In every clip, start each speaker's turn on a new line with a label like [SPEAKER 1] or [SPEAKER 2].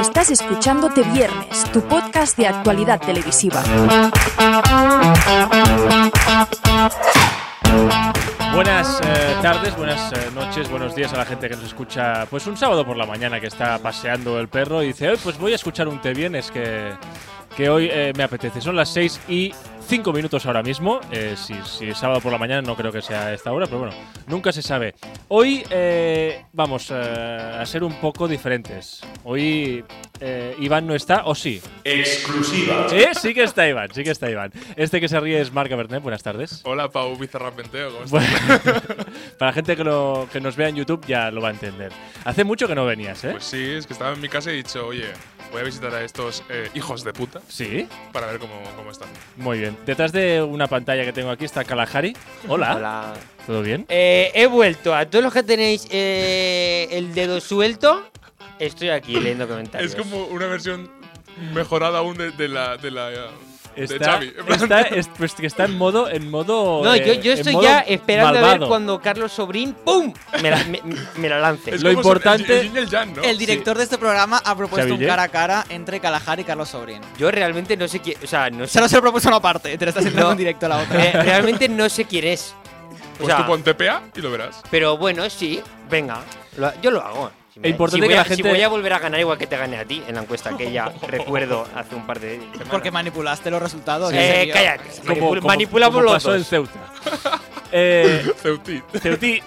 [SPEAKER 1] Estás escuchándote Viernes, tu podcast de actualidad televisiva.
[SPEAKER 2] Buenas eh, tardes, buenas eh, noches, buenos días a la gente que nos escucha pues un sábado por la mañana que está paseando el perro y dice, "Ay, pues voy a escuchar un te vienes que, que hoy eh, me apetece. Son las 6 y 5 minutos ahora mismo. Eh, si, si es sábado por la mañana no creo que sea a esta hora, pero bueno, nunca se sabe. Hoy eh, vamos eh, a ser un poco diferentes. Hoy eh, Iván no está, o sí.
[SPEAKER 3] Exclusiva.
[SPEAKER 2] ¿Eh? Sí que está Iván, sí que está Iván. Este que se ríe es Marc Bernet, buenas tardes.
[SPEAKER 4] Hola, Pau Bizarrapenteo, ¿cómo estás?
[SPEAKER 2] Bueno, para la gente que, lo- que nos vea en YouTube ya lo va a entender. Hace mucho que no venías, ¿eh?
[SPEAKER 4] Pues sí, es que estaba en mi casa y he dicho, oye, voy a visitar a estos eh, hijos de puta
[SPEAKER 2] Sí,
[SPEAKER 4] para ver cómo, cómo están.
[SPEAKER 2] muy bien. Detrás de una pantalla que tengo aquí está Kalahari. Hola.
[SPEAKER 5] Hola.
[SPEAKER 2] ¿Todo bien?
[SPEAKER 5] Eh, he vuelto. A todos los que tenéis eh, el dedo suelto, estoy aquí leyendo comentarios.
[SPEAKER 4] Es como una versión mejorada aún de, de la. De, la, eh, de
[SPEAKER 2] Está,
[SPEAKER 4] Xavi.
[SPEAKER 2] está, es- pues que está en modo. En modo
[SPEAKER 5] No,
[SPEAKER 2] eh,
[SPEAKER 5] yo, yo
[SPEAKER 2] en
[SPEAKER 5] estoy
[SPEAKER 2] modo
[SPEAKER 5] ya esperando a ver
[SPEAKER 2] malvado.
[SPEAKER 5] cuando Carlos Sobrín, ¡pum! Me la, me- me la lance.
[SPEAKER 4] Es
[SPEAKER 2] lo
[SPEAKER 4] como son-
[SPEAKER 2] importante-
[SPEAKER 4] el yin y el yang, ¿no?
[SPEAKER 6] El director de este programa ha propuesto
[SPEAKER 2] Xaville.
[SPEAKER 6] un cara a cara entre Calajar y Carlos Sobrín.
[SPEAKER 5] Yo realmente no sé quién. O sea, no sé.
[SPEAKER 6] Solo se lo propuso una parte, te lo estás entrando
[SPEAKER 5] No. Eh,
[SPEAKER 6] en directo a la otra.
[SPEAKER 5] re- realmente no sé quién es. O
[SPEAKER 4] Pues
[SPEAKER 5] sea,
[SPEAKER 4] tú pon TPA y lo verás.
[SPEAKER 5] pero bueno, sí, venga. lo- yo lo hago. Si me-
[SPEAKER 2] Es importante
[SPEAKER 5] si voy
[SPEAKER 2] que
[SPEAKER 5] a-
[SPEAKER 2] la gente-
[SPEAKER 5] si voy a volver a ganar igual que te gané a ti en la encuesta que ya recuerdo hace un par de semanas.
[SPEAKER 6] Porque manipulaste los resultados. en
[SPEAKER 5] eh,
[SPEAKER 6] serio.
[SPEAKER 5] cállate.
[SPEAKER 2] Como-
[SPEAKER 5] manipul-
[SPEAKER 2] como-
[SPEAKER 5] manipulamos
[SPEAKER 2] como
[SPEAKER 5] los
[SPEAKER 2] pasó en
[SPEAKER 5] dos.
[SPEAKER 2] Ceuta. Eh,
[SPEAKER 4] Ceuti,
[SPEAKER 2] Ceutí,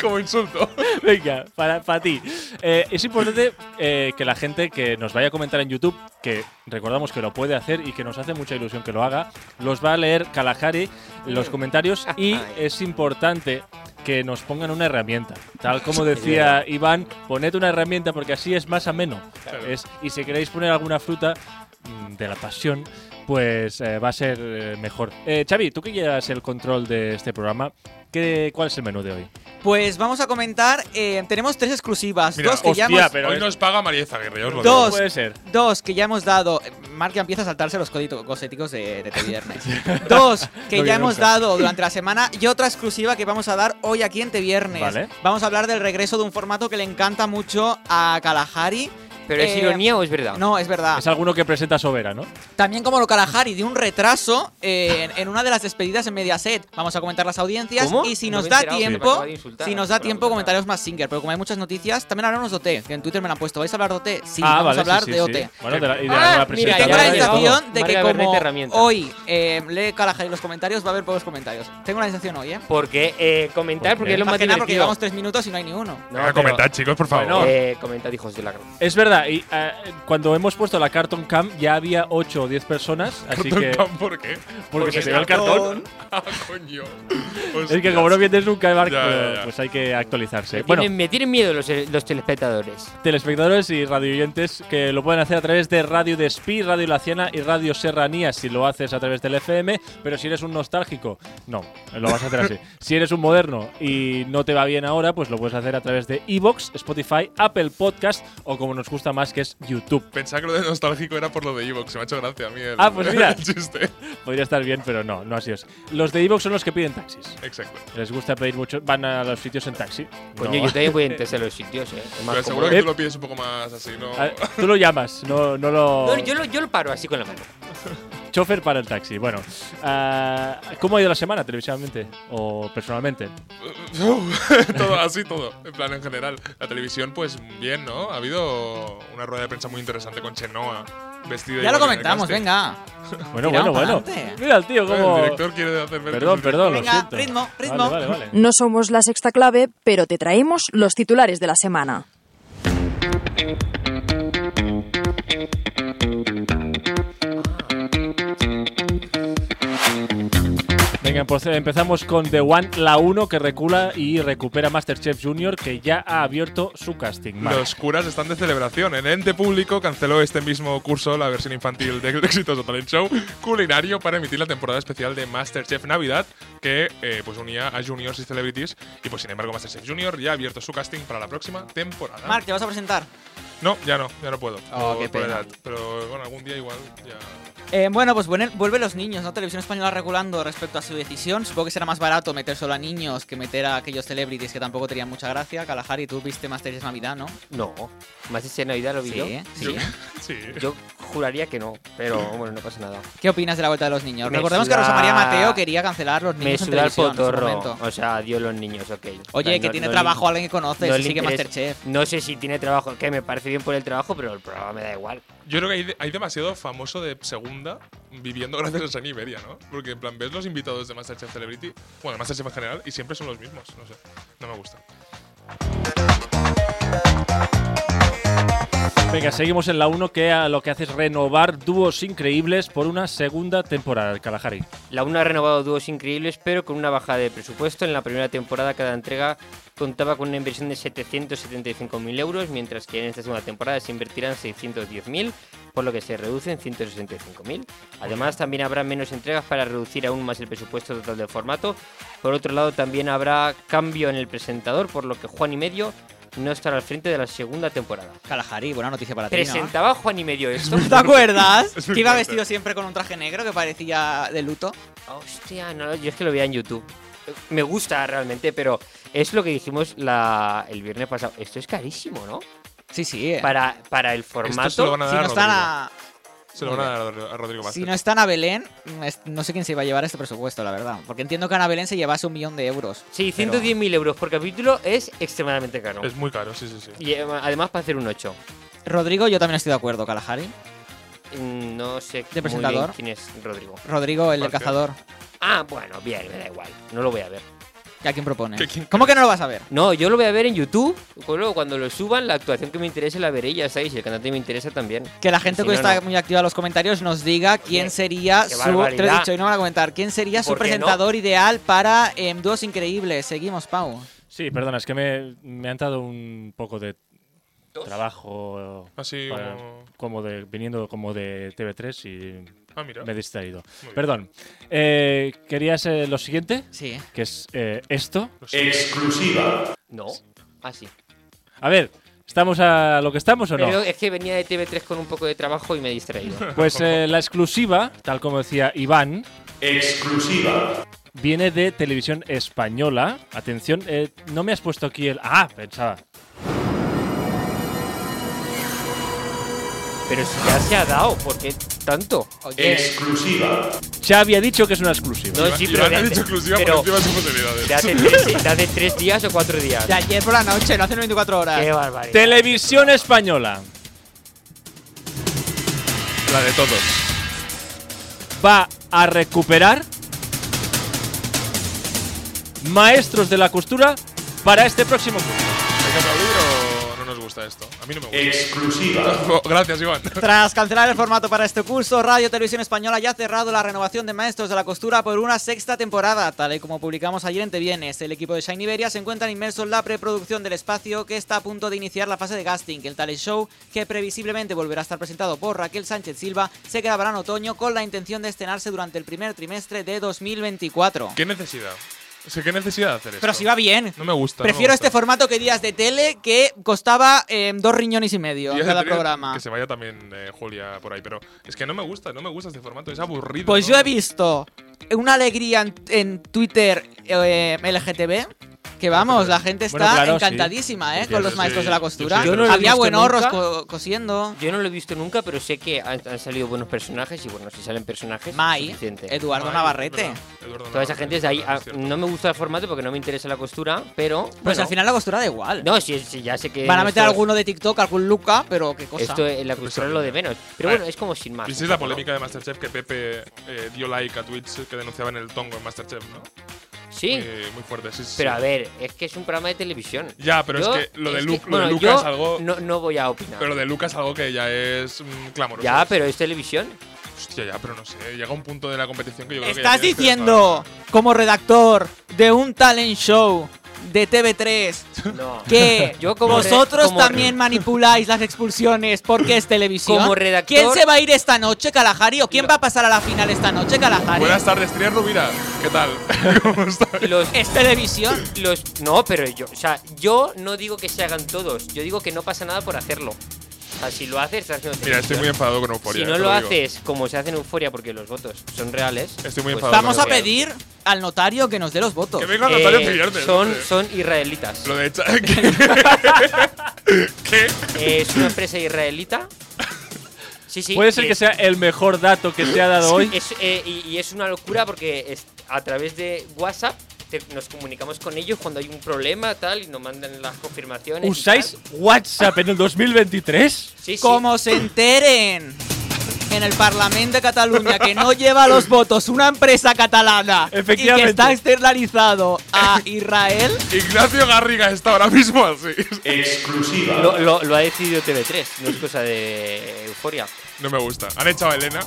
[SPEAKER 4] como insulto.
[SPEAKER 2] venga, para, para ti. Eh, es importante eh, que la gente que nos vaya a comentar en YouTube, que recordamos que lo puede hacer y que nos hace mucha ilusión que lo haga, los va a leer Kalahari los comentarios y es importante que nos pongan una herramienta. Tal como decía Iván, poned una herramienta porque así es más ameno.
[SPEAKER 4] Claro.
[SPEAKER 2] Es- y si queréis poner alguna fruta mm, de la pasión, pues eh, va a ser eh, mejor. Eh, Xavi, tú que llevas el control de este programa, ¿qué, ¿cuál es el menú de hoy?
[SPEAKER 6] Pues vamos a comentar. eh, tenemos tres exclusivas.
[SPEAKER 4] Mira,
[SPEAKER 6] dos, que ya
[SPEAKER 2] hostia,
[SPEAKER 6] hemos,
[SPEAKER 2] pero
[SPEAKER 4] Hoy
[SPEAKER 2] es-
[SPEAKER 4] nos paga María Zaguerre, ya os lo
[SPEAKER 6] Dos.
[SPEAKER 4] digo.
[SPEAKER 2] Puede ser.
[SPEAKER 6] dos que ya hemos dado. Eh, Marc ya empieza a saltarse los códigos éticos de, de este viernes. dos que
[SPEAKER 2] No
[SPEAKER 6] ya
[SPEAKER 2] viene
[SPEAKER 6] hemos
[SPEAKER 2] nunca.
[SPEAKER 6] dado durante la semana. Y otra exclusiva que vamos a dar hoy aquí en Te Viernes.
[SPEAKER 2] Vale.
[SPEAKER 6] Vamos a hablar del regreso de un formato que le encanta mucho a Kalahari.
[SPEAKER 5] ¿Pero es
[SPEAKER 6] Eh,
[SPEAKER 5] ironía o es verdad?
[SPEAKER 6] No, es verdad.
[SPEAKER 2] Es alguno que presenta Sobera, ¿no?
[SPEAKER 6] También como lo Kalahari de un retraso eh, en, en una de las despedidas en Mediaset. Vamos a comentar las audiencias
[SPEAKER 5] ¿Cómo?
[SPEAKER 6] y si
[SPEAKER 5] No
[SPEAKER 6] nos
[SPEAKER 5] me he
[SPEAKER 6] da
[SPEAKER 5] enterado, me
[SPEAKER 6] tiempo,
[SPEAKER 5] acaba de insultar,
[SPEAKER 6] si
[SPEAKER 5] no
[SPEAKER 6] nos
[SPEAKER 5] sé
[SPEAKER 6] da
[SPEAKER 5] por la
[SPEAKER 6] tiempo
[SPEAKER 5] puta.
[SPEAKER 6] comentarios más Singer, pero como hay muchas noticias, también hablaremos de OT, que en Twitter me lo han puesto. ¿Vais a hablar de OT? Sí,
[SPEAKER 2] Ah,
[SPEAKER 6] vamos
[SPEAKER 2] vale,
[SPEAKER 6] a hablar
[SPEAKER 2] sí,
[SPEAKER 6] de
[SPEAKER 2] sí, sí.
[SPEAKER 6] OT.
[SPEAKER 2] Bueno, de la, y de
[SPEAKER 5] Ah,
[SPEAKER 2] la
[SPEAKER 5] mira, Ya,
[SPEAKER 6] Y
[SPEAKER 2] presentadora
[SPEAKER 6] tengo la
[SPEAKER 5] ya,
[SPEAKER 2] y
[SPEAKER 5] ya,
[SPEAKER 2] todo.
[SPEAKER 6] sensación de
[SPEAKER 5] Marga
[SPEAKER 6] que
[SPEAKER 5] Bernet
[SPEAKER 6] como
[SPEAKER 5] herramienta.
[SPEAKER 6] hoy eh, lee Kalahari los comentarios, va a haber pocos comentarios. Tengo la sensación hoy, ¿eh?
[SPEAKER 5] Porque eh, comentar,
[SPEAKER 2] ¿Por
[SPEAKER 5] porque
[SPEAKER 2] qué?
[SPEAKER 5] es lo
[SPEAKER 6] Más
[SPEAKER 5] más
[SPEAKER 6] que nada porque
[SPEAKER 5] divertido.
[SPEAKER 6] llevamos tres minutos y no hay ni uno.
[SPEAKER 5] No,
[SPEAKER 4] Venga,
[SPEAKER 5] pero,
[SPEAKER 4] comentad, chicos, por favor.
[SPEAKER 2] Bueno.
[SPEAKER 5] eh, comentad, hijos de la gran.
[SPEAKER 2] Es verdad, y eh, cuando hemos puesto la Carton Cam ya había 8 o 10 personas, así
[SPEAKER 4] Cartón
[SPEAKER 2] que.
[SPEAKER 4] Cam, ¿Por qué?
[SPEAKER 2] Porque se
[SPEAKER 5] es
[SPEAKER 2] te ve el cartón.
[SPEAKER 4] Ah, coño.
[SPEAKER 2] Es que como no vienes nunca, Marc,
[SPEAKER 4] Ya, ya,
[SPEAKER 2] eh,
[SPEAKER 4] ya.
[SPEAKER 2] pues hay que actualizarse.
[SPEAKER 5] Me,
[SPEAKER 2] Bueno,
[SPEAKER 5] tienen, me tienen miedo los, los telespectadores.
[SPEAKER 2] telespectadores y radioyentes que lo pueden hacer a través de Radio Despí, Radio Laciana y Radio Serranía si lo haces a través del FM, pero si eres un nostálgico, no, lo vas a hacer así. si eres un moderno y no te va bien ahora, pues lo puedes hacer a través de Evox, Spotify, Apple Podcast o como nos gusta más que es YouTube.
[SPEAKER 4] Pensaba que lo de nostálgico era por lo de Evox, se me ha hecho gracia a mí el,
[SPEAKER 2] Ah, pues mira.
[SPEAKER 4] el chiste.
[SPEAKER 2] Podría estar bien, pero no, no así es. Los de Evox son los que piden taxis.
[SPEAKER 4] Exacto.
[SPEAKER 2] Les gusta pedir mucho, van a los sitios en taxi.
[SPEAKER 5] Coño,
[SPEAKER 2] No.
[SPEAKER 5] yo también voy a enterarse los sitios, eh. Es más
[SPEAKER 4] Pero
[SPEAKER 5] cómodo.
[SPEAKER 4] seguro que
[SPEAKER 2] Eh.
[SPEAKER 4] tú lo pides un poco más así, ¿no?
[SPEAKER 2] Ah, Tú lo llamas, no, no lo.
[SPEAKER 5] No, yo, lo, yo lo paro así con la mano.
[SPEAKER 2] Chofer para el taxi. Bueno, ah, ¿cómo ha ido la semana televisivamente o personalmente?
[SPEAKER 4] todo así, todo. En plan, en general. La televisión, pues bien, ¿no? Ha habido una rueda de prensa muy interesante con Chenoa. Vestido
[SPEAKER 6] Ya lo
[SPEAKER 4] igual que en el
[SPEAKER 6] comentamos,
[SPEAKER 4] casting.
[SPEAKER 6] venga.
[SPEAKER 5] Ah.
[SPEAKER 2] Bueno,
[SPEAKER 6] Ah,
[SPEAKER 2] bueno,
[SPEAKER 6] Tiramos
[SPEAKER 2] bueno.
[SPEAKER 6] pa'lante.
[SPEAKER 2] Mira el tío
[SPEAKER 4] Eh,
[SPEAKER 2] como.
[SPEAKER 4] El director quiere hacer ver
[SPEAKER 2] Perdón,
[SPEAKER 4] que es el
[SPEAKER 2] perdón, lo
[SPEAKER 6] Venga,
[SPEAKER 2] siento.
[SPEAKER 6] ritmo,
[SPEAKER 2] Vale,
[SPEAKER 6] ritmo.
[SPEAKER 2] Vale, vale,
[SPEAKER 1] No somos la sexta clave, pero te traemos los titulares de la semana.
[SPEAKER 2] Venga, pues eh, empezamos con The One, la 1 que recula y recupera Masterchef Junior que ya ha abierto su casting. Marc.
[SPEAKER 4] Los curas están de celebración. El ente público canceló este mismo curso, la versión infantil del exitoso talent show culinario, para emitir la temporada especial de Masterchef Navidad, que eh, pues unía a juniors y celebrities. Y pues sin embargo, Masterchef Junior ya ha abierto su casting para la próxima temporada.
[SPEAKER 6] Marc, te vas a presentar.
[SPEAKER 4] No, ya no, ya no puedo.
[SPEAKER 6] Oh,
[SPEAKER 4] por-
[SPEAKER 6] qué
[SPEAKER 4] por
[SPEAKER 6] pena.
[SPEAKER 4] edad. Pero bueno, algún día igual ya.
[SPEAKER 6] Eh, bueno, pues vuelven, vuelven los niños, ¿no? Televisión Española regulando respecto a si decisión. Supongo que será más barato meter solo a niños que meter a aquellos celebrities que tampoco tenían mucha gracia. Kalahari, tú viste Masterchef Navidad, ¿no?
[SPEAKER 5] No. ¿Más ese Navidad lo vi
[SPEAKER 6] Sí,
[SPEAKER 5] yo?
[SPEAKER 6] ¿eh? sí.
[SPEAKER 4] Yo- Sí.
[SPEAKER 5] Yo juraría que no, pero bueno, no pasa nada.
[SPEAKER 6] ¿Qué opinas de la vuelta de los niños?
[SPEAKER 5] Me
[SPEAKER 6] Recordemos que
[SPEAKER 5] suda-
[SPEAKER 6] Rosa María Mateo quería cancelar los
[SPEAKER 5] Me
[SPEAKER 6] niños en
[SPEAKER 5] suda el
[SPEAKER 6] televisión en su
[SPEAKER 5] potorro.
[SPEAKER 6] momento.
[SPEAKER 5] O sea, dio los niños, ok.
[SPEAKER 6] Oye,
[SPEAKER 5] No-
[SPEAKER 6] que
[SPEAKER 5] no-
[SPEAKER 6] tiene
[SPEAKER 5] no le-
[SPEAKER 6] trabajo alguien que conoces,
[SPEAKER 5] no le
[SPEAKER 6] sigue
[SPEAKER 5] interesa.
[SPEAKER 6] Masterchef.
[SPEAKER 5] No sé si tiene trabajo, que me parece bien por el trabajo, pero el programa me da igual.
[SPEAKER 4] Yo creo que hay, de- hay demasiado famoso de segunda viviendo gracias a San Iberia, ¿no? Porque en plan ves los invitados de Masterchef Celebrity, bueno, Masterchef en general, y siempre son los mismos, no sé, no me gusta.
[SPEAKER 2] Venga, seguimos en la 1 que a lo que hace es renovar dúos increíbles por una segunda temporada de Kalahari.
[SPEAKER 5] La UNA ha renovado dúos increíbles, pero con una bajada de presupuesto. En la primera temporada, cada entrega contaba con una inversión de 775.000 euros, mientras que en esta segunda temporada se invertirán 610.000, por lo que se reducen 165.000. Además, también habrá menos entregas para reducir aún más el presupuesto total del formato. Por otro lado, también habrá cambio en el presentador, por lo que Juan y Medio no estará al frente de la segunda temporada.
[SPEAKER 6] Kalahari, buena noticia para ti. ¿no?
[SPEAKER 5] ¿Presentaba Juan y Medio esto?
[SPEAKER 6] ¿Te acuerdas?
[SPEAKER 4] Es muy
[SPEAKER 6] que iba
[SPEAKER 4] fuerte.
[SPEAKER 6] vestido siempre con un traje negro que parecía de luto.
[SPEAKER 5] Hostia, no, yo es que lo veía en YouTube. Me gusta realmente, pero es lo que dijimos la, el viernes pasado. Esto es carísimo, ¿no?
[SPEAKER 6] Sí, sí. eh.
[SPEAKER 5] Para, para el
[SPEAKER 4] Esto se lo
[SPEAKER 5] formato.
[SPEAKER 4] van a
[SPEAKER 6] si,
[SPEAKER 4] dar
[SPEAKER 6] no
[SPEAKER 4] a
[SPEAKER 6] están
[SPEAKER 4] Rodrigo.
[SPEAKER 6] a,
[SPEAKER 4] Se lo van a dar a Rodrigo- a Rodrigo
[SPEAKER 6] si
[SPEAKER 4] Vázquez.
[SPEAKER 6] no están a Belén, mm, es- no sé quién se iba a llevar este presupuesto, la verdad. Porque entiendo que Ana Belén se llevase un millón de euros.
[SPEAKER 5] Sí,
[SPEAKER 6] pero-
[SPEAKER 5] 110.000 euros por capítulo es extremadamente caro.
[SPEAKER 4] Es muy caro, sí, sí, sí.
[SPEAKER 5] Y eh, además para hacer un 8.
[SPEAKER 6] Rodrigo, yo también estoy de acuerdo, Kalahari.
[SPEAKER 5] Mm, No sé muy bien
[SPEAKER 6] presentador?
[SPEAKER 5] quién es Rodrigo.
[SPEAKER 6] Rodrigo, el del
[SPEAKER 4] ¿Por qué?
[SPEAKER 6] cazador.
[SPEAKER 5] Ah, bueno, bien, me da igual. No lo voy a ver.
[SPEAKER 6] ¿A quién propone?
[SPEAKER 4] ¿Qué- quién-
[SPEAKER 6] ¿Cómo que no lo vas a ver?
[SPEAKER 5] No, yo lo voy a ver en YouTube. Luego cuando lo suban, la actuación que me interese la veré y ya sabéis. Y el cantante me interesa también.
[SPEAKER 6] Que la gente
[SPEAKER 5] Si
[SPEAKER 6] que
[SPEAKER 5] no,
[SPEAKER 6] está
[SPEAKER 5] no.
[SPEAKER 6] muy activa en los comentarios nos diga quién sería
[SPEAKER 5] qué
[SPEAKER 6] su. Te lo he
[SPEAKER 5] barbaridad.
[SPEAKER 6] dicho y no van a comentar. ¿Quién sería su
[SPEAKER 5] ¿Por qué no?
[SPEAKER 6] presentador ideal para em, dúos increíbles? Seguimos, Pau.
[SPEAKER 2] Sí, perdona, es que me, me han dado un poco de trabajo
[SPEAKER 4] Así
[SPEAKER 2] para-
[SPEAKER 4] como-
[SPEAKER 2] como de viniendo como de TV3 y
[SPEAKER 4] Ah, mira.
[SPEAKER 2] me he distraído.
[SPEAKER 4] bien.
[SPEAKER 2] Perdón. Eh, ¿Querías eh, lo siguiente?
[SPEAKER 6] Sí.
[SPEAKER 2] Que es eh, esto.
[SPEAKER 4] Pues
[SPEAKER 5] No. Ah, sí.
[SPEAKER 2] A ver, ¿estamos a lo que estamos o no?
[SPEAKER 5] Pero es que venía de TV3 con un poco de trabajo y me he distraído.
[SPEAKER 2] Pues eh, la exclusiva, tal como decía Iván. Exclusiva. Viene de televisión española. Atención, eh, no me has puesto aquí el. Ah, pensaba.
[SPEAKER 5] Pero si ya se ha dado, ¿por qué tanto?
[SPEAKER 6] Oye,
[SPEAKER 2] Ya había dicho que es una exclusiva.
[SPEAKER 5] No,
[SPEAKER 4] Iván-
[SPEAKER 5] sí, pero
[SPEAKER 4] Iván
[SPEAKER 5] de
[SPEAKER 4] ha
[SPEAKER 5] hace-
[SPEAKER 4] dicho exclusiva
[SPEAKER 5] pero
[SPEAKER 4] por encima de sus posibilidades.
[SPEAKER 5] de hace tres, de hace tres días o cuatro días.
[SPEAKER 6] de ayer por la noche, no hace 24 horas.
[SPEAKER 5] Qué barbaridad.
[SPEAKER 2] Televisión española
[SPEAKER 4] La de todos.
[SPEAKER 2] va a recuperar maestros de la costura para este próximo curso.
[SPEAKER 4] ¿Hay que aplaudir o no nos gusta esto? A mí no me gusta. Exclusiva. Gracias, Iván.
[SPEAKER 6] Tras cancelar el formato para este curso, Radio Televisión Española ya ha cerrado la renovación de Maestros de la Costura por una sexta temporada. Tal y como publicamos ayer en Tevienes, el equipo de Shine Iberia se encuentra inmerso en la preproducción del espacio que está a punto de iniciar la fase de casting. El talent show, que previsiblemente volverá a estar presentado por Raquel Sánchez Silva, se grabará en otoño con la intención de estrenarse durante el primer trimestre de 2024.
[SPEAKER 4] ¿Qué necesidad? O sea, ¿qué necesidad de hacer esto?
[SPEAKER 6] Pero si va bien.
[SPEAKER 4] No me gusta. no me
[SPEAKER 6] Prefiero
[SPEAKER 4] gusta.
[SPEAKER 6] este formato que días de tele que costaba eh, dos riñones y medio
[SPEAKER 4] Y has de
[SPEAKER 6] cada
[SPEAKER 4] tener
[SPEAKER 6] programa.
[SPEAKER 4] Que se vaya también eh, Julia por ahí, pero es que no me gusta, no me gusta este formato, es aburrido.
[SPEAKER 6] Pues
[SPEAKER 4] ¿no?
[SPEAKER 6] yo he visto una alegría en, en Twitter eh, LGTB. Que vamos, la gente está
[SPEAKER 2] Bueno, claro, sí.
[SPEAKER 6] encantadísima, ¿eh?
[SPEAKER 2] Sí,
[SPEAKER 6] Con
[SPEAKER 2] sí,
[SPEAKER 6] los
[SPEAKER 4] sí,
[SPEAKER 6] maestros de la
[SPEAKER 4] yo
[SPEAKER 6] costura.
[SPEAKER 4] sí, Yo no
[SPEAKER 5] lo he
[SPEAKER 6] Había
[SPEAKER 5] visto
[SPEAKER 6] buenorros
[SPEAKER 5] nunca.
[SPEAKER 6] co- cosiendo.
[SPEAKER 5] Yo no lo he visto nunca, pero sé que han, han salido buenos personajes y bueno, si salen personajes, es
[SPEAKER 6] Mai,
[SPEAKER 5] suficiente.
[SPEAKER 6] Eduardo
[SPEAKER 4] Ay,
[SPEAKER 6] Navarrete.
[SPEAKER 4] es verdad, Eduardo
[SPEAKER 5] Toda esa
[SPEAKER 4] Navarrete,
[SPEAKER 5] gente es de ahí.
[SPEAKER 4] es
[SPEAKER 5] Ah,
[SPEAKER 4] cierto.
[SPEAKER 5] no me gusta el formato porque no me interesa la costura, pero.
[SPEAKER 6] Pues
[SPEAKER 5] bueno.
[SPEAKER 6] al final la costura da igual.
[SPEAKER 5] No, sí, sí, ya sé que.
[SPEAKER 6] Van a meter
[SPEAKER 5] esto-
[SPEAKER 6] alguno de TikTok, algún Luca, pero qué cosa.
[SPEAKER 5] Esto en la costura es lo de menos. Pero
[SPEAKER 4] A ver,
[SPEAKER 5] bueno, Ah, es como sin más.
[SPEAKER 4] ¿Visteis la polémica de Masterchef que Pepe eh, dio like a tweets que denunciaban el tongo en Masterchef, no?
[SPEAKER 5] Sí,
[SPEAKER 4] Muy, muy fuerte, sí, Eh, sí.
[SPEAKER 5] pero a
[SPEAKER 4] sí.
[SPEAKER 5] ver, es que es un programa de televisión.
[SPEAKER 4] Ya, pero
[SPEAKER 5] Yo-
[SPEAKER 4] es que lo de,
[SPEAKER 5] es
[SPEAKER 4] Lu-
[SPEAKER 5] que-
[SPEAKER 4] lo de
[SPEAKER 5] bueno,
[SPEAKER 4] Lucas es
[SPEAKER 5] yo
[SPEAKER 4] algo.
[SPEAKER 5] No, no voy a opinar.
[SPEAKER 4] Pero lo de Lucas es algo que ya es mm, clamoroso.
[SPEAKER 5] ya, pero es televisión.
[SPEAKER 4] Hostia, ya, pero no sé. Llega un punto de la competición que yo creo que. ya
[SPEAKER 6] Estás
[SPEAKER 4] tienes que
[SPEAKER 6] diciendo, como redactor de un talent show de TV3,
[SPEAKER 5] No.
[SPEAKER 6] que
[SPEAKER 5] Yo como re-
[SPEAKER 6] vosotros
[SPEAKER 5] como re-
[SPEAKER 6] también manipuláis las expulsiones porque es televisión.
[SPEAKER 5] Como redactor-
[SPEAKER 6] ¿Quién se va a ir esta noche, Kalahari? ¿O quién va a pasar a la final esta noche,
[SPEAKER 4] dejar.
[SPEAKER 6] Kalahari?
[SPEAKER 4] Buenas tardes, Trier Rubira. ¿Qué tal? ¿Cómo estás?
[SPEAKER 5] Los,
[SPEAKER 6] Es televisión.
[SPEAKER 5] los, no, pero yo, o sea, yo no digo que se hagan todos. Yo digo que no pasa nada por hacerlo. O sea, si lo haces, estás haciendo
[SPEAKER 4] Mira, estoy
[SPEAKER 5] televisión.
[SPEAKER 4] muy enfadado con Euforia. eh,
[SPEAKER 5] Si no lo haces como se hace en Euforia porque los votos son reales.
[SPEAKER 4] Estoy muy
[SPEAKER 5] pues
[SPEAKER 4] enfadado
[SPEAKER 6] Vamos
[SPEAKER 4] no,
[SPEAKER 6] a
[SPEAKER 4] no, no.
[SPEAKER 6] pedir al notario que nos dé los votos.
[SPEAKER 4] Que venga el notario
[SPEAKER 5] Eh,
[SPEAKER 4] Civierte.
[SPEAKER 5] son, son israelitas.
[SPEAKER 4] Lo de Cha- ¿Qué? ¿Qué?
[SPEAKER 5] Eh, es una empresa israelita. Sí, sí.
[SPEAKER 2] Puede ser que sea el mejor dato que te ha dado hoy.
[SPEAKER 5] es, eh, y, y es una locura porque es- a través de WhatsApp te- nos comunicamos con ellos cuando hay un problema tal y nos mandan las confirmaciones. y
[SPEAKER 2] ¿Usáis
[SPEAKER 5] tal.
[SPEAKER 2] WhatsApp en el 2023?
[SPEAKER 5] Sí, sí.
[SPEAKER 6] Como se enteren en el Parlamento de Cataluña que no lleva los votos una empresa catalana y que
[SPEAKER 2] Efectivamente.
[SPEAKER 6] está externalizado a Israel,
[SPEAKER 4] Ignacio Garriga está ahora mismo así.
[SPEAKER 5] Lo, lo- lo ha decidido TV3, no es cosa de euforia.
[SPEAKER 4] No me gusta. Han echado a Elena,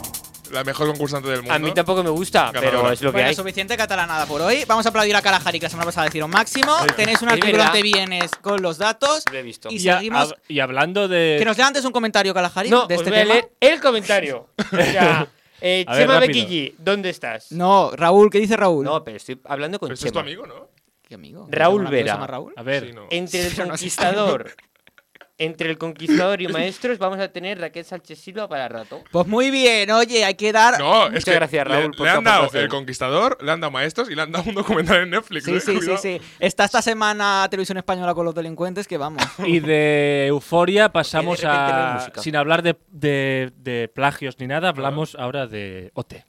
[SPEAKER 4] la mejor concursante del mundo.
[SPEAKER 5] A mí tampoco me gusta, pero
[SPEAKER 4] Ganadora.
[SPEAKER 5] es lo que
[SPEAKER 6] bueno,
[SPEAKER 5] hay.
[SPEAKER 6] suficiente catalanada por hoy. Vamos a aplaudir a Kalahari, que la semana pasada hicieron máximo. Tenéis un
[SPEAKER 5] Es
[SPEAKER 6] artículo
[SPEAKER 5] verdad.
[SPEAKER 6] donde vienes con los datos.
[SPEAKER 5] Lo he visto.
[SPEAKER 6] Y
[SPEAKER 2] a-
[SPEAKER 6] seguimos.
[SPEAKER 2] hab- y hablando de.
[SPEAKER 6] Que nos levantes un comentario, Kalahari,
[SPEAKER 5] No,
[SPEAKER 6] de
[SPEAKER 5] os
[SPEAKER 6] este
[SPEAKER 5] voy a
[SPEAKER 6] tema.
[SPEAKER 5] leer el comentario. O sea, eh,
[SPEAKER 2] A ver,
[SPEAKER 5] Chema
[SPEAKER 2] rápido.
[SPEAKER 5] Bequilli, ¿dónde estás?
[SPEAKER 6] No, Raúl, ¿qué dice Raúl?
[SPEAKER 5] No, pero estoy hablando con
[SPEAKER 4] Pero ese es tu
[SPEAKER 5] Chema.
[SPEAKER 4] amigo, ¿no?
[SPEAKER 6] ¿Qué amigo?
[SPEAKER 5] Raúl
[SPEAKER 6] ¿Alguna cosa
[SPEAKER 5] Vera.
[SPEAKER 6] más, Raúl?
[SPEAKER 2] A ver,
[SPEAKER 4] Sí, no.
[SPEAKER 5] Entre el
[SPEAKER 6] Yo no sé.
[SPEAKER 5] conquistador. Entre el conquistador y maestros vamos a tener Raquel Sánchez Silva para rato.
[SPEAKER 6] Pues muy bien, oye, hay que dar.
[SPEAKER 4] No, es
[SPEAKER 5] Muchas
[SPEAKER 4] que
[SPEAKER 5] gracias,
[SPEAKER 4] le-
[SPEAKER 5] Raúl,
[SPEAKER 4] Le,
[SPEAKER 5] por tu
[SPEAKER 4] han dado
[SPEAKER 5] aportación.
[SPEAKER 4] El Conquistador, le han dado Maestros y le han dado un documental en Netflix.
[SPEAKER 6] Sí,
[SPEAKER 4] ¿eh?
[SPEAKER 6] sí, sí,
[SPEAKER 4] Cuidado.
[SPEAKER 6] sí. Está esta semana Televisión Española con los delincuentes, que vamos.
[SPEAKER 2] y de euforia pasamos
[SPEAKER 5] Eh, de repente no hay
[SPEAKER 2] a.
[SPEAKER 5] música?
[SPEAKER 2] sin hablar de, de- de plagios ni nada, hablamos ahora de OT.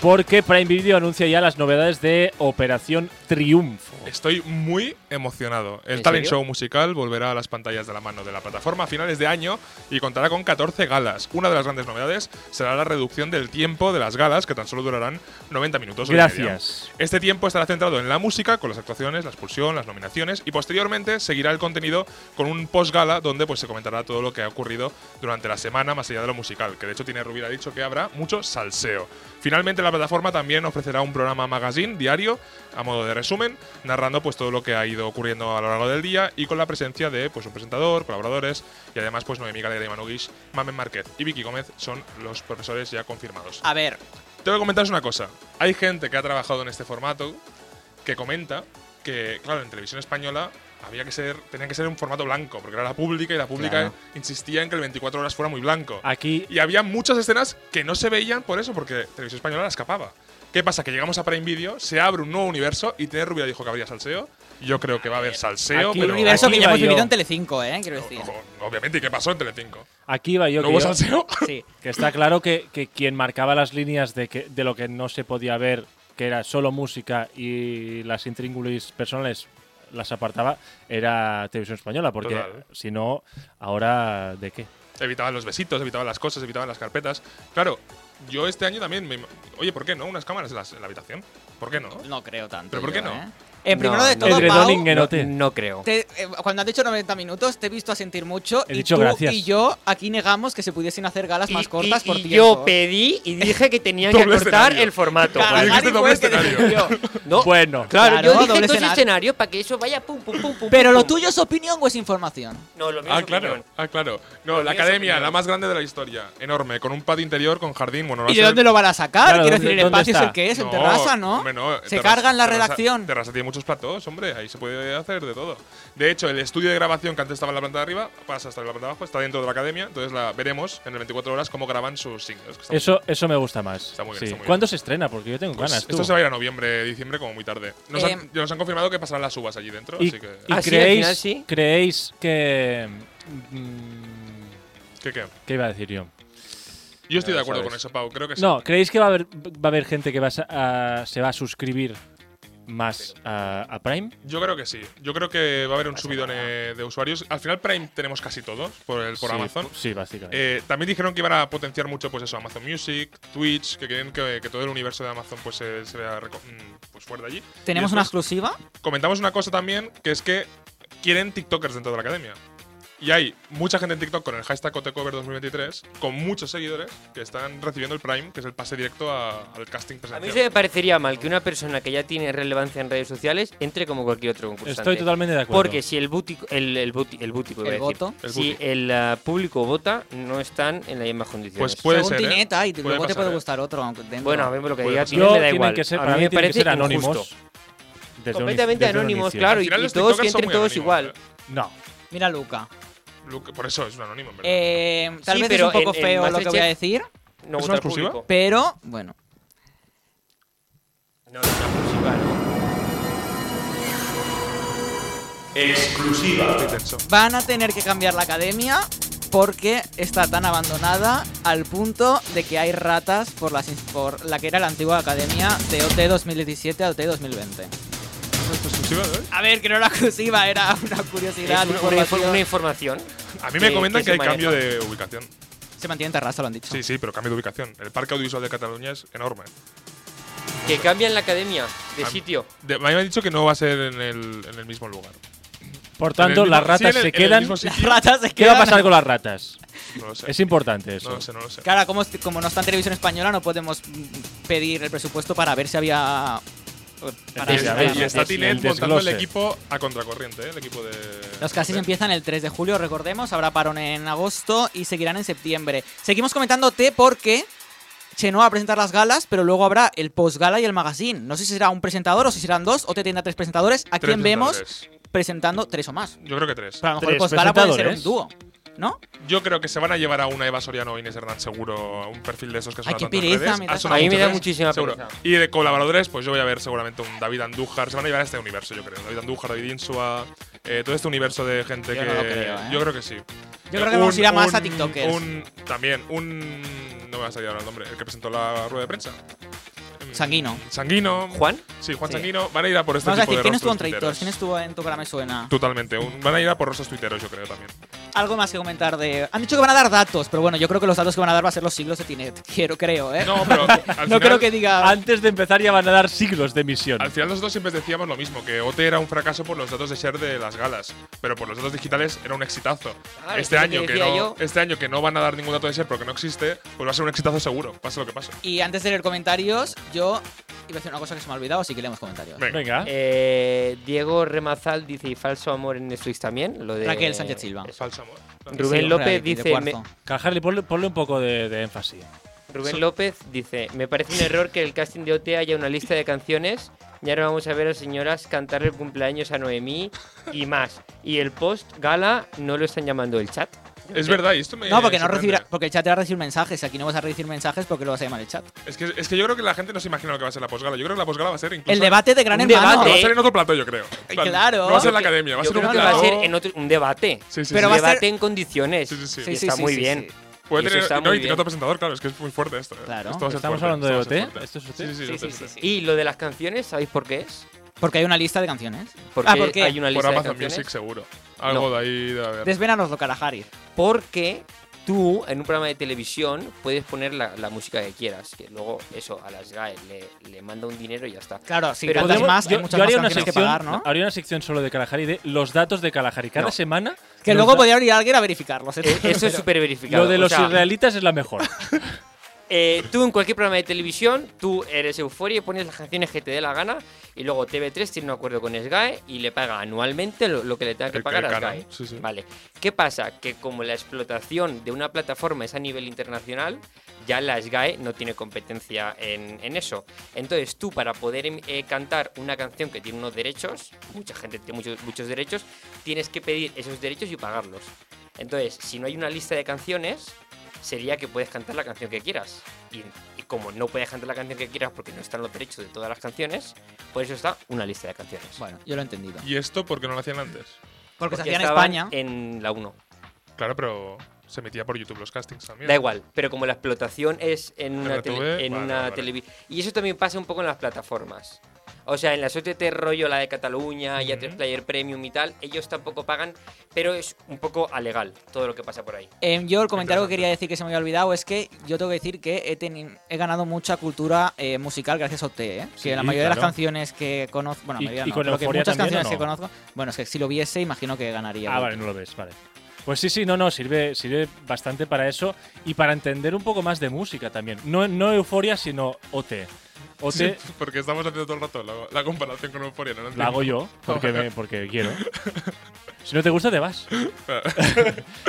[SPEAKER 2] Porque Prime Video anuncia ya las novedades de Operación Triunfo.
[SPEAKER 4] Estoy muy emocionado. El
[SPEAKER 5] ¿En
[SPEAKER 4] talent
[SPEAKER 5] serio?
[SPEAKER 4] show musical volverá a las pantallas de la mano de la plataforma a finales de año y contará con 14 galas. Una de las grandes novedades será la reducción del tiempo de las galas, que tan solo durarán 90 minutos. hora y media.
[SPEAKER 2] Gracias.
[SPEAKER 4] Este tiempo estará centrado en la música, con las actuaciones, la expulsión, las nominaciones y posteriormente seguirá el contenido con un post-gala donde pues, se comentará todo lo que ha ocurrido durante la semana más allá de lo musical, que de hecho tiene Rubira dicho que habrá mucho salseo. Finalmente la plataforma también ofrecerá un programa magazine diario a modo de resumen, narrando pues todo lo que ha ido ocurriendo a lo largo del día y con la presencia de pues un presentador, colaboradores y además pues Noemí Galera y Manu Guix, Mamen Márquez y Vicky Gómez son los profesores ya confirmados.
[SPEAKER 6] A ver,
[SPEAKER 4] Tengo que comentaros una cosa. Hay gente que ha trabajado en este formato que comenta que, claro, en televisión española había que ser, tenía que ser un formato blanco, porque era la pública y la pública
[SPEAKER 5] Claro.
[SPEAKER 4] insistía en que el 24 horas fuera muy blanco.
[SPEAKER 2] Aquí
[SPEAKER 4] Y había muchas escenas que no se veían por eso, porque televisión española las escapaba. ¿Qué pasa? Que llegamos a Prime Video, se abre un nuevo universo y Ted Rubia dijo que habría salseo. Yo creo que va a haber salseo,
[SPEAKER 2] aquí
[SPEAKER 4] pero.
[SPEAKER 6] un universo
[SPEAKER 2] aquí
[SPEAKER 6] que ya
[SPEAKER 2] va
[SPEAKER 6] hemos
[SPEAKER 2] yo.
[SPEAKER 6] vivido en Telecinco, ¿eh? Quiero decir.
[SPEAKER 4] Ojo, obviamente, ¿y qué pasó en Telecinco?
[SPEAKER 2] Aquí va yo.
[SPEAKER 4] ¿No
[SPEAKER 2] que
[SPEAKER 4] hubo
[SPEAKER 2] yo-
[SPEAKER 4] salseo?
[SPEAKER 6] Sí.
[SPEAKER 2] Que está claro que, que quien marcaba las líneas de, que, de lo que no se podía ver, que era solo música y las intríngulis personales las apartaba, era Televisión Española, porque
[SPEAKER 4] Total. ¿eh?
[SPEAKER 2] si no, ahora ¿de qué?
[SPEAKER 4] evitaban los besitos, evitaban las cosas, evitaban las carpetas. Claro, yo este año también me... Oye, ¿por qué no? Unas cámaras en, las- en la habitación. ¿Por qué no?
[SPEAKER 6] No creo tanto.
[SPEAKER 4] ¿Pero por qué
[SPEAKER 6] yo,
[SPEAKER 4] no?
[SPEAKER 6] ¿eh? En
[SPEAKER 5] No,
[SPEAKER 6] primero de
[SPEAKER 5] no.
[SPEAKER 6] todo, Pau,
[SPEAKER 2] Edredoning en
[SPEAKER 5] No,
[SPEAKER 2] OT.
[SPEAKER 5] no creo.
[SPEAKER 6] te- eh, cuando han dicho 90 minutos, te he visto a sentir mucho.
[SPEAKER 2] He
[SPEAKER 6] y
[SPEAKER 2] dicho
[SPEAKER 6] tú
[SPEAKER 2] gracias.
[SPEAKER 6] y yo aquí negamos que se pudiesen hacer galas más
[SPEAKER 5] Y-
[SPEAKER 6] cortas
[SPEAKER 5] y-
[SPEAKER 6] por
[SPEAKER 5] y
[SPEAKER 6] tiempo.
[SPEAKER 5] yo pedí y dije que tenían que
[SPEAKER 4] Doble
[SPEAKER 5] cortar
[SPEAKER 4] escenario.
[SPEAKER 5] el formato.
[SPEAKER 4] Claro,
[SPEAKER 5] Bueno,
[SPEAKER 4] dijiste
[SPEAKER 6] Kalahari
[SPEAKER 4] este doble
[SPEAKER 6] fue el que
[SPEAKER 4] escenario.
[SPEAKER 6] decidió.
[SPEAKER 5] No,
[SPEAKER 2] Bueno,
[SPEAKER 5] claro, yo
[SPEAKER 6] Claro,
[SPEAKER 5] dije
[SPEAKER 6] doble
[SPEAKER 5] dos
[SPEAKER 6] escenario.
[SPEAKER 5] escenarios para que eso vaya pum pum pum pum.
[SPEAKER 6] Pero lo
[SPEAKER 5] pum.
[SPEAKER 6] tuyo es opinión o es información.
[SPEAKER 5] No, lo mío
[SPEAKER 4] Ah,
[SPEAKER 5] es
[SPEAKER 4] claro.
[SPEAKER 5] opinión.
[SPEAKER 4] Ah, claro. No, la
[SPEAKER 5] mía es
[SPEAKER 4] academia,
[SPEAKER 5] opinión.
[SPEAKER 4] la más grande de la historia. Enorme, con un patio interior, con jardín. Bueno, no
[SPEAKER 6] ¿Y
[SPEAKER 4] sé-
[SPEAKER 6] de dónde lo van a sacar?
[SPEAKER 2] Claro,
[SPEAKER 6] Quiero
[SPEAKER 2] ¿dónde-
[SPEAKER 6] decir, el
[SPEAKER 2] dónde
[SPEAKER 6] espacio es
[SPEAKER 2] está?
[SPEAKER 6] el que es, en
[SPEAKER 4] No,
[SPEAKER 6] terraza, ¿no?
[SPEAKER 4] hombre, no,
[SPEAKER 6] se
[SPEAKER 4] terraza-
[SPEAKER 6] cargan la
[SPEAKER 4] terraza-
[SPEAKER 6] redacción.
[SPEAKER 4] Terraza tiene muchos platos, hombre. Ahí se puede hacer de todo. De hecho, el estudio de grabación que antes estaba en la planta de arriba pasa hasta la planta de abajo. Está dentro de la academia. Entonces la veremos en el 24 horas cómo graban sus singles. que está muy
[SPEAKER 2] eso, eso me gusta más.
[SPEAKER 4] Está muy bien,
[SPEAKER 2] Sí.
[SPEAKER 4] está muy bien.
[SPEAKER 2] ¿Cuándo se estrena? Porque yo tengo
[SPEAKER 4] Pues
[SPEAKER 2] ganas. tú.
[SPEAKER 4] esto se va a ir a noviembre, diciembre, como muy tarde. Nos,
[SPEAKER 6] Eh,
[SPEAKER 4] han, ya nos han confirmado que pasarán las uvas allí dentro,
[SPEAKER 2] ¿Y,
[SPEAKER 4] así que.
[SPEAKER 2] y
[SPEAKER 5] Ah, sí, al
[SPEAKER 2] creéis,
[SPEAKER 5] final sí.
[SPEAKER 2] creéis que... mm,
[SPEAKER 4] ¿qué, qué?
[SPEAKER 2] ¿Qué iba a decir yo?
[SPEAKER 4] Yo estoy de
[SPEAKER 5] Ya lo
[SPEAKER 4] acuerdo
[SPEAKER 5] sabes.
[SPEAKER 4] con eso, Pau. Creo que sí.
[SPEAKER 2] No, ¿creéis que va a haber, va a haber gente que va a sa- a- se va a suscribir más a- a Prime?
[SPEAKER 4] Yo creo que sí. Yo creo que va a haber un subidón eh, de usuarios. Al final, Prime tenemos casi todos por, el, por
[SPEAKER 2] Sí,
[SPEAKER 4] Amazon.
[SPEAKER 2] pu- Sí, básicamente.
[SPEAKER 4] Eh, también dijeron que iban a potenciar mucho pues eso, Amazon Music, Twitch, que quieren que, que todo el universo de Amazon pues, se, se vea reco- mm, pues, fuera de allí.
[SPEAKER 6] ¿Tenemos
[SPEAKER 4] Y
[SPEAKER 6] una
[SPEAKER 4] después
[SPEAKER 6] exclusiva?
[SPEAKER 4] Comentamos una cosa también, que es que quieren TikTokers dentro de la academia. Y hay mucha gente en TikTok con el hashtag OTCover2023, con muchos seguidores, que están recibiendo el Prime, que es el pase directo a- al casting
[SPEAKER 5] A mí
[SPEAKER 4] presencial.
[SPEAKER 5] se me parecería mal que una persona que ya tiene relevancia en redes sociales entre como cualquier otro concursante.
[SPEAKER 2] Estoy totalmente de acuerdo.
[SPEAKER 5] Porque si el bútico, el, el, buti- el bútico, iba
[SPEAKER 6] El
[SPEAKER 5] a decir.
[SPEAKER 6] voto.
[SPEAKER 4] El
[SPEAKER 5] si
[SPEAKER 4] bútico.
[SPEAKER 5] el ah, público vota, no están en las mismas condiciones.
[SPEAKER 4] Pues puede
[SPEAKER 6] Según
[SPEAKER 4] ser. ¿eh?
[SPEAKER 6] Tineta, y luego te
[SPEAKER 4] pasar,
[SPEAKER 6] puede
[SPEAKER 4] ¿eh?
[SPEAKER 6] gustar otro. aunque dentro.
[SPEAKER 5] bueno, a mí lo que
[SPEAKER 4] Puede
[SPEAKER 5] diga
[SPEAKER 4] pasar.
[SPEAKER 5] tiene me da
[SPEAKER 2] Pues tienen
[SPEAKER 5] igual.
[SPEAKER 2] que ser,
[SPEAKER 5] a
[SPEAKER 2] para
[SPEAKER 5] mí me
[SPEAKER 2] tienen que
[SPEAKER 5] parece
[SPEAKER 2] ser anónimos.
[SPEAKER 5] injusto.
[SPEAKER 2] desde un-
[SPEAKER 5] Completamente
[SPEAKER 2] desde un
[SPEAKER 5] anónimos,
[SPEAKER 2] inicio.
[SPEAKER 5] claro. Y,
[SPEAKER 4] Al final
[SPEAKER 5] y
[SPEAKER 4] los
[SPEAKER 5] todos que
[SPEAKER 4] tiktokers son
[SPEAKER 5] entren
[SPEAKER 4] muy
[SPEAKER 5] todos
[SPEAKER 4] anónimos,
[SPEAKER 5] igual.
[SPEAKER 4] ¿eh?
[SPEAKER 2] No.
[SPEAKER 6] Mira, Luca.
[SPEAKER 4] Luke- por eso es un anónimo, en verdad.
[SPEAKER 6] Eh, tal
[SPEAKER 5] Sí,
[SPEAKER 6] vez es
[SPEAKER 5] pero
[SPEAKER 6] un poco
[SPEAKER 5] en- en
[SPEAKER 6] feo lo que
[SPEAKER 5] Masterchef-
[SPEAKER 6] voy a decir,
[SPEAKER 5] No
[SPEAKER 4] ¿Es
[SPEAKER 5] gusta
[SPEAKER 4] una
[SPEAKER 5] al
[SPEAKER 4] exclusiva?
[SPEAKER 5] público.
[SPEAKER 6] pero bueno.
[SPEAKER 5] No, no, no, exclusiva, no.
[SPEAKER 3] Exclusiva.
[SPEAKER 4] Estoy tenso.
[SPEAKER 6] Van a tener que cambiar la academia porque está tan abandonada al punto de que hay ratas por, las, ins- por la que era la antigua academia de OT 2017 a OT 2020.
[SPEAKER 4] ¿Esto es exclusiva de hoy?
[SPEAKER 6] A ver, que no era exclusiva, era una curiosidad.
[SPEAKER 5] Es una, una
[SPEAKER 6] información.
[SPEAKER 5] infor- una información.
[SPEAKER 4] A mí me
[SPEAKER 5] que-
[SPEAKER 4] comentan que
[SPEAKER 5] se
[SPEAKER 4] hay
[SPEAKER 5] maneja.
[SPEAKER 4] cambio de ubicación.
[SPEAKER 6] Se mantiene en terraza, lo han dicho.
[SPEAKER 4] Sí, sí, pero cambio de ubicación. El Parque Audiovisual de Cataluña es enorme.
[SPEAKER 5] Que cambian la academia de
[SPEAKER 4] Ah,
[SPEAKER 5] sitio.
[SPEAKER 4] De- a mí me han dicho que no va a ser en el, en el mismo lugar.
[SPEAKER 2] Por
[SPEAKER 4] En el
[SPEAKER 2] tanto,
[SPEAKER 4] mismo-
[SPEAKER 2] las
[SPEAKER 4] sí,
[SPEAKER 2] ratas
[SPEAKER 4] en el-
[SPEAKER 2] se
[SPEAKER 4] en el
[SPEAKER 2] quedan.
[SPEAKER 4] mismo sitio.
[SPEAKER 6] Las ratas se
[SPEAKER 2] ¿Qué va
[SPEAKER 6] quedan.
[SPEAKER 2] a pasar con las ratas?
[SPEAKER 4] No lo sé.
[SPEAKER 2] Es importante
[SPEAKER 4] No
[SPEAKER 2] eso.
[SPEAKER 4] lo sé, no lo sé.
[SPEAKER 6] Claro, como, este, como no está en televisión española, no podemos mm, pedir el presupuesto para ver si había. eh, para-
[SPEAKER 2] Entonces, ya
[SPEAKER 6] para-
[SPEAKER 2] ves,
[SPEAKER 4] Y está
[SPEAKER 2] es-
[SPEAKER 4] Tinet
[SPEAKER 2] el
[SPEAKER 4] montando el
[SPEAKER 2] desglose.
[SPEAKER 4] equipo a contracorriente, ¿eh? el equipo de.
[SPEAKER 6] Los castings
[SPEAKER 4] de-
[SPEAKER 6] empiezan el 3 de julio, recordemos, habrá parón en agosto y seguirán en septiembre. Seguimos comentándote porque Chenoa va a presentar las galas, pero luego habrá el postgala y el magazine. No sé si será un presentador o si serán dos, o te tendrá tres presentadores. ¿A
[SPEAKER 4] Tres
[SPEAKER 6] quién vemos
[SPEAKER 4] presentadores.
[SPEAKER 6] presentando tres o más?
[SPEAKER 4] Yo creo que tres.
[SPEAKER 6] Pero a lo mejor el
[SPEAKER 2] Tres
[SPEAKER 6] postgala puede ser un dúo,
[SPEAKER 2] presentadores.
[SPEAKER 6] ¿no?
[SPEAKER 4] Yo creo que se van a llevar a una Eva Soriano o Inés Hernán seguro, a un perfil de esos que son
[SPEAKER 6] Ay, qué
[SPEAKER 4] tanto en
[SPEAKER 6] pereza,
[SPEAKER 4] redes.
[SPEAKER 6] me
[SPEAKER 4] Ha
[SPEAKER 6] da-
[SPEAKER 4] sonado
[SPEAKER 5] A mí me
[SPEAKER 4] mucho
[SPEAKER 5] da
[SPEAKER 4] en redes,
[SPEAKER 5] muchísima
[SPEAKER 4] seguro.
[SPEAKER 5] pereza.
[SPEAKER 4] Y de colaboradores, pues yo voy a ver seguramente un David Andújar. Se van a llevar a este universo, yo creo. David Andújar, David Insua, eh, todo este universo de gente
[SPEAKER 6] Yo
[SPEAKER 4] que.
[SPEAKER 6] no lo creo, ¿eh?
[SPEAKER 4] Yo creo que sí.
[SPEAKER 6] Yo creo que vamos a ir a más a TikTokers.
[SPEAKER 4] Un, también, un. No me va a salir ahora el nombre, el que presentó la rueda de prensa. Mm,
[SPEAKER 6] Sanguino.
[SPEAKER 4] Sanguino.
[SPEAKER 5] ¿Juan?
[SPEAKER 4] Sí, Juan
[SPEAKER 6] Sí.
[SPEAKER 4] Sanguino. Van a ir a por este
[SPEAKER 6] Vamos a
[SPEAKER 4] tipo
[SPEAKER 6] decir,
[SPEAKER 4] de
[SPEAKER 6] ¿quién estuvo en
[SPEAKER 4] rostros
[SPEAKER 6] Traitors?
[SPEAKER 4] tuiteros.
[SPEAKER 6] ¿Quién estuvo en Tu cara me suena?
[SPEAKER 4] Totalmente. un- van a ir a por rostros tuiteros, yo creo también.
[SPEAKER 6] Algo más que comentar de... Han dicho que van a dar datos, pero bueno, yo creo que los datos que van a dar va a ser los siglos de Tinet. Quiero, creo, ¿eh?
[SPEAKER 4] No, pero. al
[SPEAKER 6] No
[SPEAKER 4] final-
[SPEAKER 6] creo que diga...
[SPEAKER 2] Antes de empezar ya van a dar siglos de misión.
[SPEAKER 4] Al final nosotros siempre decíamos lo mismo, que OT era un fracaso por los datos de share de las galas, pero por los datos digitales era un exitazo.
[SPEAKER 5] Ah,
[SPEAKER 4] este,
[SPEAKER 5] eso es lo
[SPEAKER 4] año
[SPEAKER 5] que
[SPEAKER 4] que
[SPEAKER 5] decía
[SPEAKER 4] no,
[SPEAKER 5] yo.
[SPEAKER 4] este año que no van a dar ningún dato de share porque no existe, pues va a ser un exitazo seguro, pase lo que pase.
[SPEAKER 6] Y antes de leer comentarios, yo iba a decir una cosa que se me ha olvidado, así que leemos comentarios.
[SPEAKER 4] Venga.
[SPEAKER 2] Venga.
[SPEAKER 5] Eh, Diego Remazal dice y falso amor en Netflix también. Lo de
[SPEAKER 6] Raquel Sánchez Silva.
[SPEAKER 5] Eso.
[SPEAKER 4] Falso amor.
[SPEAKER 5] Rubén
[SPEAKER 6] Sí,
[SPEAKER 5] López
[SPEAKER 6] reality de
[SPEAKER 5] dice. me-
[SPEAKER 6] cuarzo.
[SPEAKER 2] Cajarle, ponle, ponle un poco de, de énfasis.
[SPEAKER 5] Rubén López dice, me parece un error que el casting de OT haya una lista de canciones y ahora vamos a ver a señoras cantar el cumpleaños a Noemí y más. Y el post gala no lo están llamando el chat.
[SPEAKER 4] Es verdad, y esto me.
[SPEAKER 6] eh, No, porque no
[SPEAKER 4] sorprende.
[SPEAKER 6] recibirá, porque el chat te va a recibir mensajes. Aquí no vas a recibir mensajes porque lo vas a llamar el chat.
[SPEAKER 4] Es que, es que yo creo que la gente no se imagina lo que va a ser la posgala. Yo creo que la posgala va a ser incluso.
[SPEAKER 6] El debate de Gran
[SPEAKER 5] un
[SPEAKER 6] Hermano.
[SPEAKER 4] Va a
[SPEAKER 5] debate.
[SPEAKER 4] ser en otro plato, yo creo. En plan,
[SPEAKER 6] Claro.
[SPEAKER 4] No va a ser
[SPEAKER 5] Yo
[SPEAKER 4] la
[SPEAKER 5] que-
[SPEAKER 4] academia, va a
[SPEAKER 5] yo
[SPEAKER 4] ser un
[SPEAKER 5] creo que
[SPEAKER 4] plato.
[SPEAKER 5] va a ser en otro- un debate.
[SPEAKER 4] Sí, sí, sí.
[SPEAKER 6] Pero
[SPEAKER 5] un
[SPEAKER 6] va a ser-
[SPEAKER 5] debate en condiciones.
[SPEAKER 4] Sí, sí, sí.
[SPEAKER 5] Y
[SPEAKER 6] Sí,
[SPEAKER 5] está
[SPEAKER 6] sí,
[SPEAKER 5] muy
[SPEAKER 6] sí,
[SPEAKER 5] bien.
[SPEAKER 6] sí.
[SPEAKER 4] Puede
[SPEAKER 5] y eso
[SPEAKER 4] tener,
[SPEAKER 5] está
[SPEAKER 4] no,
[SPEAKER 5] muy
[SPEAKER 4] y tiene
[SPEAKER 5] bien.
[SPEAKER 4] otro presentador, claro, es que es muy fuerte esto. eh.
[SPEAKER 6] Claro.
[SPEAKER 4] Esto va a ser
[SPEAKER 2] ¿Estamos
[SPEAKER 4] fuerte,
[SPEAKER 2] hablando
[SPEAKER 4] esto
[SPEAKER 2] de
[SPEAKER 4] va a ser
[SPEAKER 2] OT? ¿Esto
[SPEAKER 4] fuerte.
[SPEAKER 2] es OT?
[SPEAKER 4] Sí, sí,
[SPEAKER 5] Sí,
[SPEAKER 4] sí,
[SPEAKER 5] sí,
[SPEAKER 4] OT.
[SPEAKER 5] sí. Y lo de las canciones, ¿sabéis por qué es?
[SPEAKER 6] Porque hay una lista de canciones.
[SPEAKER 5] Porque
[SPEAKER 6] ah, porque
[SPEAKER 5] hay una
[SPEAKER 4] Por
[SPEAKER 5] lista de
[SPEAKER 4] Amazon
[SPEAKER 5] canciones.
[SPEAKER 4] Music seguro. Algo de ahí debe haber.
[SPEAKER 6] Desvénanoslo, Kalahari.
[SPEAKER 5] Porque tú, en un programa de televisión, puedes poner la, la música que quieras. Que luego, eso, a las GAE le, le manda un dinero y ya está.
[SPEAKER 6] Claro, si
[SPEAKER 5] Pero
[SPEAKER 6] cantas
[SPEAKER 5] podemos-
[SPEAKER 6] más, hay
[SPEAKER 2] yo,
[SPEAKER 6] muchas
[SPEAKER 2] yo
[SPEAKER 6] más
[SPEAKER 2] haría, una
[SPEAKER 6] canciones
[SPEAKER 2] sección,
[SPEAKER 6] que pagar, ¿no?
[SPEAKER 2] haría una sección solo de Kalahari de los datos de Kalahari. Cada
[SPEAKER 5] No.
[SPEAKER 2] semana.
[SPEAKER 6] Que
[SPEAKER 2] nos
[SPEAKER 6] luego
[SPEAKER 2] da-
[SPEAKER 6] podría venir alguien a verificarlos. ¿eh?
[SPEAKER 5] Eh, Eso es súper verificado.
[SPEAKER 2] Lo de
[SPEAKER 5] O
[SPEAKER 2] los
[SPEAKER 5] sea,
[SPEAKER 2] israelitas es la mejor.
[SPEAKER 5] eh, tú en cualquier programa de televisión, tú eres euforia y pones las canciones que te dé la gana. Y luego TV3 tiene un acuerdo con SGAE y le paga anualmente lo, lo que le tenga que
[SPEAKER 4] El-
[SPEAKER 5] pagar
[SPEAKER 4] el
[SPEAKER 5] a
[SPEAKER 4] canon,
[SPEAKER 5] SGAE.
[SPEAKER 4] sí, sí.
[SPEAKER 5] Vale. ¿Qué pasa? Que como la explotación de una plataforma es a nivel internacional, ya la SGAE E no tiene competencia en, en eso. Entonces tú para poder em, eh, cantar una canción que tiene unos derechos, mucha gente tiene muchos, muchos derechos, tienes que pedir esos derechos y pagarlos. Entonces, si no hay una lista de canciones, sería que puedes cantar la canción que quieras. Y, y como no puedes cantar la canción que quieras porque no están los derechos de todas las canciones, por eso está una lista de canciones.
[SPEAKER 6] Bueno, yo lo he entendido.
[SPEAKER 4] ¿Y esto por qué no lo hacían antes?
[SPEAKER 6] Porque,
[SPEAKER 5] Porque
[SPEAKER 6] se hacía en
[SPEAKER 5] estaban
[SPEAKER 6] España.
[SPEAKER 5] En la 1.
[SPEAKER 4] Claro, pero se metía por YouTube los castings también.
[SPEAKER 5] Da igual, pero como la explotación es en una,
[SPEAKER 4] RTV,
[SPEAKER 5] tele- en
[SPEAKER 4] vale,
[SPEAKER 5] una
[SPEAKER 4] vale.
[SPEAKER 5] televi- Y eso también pasa un poco en las plataformas. O sea, en las OTT rollo, la de Cataluña, y a 3
[SPEAKER 4] Ujú.
[SPEAKER 5] Player Premium y tal, ellos tampoco pagan, pero es un poco alegal todo lo que pasa por ahí.
[SPEAKER 6] Em, yo el comentario que quería decir que se me había olvidado es que yo tengo que decir que he, teni- he ganado mucha cultura eh, musical gracias a OT, ¿eh?
[SPEAKER 2] Sí,
[SPEAKER 6] que la mayoría de las
[SPEAKER 2] claro.
[SPEAKER 6] canciones que conozco, bueno, la
[SPEAKER 2] Y-
[SPEAKER 6] mayoría
[SPEAKER 2] y
[SPEAKER 6] no,
[SPEAKER 2] con
[SPEAKER 6] pero que
[SPEAKER 2] Euphoria
[SPEAKER 6] muchas
[SPEAKER 2] también, ¿o
[SPEAKER 6] canciones que
[SPEAKER 2] no?
[SPEAKER 6] conozco, bueno, es que si lo viese imagino que ganaría.
[SPEAKER 2] Ah,
[SPEAKER 6] el
[SPEAKER 2] vale,
[SPEAKER 6] voto.
[SPEAKER 2] no lo ves, vale. Pues sí, sí, no, no, sirve, sirve bastante para eso y para entender un poco más de música también. No, no euforia, sino OT. OT
[SPEAKER 4] Sí, porque estamos haciendo todo el rato la, la comparación con Euphoria. ¿no?
[SPEAKER 2] la hago yo porque, me- porque quiero. Si no te gusta, te vas.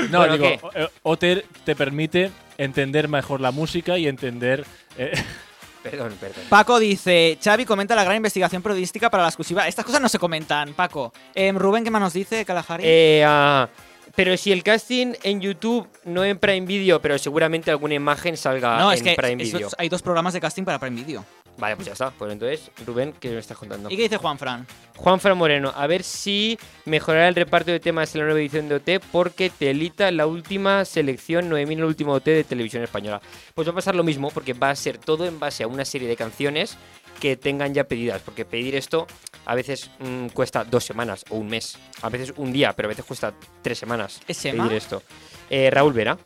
[SPEAKER 2] No,
[SPEAKER 5] Bueno,
[SPEAKER 2] digo,
[SPEAKER 5] ¿qué?
[SPEAKER 2] eh, OT te permite entender mejor la música y entender. eh,
[SPEAKER 5] Perdón, perdón.
[SPEAKER 6] Paco dice, Xavi comenta la gran investigación periodística para la exclusiva. Estas cosas no se comentan, Paco. Em, Rubén, ¿qué más nos dice, Kalahari?
[SPEAKER 5] Eh, ah, Pero si el casting en YouTube, no en Prime Video, pero seguramente alguna imagen salga
[SPEAKER 6] no,
[SPEAKER 5] en
[SPEAKER 6] es que
[SPEAKER 5] Prime
[SPEAKER 6] eso-
[SPEAKER 5] Video.
[SPEAKER 6] hay dos programas de casting para Prime Video.
[SPEAKER 5] Vale, pues ya está. Pues entonces, Rubén, ¿qué me estás contando?
[SPEAKER 6] ¿Y qué dice Juan Fran?
[SPEAKER 5] Juan Fran Moreno, a ver si mejorará el reparto de temas en la nueva edición de OT, porque telita la última selección 9000, el último OT de televisión española. Pues va a pasar lo mismo, porque va a ser todo en base a una serie de canciones que tengan ya pedidas, porque pedir esto a veces mm, cuesta dos semanas o un mes, a veces un día, pero a veces cuesta tres semanas
[SPEAKER 6] ¿Es
[SPEAKER 5] pedir
[SPEAKER 6] Emma?
[SPEAKER 5] esto. Eh, Raúl Vera.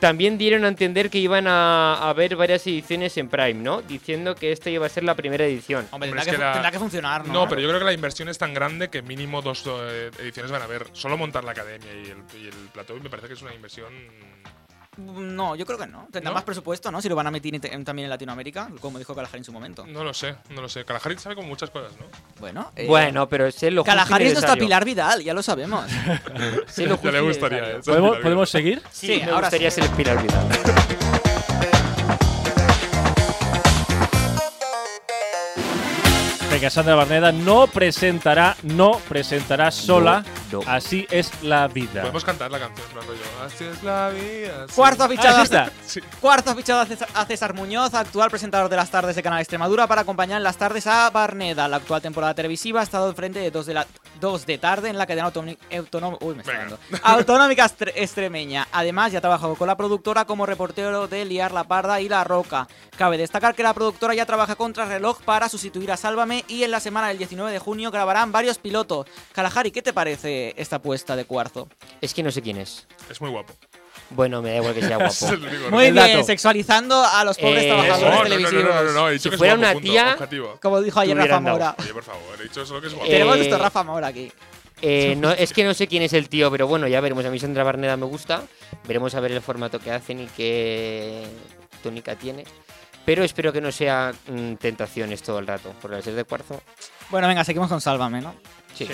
[SPEAKER 5] También dieron a entender que iban a haber varias ediciones en Prime, ¿no? Diciendo que esta iba a ser la primera edición.
[SPEAKER 6] Hombre,
[SPEAKER 4] Hombre,
[SPEAKER 6] tendrá,
[SPEAKER 4] es
[SPEAKER 6] que,
[SPEAKER 4] que
[SPEAKER 6] fu-
[SPEAKER 4] la-
[SPEAKER 6] tendrá que funcionar, ¿no?
[SPEAKER 4] No, pero yo creo que la inversión es tan grande que mínimo dos eh, ediciones van a haber. Solo montar la academia y el, y el plató me parece que es una inversión.
[SPEAKER 6] No, yo creo que no. Tendrá
[SPEAKER 4] ¿No?
[SPEAKER 6] más presupuesto, ¿no? Si lo van a meter en- en- también en Latinoamérica, como dijo Calajari en su momento.
[SPEAKER 4] No lo sé, no lo sé. Kalahari sabe como muchas cosas, ¿no?
[SPEAKER 6] Bueno, eh,
[SPEAKER 5] Bueno, pues, pero sé lo justo y
[SPEAKER 6] Kalahari es nuestra
[SPEAKER 5] necesario.
[SPEAKER 6] Pilar Vidal, ya lo sabemos.
[SPEAKER 5] Sé
[SPEAKER 4] Ya
[SPEAKER 5] lo justo
[SPEAKER 4] le gustaría
[SPEAKER 5] y
[SPEAKER 4] ¿eh?
[SPEAKER 5] necesario.
[SPEAKER 4] eso.
[SPEAKER 2] ¿Podemos, podemos seguir?
[SPEAKER 5] Sí,
[SPEAKER 6] Sí,
[SPEAKER 5] me
[SPEAKER 6] ahora
[SPEAKER 5] gustaría ser Pilar Vidal.
[SPEAKER 2] Venga, Sandra Barneda no presentará, no presentará sola.
[SPEAKER 5] No, no.
[SPEAKER 2] Así es la vida.
[SPEAKER 4] Podemos cantar la canción, en plan rollo. Así es la vida. sí.
[SPEAKER 6] Cuarta
[SPEAKER 2] Ah,
[SPEAKER 6] fichada,
[SPEAKER 2] ¿es esta?
[SPEAKER 4] Sí.
[SPEAKER 6] cuarta fichada a César- a César Muñoz, actual presentador de las tardes de Canal Extremadura, para acompañar en las tardes a Barneda. La actual temporada televisiva ha estado al frente de dos de, la, dos de tarde en la cadena automi- autonom- uy, me está
[SPEAKER 4] Venga.
[SPEAKER 6] dando. autonómica estre- extremeña. Además, ya ha trabajado con la productora como reportero de Liar la Parda y La Roca. Cabe destacar que la productora ya trabaja contra reloj para sustituir a Sálvame y en la semana del 19 de junio grabarán varios pilotos. Kalahari, ¿qué te parece esta apuesta de cuarzo?
[SPEAKER 5] Es que no sé quién es.
[SPEAKER 4] Es muy guapo.
[SPEAKER 5] Bueno, me da igual que sea guapo.
[SPEAKER 4] Es el único, ¿no?
[SPEAKER 6] Muy
[SPEAKER 2] El
[SPEAKER 6] bien,
[SPEAKER 2] dato.
[SPEAKER 6] sexualizando a los pobres
[SPEAKER 5] Eh,
[SPEAKER 4] No,
[SPEAKER 6] trabajadores
[SPEAKER 4] no, no, no,
[SPEAKER 6] televisivos.
[SPEAKER 4] no, no, no, he dicho
[SPEAKER 5] Si
[SPEAKER 4] que es
[SPEAKER 5] fuera
[SPEAKER 4] guapo,
[SPEAKER 5] una
[SPEAKER 4] punto,
[SPEAKER 5] tía-
[SPEAKER 4] objetivo.
[SPEAKER 6] Como dijo ayer Rafa
[SPEAKER 5] Tuvieran dado.
[SPEAKER 6] Mora.
[SPEAKER 4] Oye, por favor, he dicho solo que es guapo.
[SPEAKER 5] Eh,
[SPEAKER 6] Tenemos nuestro Rafa Mora aquí.
[SPEAKER 5] Eh, no, es que no sé quién es el tío, pero bueno, ya veremos. A mí Sandra Barneda me gusta. Veremos a ver el formato que hacen y qué tónica tiene. Pero espero que no sea mm, tentaciones todo el rato. Porque al ser de cuarzo.
[SPEAKER 6] Bueno, venga, seguimos con Sálvame, ¿no?
[SPEAKER 5] Sí.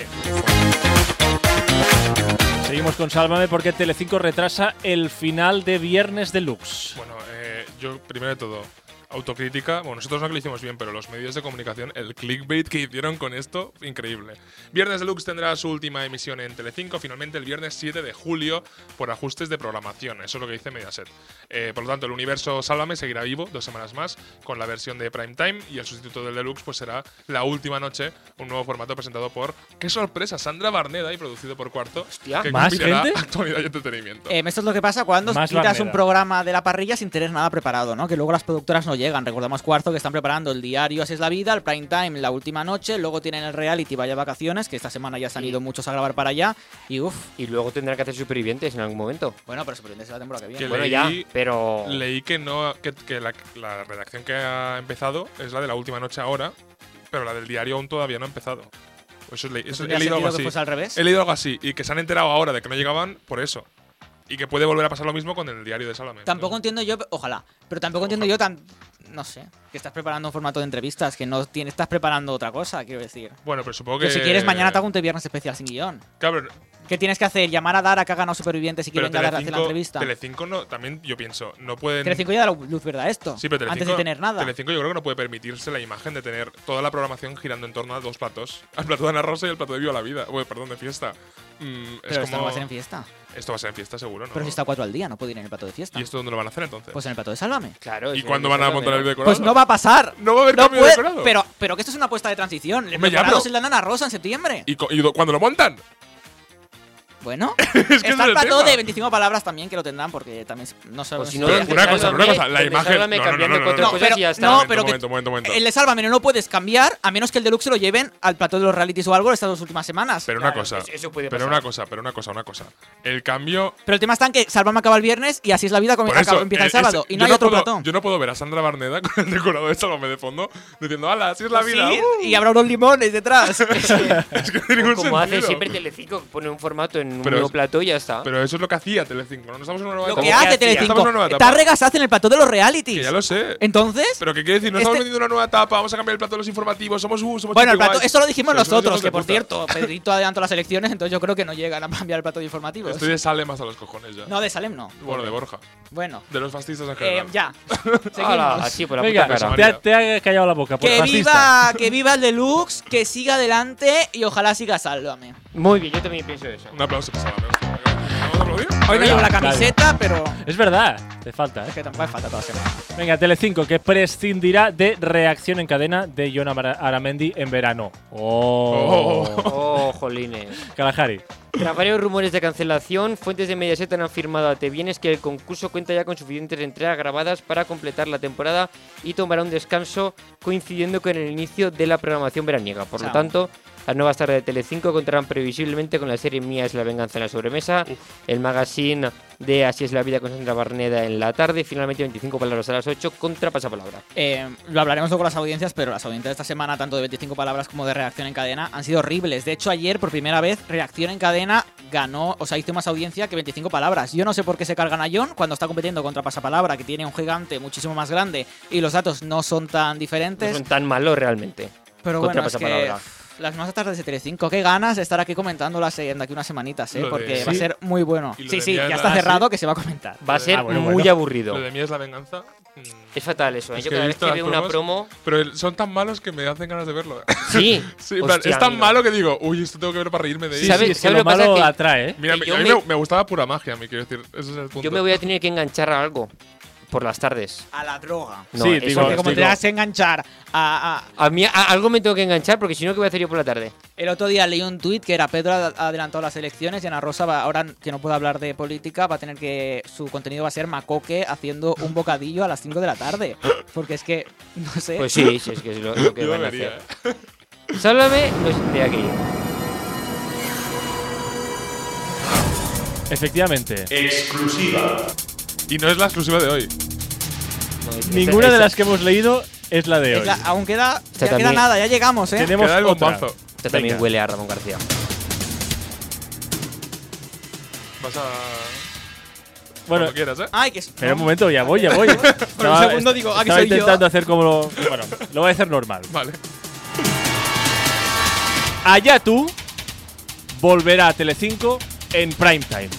[SPEAKER 2] Seguimos con Sálvame porque Telecinco retrasa el final de Viernes Deluxe.
[SPEAKER 4] Bueno, eh, yo primero de todo, autocrítica. Bueno, nosotros no que lo hicimos bien, pero los medios de comunicación, el clickbait que hicieron con esto, increíble. Viernes Deluxe tendrá su última emisión en Telecinco, finalmente el viernes 7 de julio, por ajustes de programación. Eso es lo que dice Mediaset. Eh, por lo tanto, el universo Sálvame seguirá vivo dos semanas más con la versión de Prime Time y el sustituto del Deluxe pues será La Última Noche, un nuevo formato presentado por, qué sorpresa, Sandra Barneda y producido por Cuarto,
[SPEAKER 5] Hostia.
[SPEAKER 4] que
[SPEAKER 2] ¿Más
[SPEAKER 4] combinará
[SPEAKER 2] gente?
[SPEAKER 4] actualidad y entretenimiento.
[SPEAKER 6] Em, esto es lo que pasa cuando
[SPEAKER 2] Más
[SPEAKER 6] quitas
[SPEAKER 2] Barneda.
[SPEAKER 6] un programa de la parrilla sin tener nada preparado, ¿no? Que luego las productoras no llegan. Recordamos Cuarzo que están preparando el diario Así es la vida, el prime time la última noche, luego tienen el reality Vaya Vacaciones, que esta semana ya se han
[SPEAKER 5] Sí.
[SPEAKER 6] ido muchos a grabar para allá. Y uff,
[SPEAKER 5] Y luego tendrán que hacer supervivientes en algún momento.
[SPEAKER 6] bueno, pero sorprendente la temporada que
[SPEAKER 4] Que
[SPEAKER 6] viene.
[SPEAKER 5] Bueno,
[SPEAKER 4] leí-
[SPEAKER 5] ya, pero.
[SPEAKER 4] Leí que no que, que la, la redacción que ha empezado es la de la última noche ahora, pero la del diario aún todavía no ha empezado. Eso es ley- eso-
[SPEAKER 6] ¿Tendría
[SPEAKER 4] he leído algo
[SPEAKER 6] sentido que
[SPEAKER 4] así.
[SPEAKER 6] fuese pues, al revés?
[SPEAKER 4] He leído algo así y que se han enterado ahora de que no llegaban por eso. Y que puede volver a pasar lo mismo con el diario de Salame.
[SPEAKER 6] Tampoco entiendo yo, ojalá, pero tampoco entiendo yo tan. No sé, que estás preparando un formato de entrevistas, que no tienes, estás preparando otra cosa, quiero decir.
[SPEAKER 4] Bueno, pero supongo que.
[SPEAKER 6] Que si quieres, mañana te hago un te viernes especial sin guión.
[SPEAKER 4] Cabrón,
[SPEAKER 6] ¿Qué tienes que hacer? ¿Llamar a Dara que ha ganado supervivientes y que
[SPEAKER 4] pero
[SPEAKER 6] venga a dar- a hacer la
[SPEAKER 4] Telecinco,
[SPEAKER 6] entrevista?
[SPEAKER 4] Telecinco no, también yo pienso, no pueden.
[SPEAKER 6] Telecinco ya da luz verde a esto.
[SPEAKER 4] Sí, pero Telecinco,
[SPEAKER 6] antes de tener nada.
[SPEAKER 4] Telecinco yo creo que no puede permitirse la imagen de tener toda la programación girando en torno a dos platos. Al plato de Ana Rosa y el plato de Viva la Vida. Uy, perdón, de fiesta. Mm,
[SPEAKER 6] pero
[SPEAKER 4] es
[SPEAKER 6] esto
[SPEAKER 4] como...
[SPEAKER 6] no va a ser en fiesta.
[SPEAKER 4] Esto va a ser en fiesta, seguro, ¿no?
[SPEAKER 6] Pero si está cuatro al día, no puede ir en el plato de fiesta.
[SPEAKER 4] ¿Y esto dónde lo van a hacer entonces?
[SPEAKER 6] Pues en el plato de Sálvame.
[SPEAKER 5] Claro.
[SPEAKER 4] ¿Y
[SPEAKER 5] es
[SPEAKER 4] cuándo
[SPEAKER 5] una
[SPEAKER 4] van a
[SPEAKER 5] cosa
[SPEAKER 4] montar el
[SPEAKER 5] menor.
[SPEAKER 4] decorado?
[SPEAKER 6] Pues no va a pasar.
[SPEAKER 4] No va a haber
[SPEAKER 6] No
[SPEAKER 4] cambio
[SPEAKER 6] puede-
[SPEAKER 4] de decorado.
[SPEAKER 6] pero, pero que esto es una apuesta de transición. Le
[SPEAKER 4] Hombre, ya,
[SPEAKER 6] preparamos
[SPEAKER 4] pero-
[SPEAKER 6] el de Ana Rosa en septiembre.
[SPEAKER 4] ¿Y, cu- y do- cuándo lo montan?
[SPEAKER 6] Bueno,
[SPEAKER 4] es el
[SPEAKER 6] está el plato
[SPEAKER 4] tema.
[SPEAKER 6] de 25 palabras también que lo tendrán porque también se- no
[SPEAKER 5] O Pues
[SPEAKER 6] sabemos
[SPEAKER 5] si
[SPEAKER 6] si
[SPEAKER 5] no,
[SPEAKER 6] podría
[SPEAKER 4] Pero
[SPEAKER 5] donde
[SPEAKER 6] hacer-
[SPEAKER 4] una cosa, una
[SPEAKER 5] Sálvame,
[SPEAKER 4] cosa, la
[SPEAKER 5] donde
[SPEAKER 4] imagen-
[SPEAKER 5] Sálvame
[SPEAKER 4] no, no, no,
[SPEAKER 5] cambiando
[SPEAKER 4] no, no,
[SPEAKER 5] cuatro
[SPEAKER 4] no.
[SPEAKER 5] cosas
[SPEAKER 6] Pero-
[SPEAKER 5] y ya está.
[SPEAKER 6] no,
[SPEAKER 4] Momento,
[SPEAKER 6] pero que-
[SPEAKER 4] momento, momento, momento.
[SPEAKER 6] El de Sálvame no lo puedes cambiar a menos que el deluxe lo lleven al plato de los realities o algo estas dos últimas semanas.
[SPEAKER 4] Pero una
[SPEAKER 5] Claro,
[SPEAKER 4] cosa.
[SPEAKER 5] eso- eso puede
[SPEAKER 4] pero
[SPEAKER 5] pasar.
[SPEAKER 4] una cosa, pero una cosa, una cosa. El cambio.
[SPEAKER 6] Pero el tema está en que Sálvame acaba el viernes y así es la vida
[SPEAKER 4] Por
[SPEAKER 6] comienza,
[SPEAKER 4] eso,
[SPEAKER 6] empieza
[SPEAKER 4] eh,
[SPEAKER 6] el
[SPEAKER 4] es-
[SPEAKER 6] sábado y
[SPEAKER 4] yo
[SPEAKER 6] no hay otro
[SPEAKER 4] puedo,
[SPEAKER 6] platón.
[SPEAKER 4] Yo no puedo ver a Sandra Barneda con el decorado de Salomé de fondo diciendo, ¡Hala, así es
[SPEAKER 5] ¿Ah,
[SPEAKER 4] la vida!
[SPEAKER 6] Sí,
[SPEAKER 4] uh".
[SPEAKER 6] y habrá unos limones detrás.
[SPEAKER 4] es que no tiene ningún
[SPEAKER 5] Pues Como hace
[SPEAKER 4] sentido.
[SPEAKER 5] siempre Telecinco, pone un formato en un
[SPEAKER 4] Pero
[SPEAKER 5] nuevo
[SPEAKER 4] es-
[SPEAKER 5] plató y ya está.
[SPEAKER 4] Pero eso es lo que hacía Telecinco. No estamos en una nueva
[SPEAKER 6] lo
[SPEAKER 5] ¿Cómo
[SPEAKER 6] que
[SPEAKER 5] que
[SPEAKER 4] etapa.
[SPEAKER 6] hace
[SPEAKER 5] hacía?
[SPEAKER 4] Estamos en
[SPEAKER 6] Telecinco.
[SPEAKER 4] una nueva etapa.
[SPEAKER 6] Tarregas hacen el plató de los
[SPEAKER 4] Que
[SPEAKER 6] realities.
[SPEAKER 4] ya lo sé.
[SPEAKER 6] Entonces,
[SPEAKER 4] Pero ¿qué quiere decir? No
[SPEAKER 6] Este-
[SPEAKER 4] estamos vendiendo una nueva etapa, vamos a cambiar el plato de los informativos, somos uh, somos
[SPEAKER 6] bueno, el
[SPEAKER 4] chipiguays.
[SPEAKER 6] plato, eso lo dijimos
[SPEAKER 4] Pero eso no
[SPEAKER 6] nosotros,
[SPEAKER 4] somos
[SPEAKER 6] que
[SPEAKER 4] de
[SPEAKER 6] por
[SPEAKER 4] puta.
[SPEAKER 6] cierto, Pedrito adelantó las elecciones, entonces yo creo que no llegan a cambiar el plato de informativos.
[SPEAKER 4] Estoy de Salem hasta los cojones ya.
[SPEAKER 6] No, de Salem no.
[SPEAKER 4] Bueno, de Borja.
[SPEAKER 6] Bueno,
[SPEAKER 4] De los fascistas en
[SPEAKER 6] eh,
[SPEAKER 4] general.
[SPEAKER 6] ya.
[SPEAKER 5] Ala,
[SPEAKER 6] Seguimos.
[SPEAKER 5] así por la
[SPEAKER 2] Venga,
[SPEAKER 5] puta cara.
[SPEAKER 2] te, ha- te ha callado la boca, pues, por
[SPEAKER 6] Que
[SPEAKER 2] fascista.
[SPEAKER 6] viva, que viva el deluxe, que siga adelante y ojalá siga sálvame.
[SPEAKER 5] Muy bien, yo también pienso eso.
[SPEAKER 4] Un aplauso para Salem. Claudio?
[SPEAKER 6] Hoy no
[SPEAKER 2] Claro,
[SPEAKER 6] llevo la
[SPEAKER 2] claro.
[SPEAKER 6] camiseta, pero
[SPEAKER 2] Es verdad, te falta, ¿eh?
[SPEAKER 6] es que tampoco hace falta toda la semana.
[SPEAKER 2] Venga, Telecinco, que prescindirá de reacción en cadena de Jon Amara- Aramendi en verano. ¡Oh!
[SPEAKER 5] Oh, jolines.
[SPEAKER 2] Kalahari.
[SPEAKER 5] Tras varios rumores de cancelación, fuentes de Mediaset han afirmado a Te Vienes que el concurso cuenta ya con suficientes entregas grabadas para completar la temporada y tomará un descanso coincidiendo con el inicio de la programación veraniega. Por lo
[SPEAKER 6] Chao.
[SPEAKER 5] tanto, las nuevas tardes de Telecinco contarán previsiblemente con la serie Mía es la venganza en la sobremesa, el magazine de Así es la vida con Sandra Barneda en la tarde, y finalmente 25 palabras a las 8 contra Pasapalabra.
[SPEAKER 6] Eh, lo hablaremos luego con las audiencias, pero las audiencias de esta semana, tanto de 25 palabras como de reacción en cadena, han sido horribles. De hecho, ayer, por primera vez, reacción en cadena ganó, o sea, hizo más audiencia que 25 palabras. Yo no sé por qué se cargan a John cuando está compitiendo contra Pasapalabra, que tiene un gigante muchísimo más grande y los datos no son tan
[SPEAKER 5] No
[SPEAKER 6] diferentes.
[SPEAKER 5] son tan malos realmente.
[SPEAKER 6] pero
[SPEAKER 5] contra
[SPEAKER 6] bueno, es que,
[SPEAKER 5] Pasapalabra.
[SPEAKER 6] pff, las nuevas tardes de Telecinco, qué ganas de estar aquí comentándolas eh, de aquí unas semanitas, eh,
[SPEAKER 4] Lo de-
[SPEAKER 6] porque va a
[SPEAKER 4] sí.
[SPEAKER 6] ser muy bueno.
[SPEAKER 4] Y lo
[SPEAKER 6] Sí,
[SPEAKER 4] de
[SPEAKER 6] sí, ya
[SPEAKER 4] Diana-
[SPEAKER 6] está
[SPEAKER 4] Ah,
[SPEAKER 6] cerrado que se va a comentar.
[SPEAKER 5] Va a ser
[SPEAKER 2] Ah, bueno,
[SPEAKER 5] muy
[SPEAKER 2] bueno.
[SPEAKER 5] aburrido.
[SPEAKER 4] Lo de mí es la venganza. Mm.
[SPEAKER 5] Es fatal eso. ¿eh?
[SPEAKER 4] Es
[SPEAKER 5] Yo
[SPEAKER 4] que
[SPEAKER 5] cada
[SPEAKER 4] he
[SPEAKER 5] vez
[SPEAKER 4] visto
[SPEAKER 5] que
[SPEAKER 4] las
[SPEAKER 5] veo una
[SPEAKER 4] promos.
[SPEAKER 5] promo...
[SPEAKER 4] Pero el- son tan malos que me hacen ganas de verlo.
[SPEAKER 5] Sí,
[SPEAKER 4] Sí, en plan,
[SPEAKER 5] Hostia,
[SPEAKER 4] es tan
[SPEAKER 5] amigo.
[SPEAKER 4] malo que digo, uy, esto tengo que ver para reírme de
[SPEAKER 5] Sí,
[SPEAKER 4] ello.
[SPEAKER 5] ¿Sabe-
[SPEAKER 2] es que
[SPEAKER 5] sabe
[SPEAKER 2] lo
[SPEAKER 5] lo que pasa?
[SPEAKER 2] malo
[SPEAKER 5] Que-
[SPEAKER 2] atrae, ¿eh?
[SPEAKER 4] Mira,
[SPEAKER 5] que yo
[SPEAKER 4] a mí
[SPEAKER 5] me-
[SPEAKER 4] me, me gustaba pura magia, me quiero decir. Ese es el punto.
[SPEAKER 5] Yo me voy a tener que enganchar a algo por las tardes.
[SPEAKER 6] A la droga.
[SPEAKER 5] No,
[SPEAKER 2] Sí,
[SPEAKER 5] eso
[SPEAKER 2] digo-
[SPEAKER 5] no
[SPEAKER 6] Porque
[SPEAKER 2] os
[SPEAKER 6] como te
[SPEAKER 2] digo-
[SPEAKER 6] vas a enganchar a- a,
[SPEAKER 5] A mí a- algo me tengo que enganchar porque si no, ¿qué voy a hacer yo por la tarde?
[SPEAKER 6] El otro día leí un tuit que era Pedro ha ha adelantado las elecciones y Ana Rosa va- ahora que no puede hablar de política va a tener que su contenido va a ser Macoque haciendo un bocadillo a las 5 de la tarde. Porque es que no sé.
[SPEAKER 5] Pues sí, sí, es que es lo, lo que
[SPEAKER 4] ¿Eh? Yo ¿eh?
[SPEAKER 5] van a
[SPEAKER 4] vería,
[SPEAKER 5] hacer. Sálvame los de aquí.
[SPEAKER 2] Efectivamente.
[SPEAKER 5] Eh,
[SPEAKER 3] Exclusiva.
[SPEAKER 4] ¿eh? Y no es la exclusiva de hoy.
[SPEAKER 5] No, esa-
[SPEAKER 2] Ninguna de
[SPEAKER 5] esa-
[SPEAKER 2] las que hemos leído es la de
[SPEAKER 6] Es
[SPEAKER 2] hoy.
[SPEAKER 6] la- aún queda, ya queda
[SPEAKER 5] también.
[SPEAKER 6] nada, ya llegamos, ¿eh?
[SPEAKER 2] Tenemos
[SPEAKER 4] Queda el
[SPEAKER 2] otra.
[SPEAKER 4] bombazo.
[SPEAKER 5] Esta también
[SPEAKER 2] Venga.
[SPEAKER 5] huele a Ramón García.
[SPEAKER 4] Vas a.
[SPEAKER 2] Bueno,
[SPEAKER 4] Cuando quieras, ¿eh?
[SPEAKER 6] Ay, que es-
[SPEAKER 2] espera un momento, ya voy, ya voy. Por
[SPEAKER 6] segundo digo, ah, que
[SPEAKER 2] estaba
[SPEAKER 6] soy yo.
[SPEAKER 2] intentando hacer como lo. Bueno, lo voy a hacer normal.
[SPEAKER 4] Vale.
[SPEAKER 2] Allá tú volverá a Telecinco en primetime.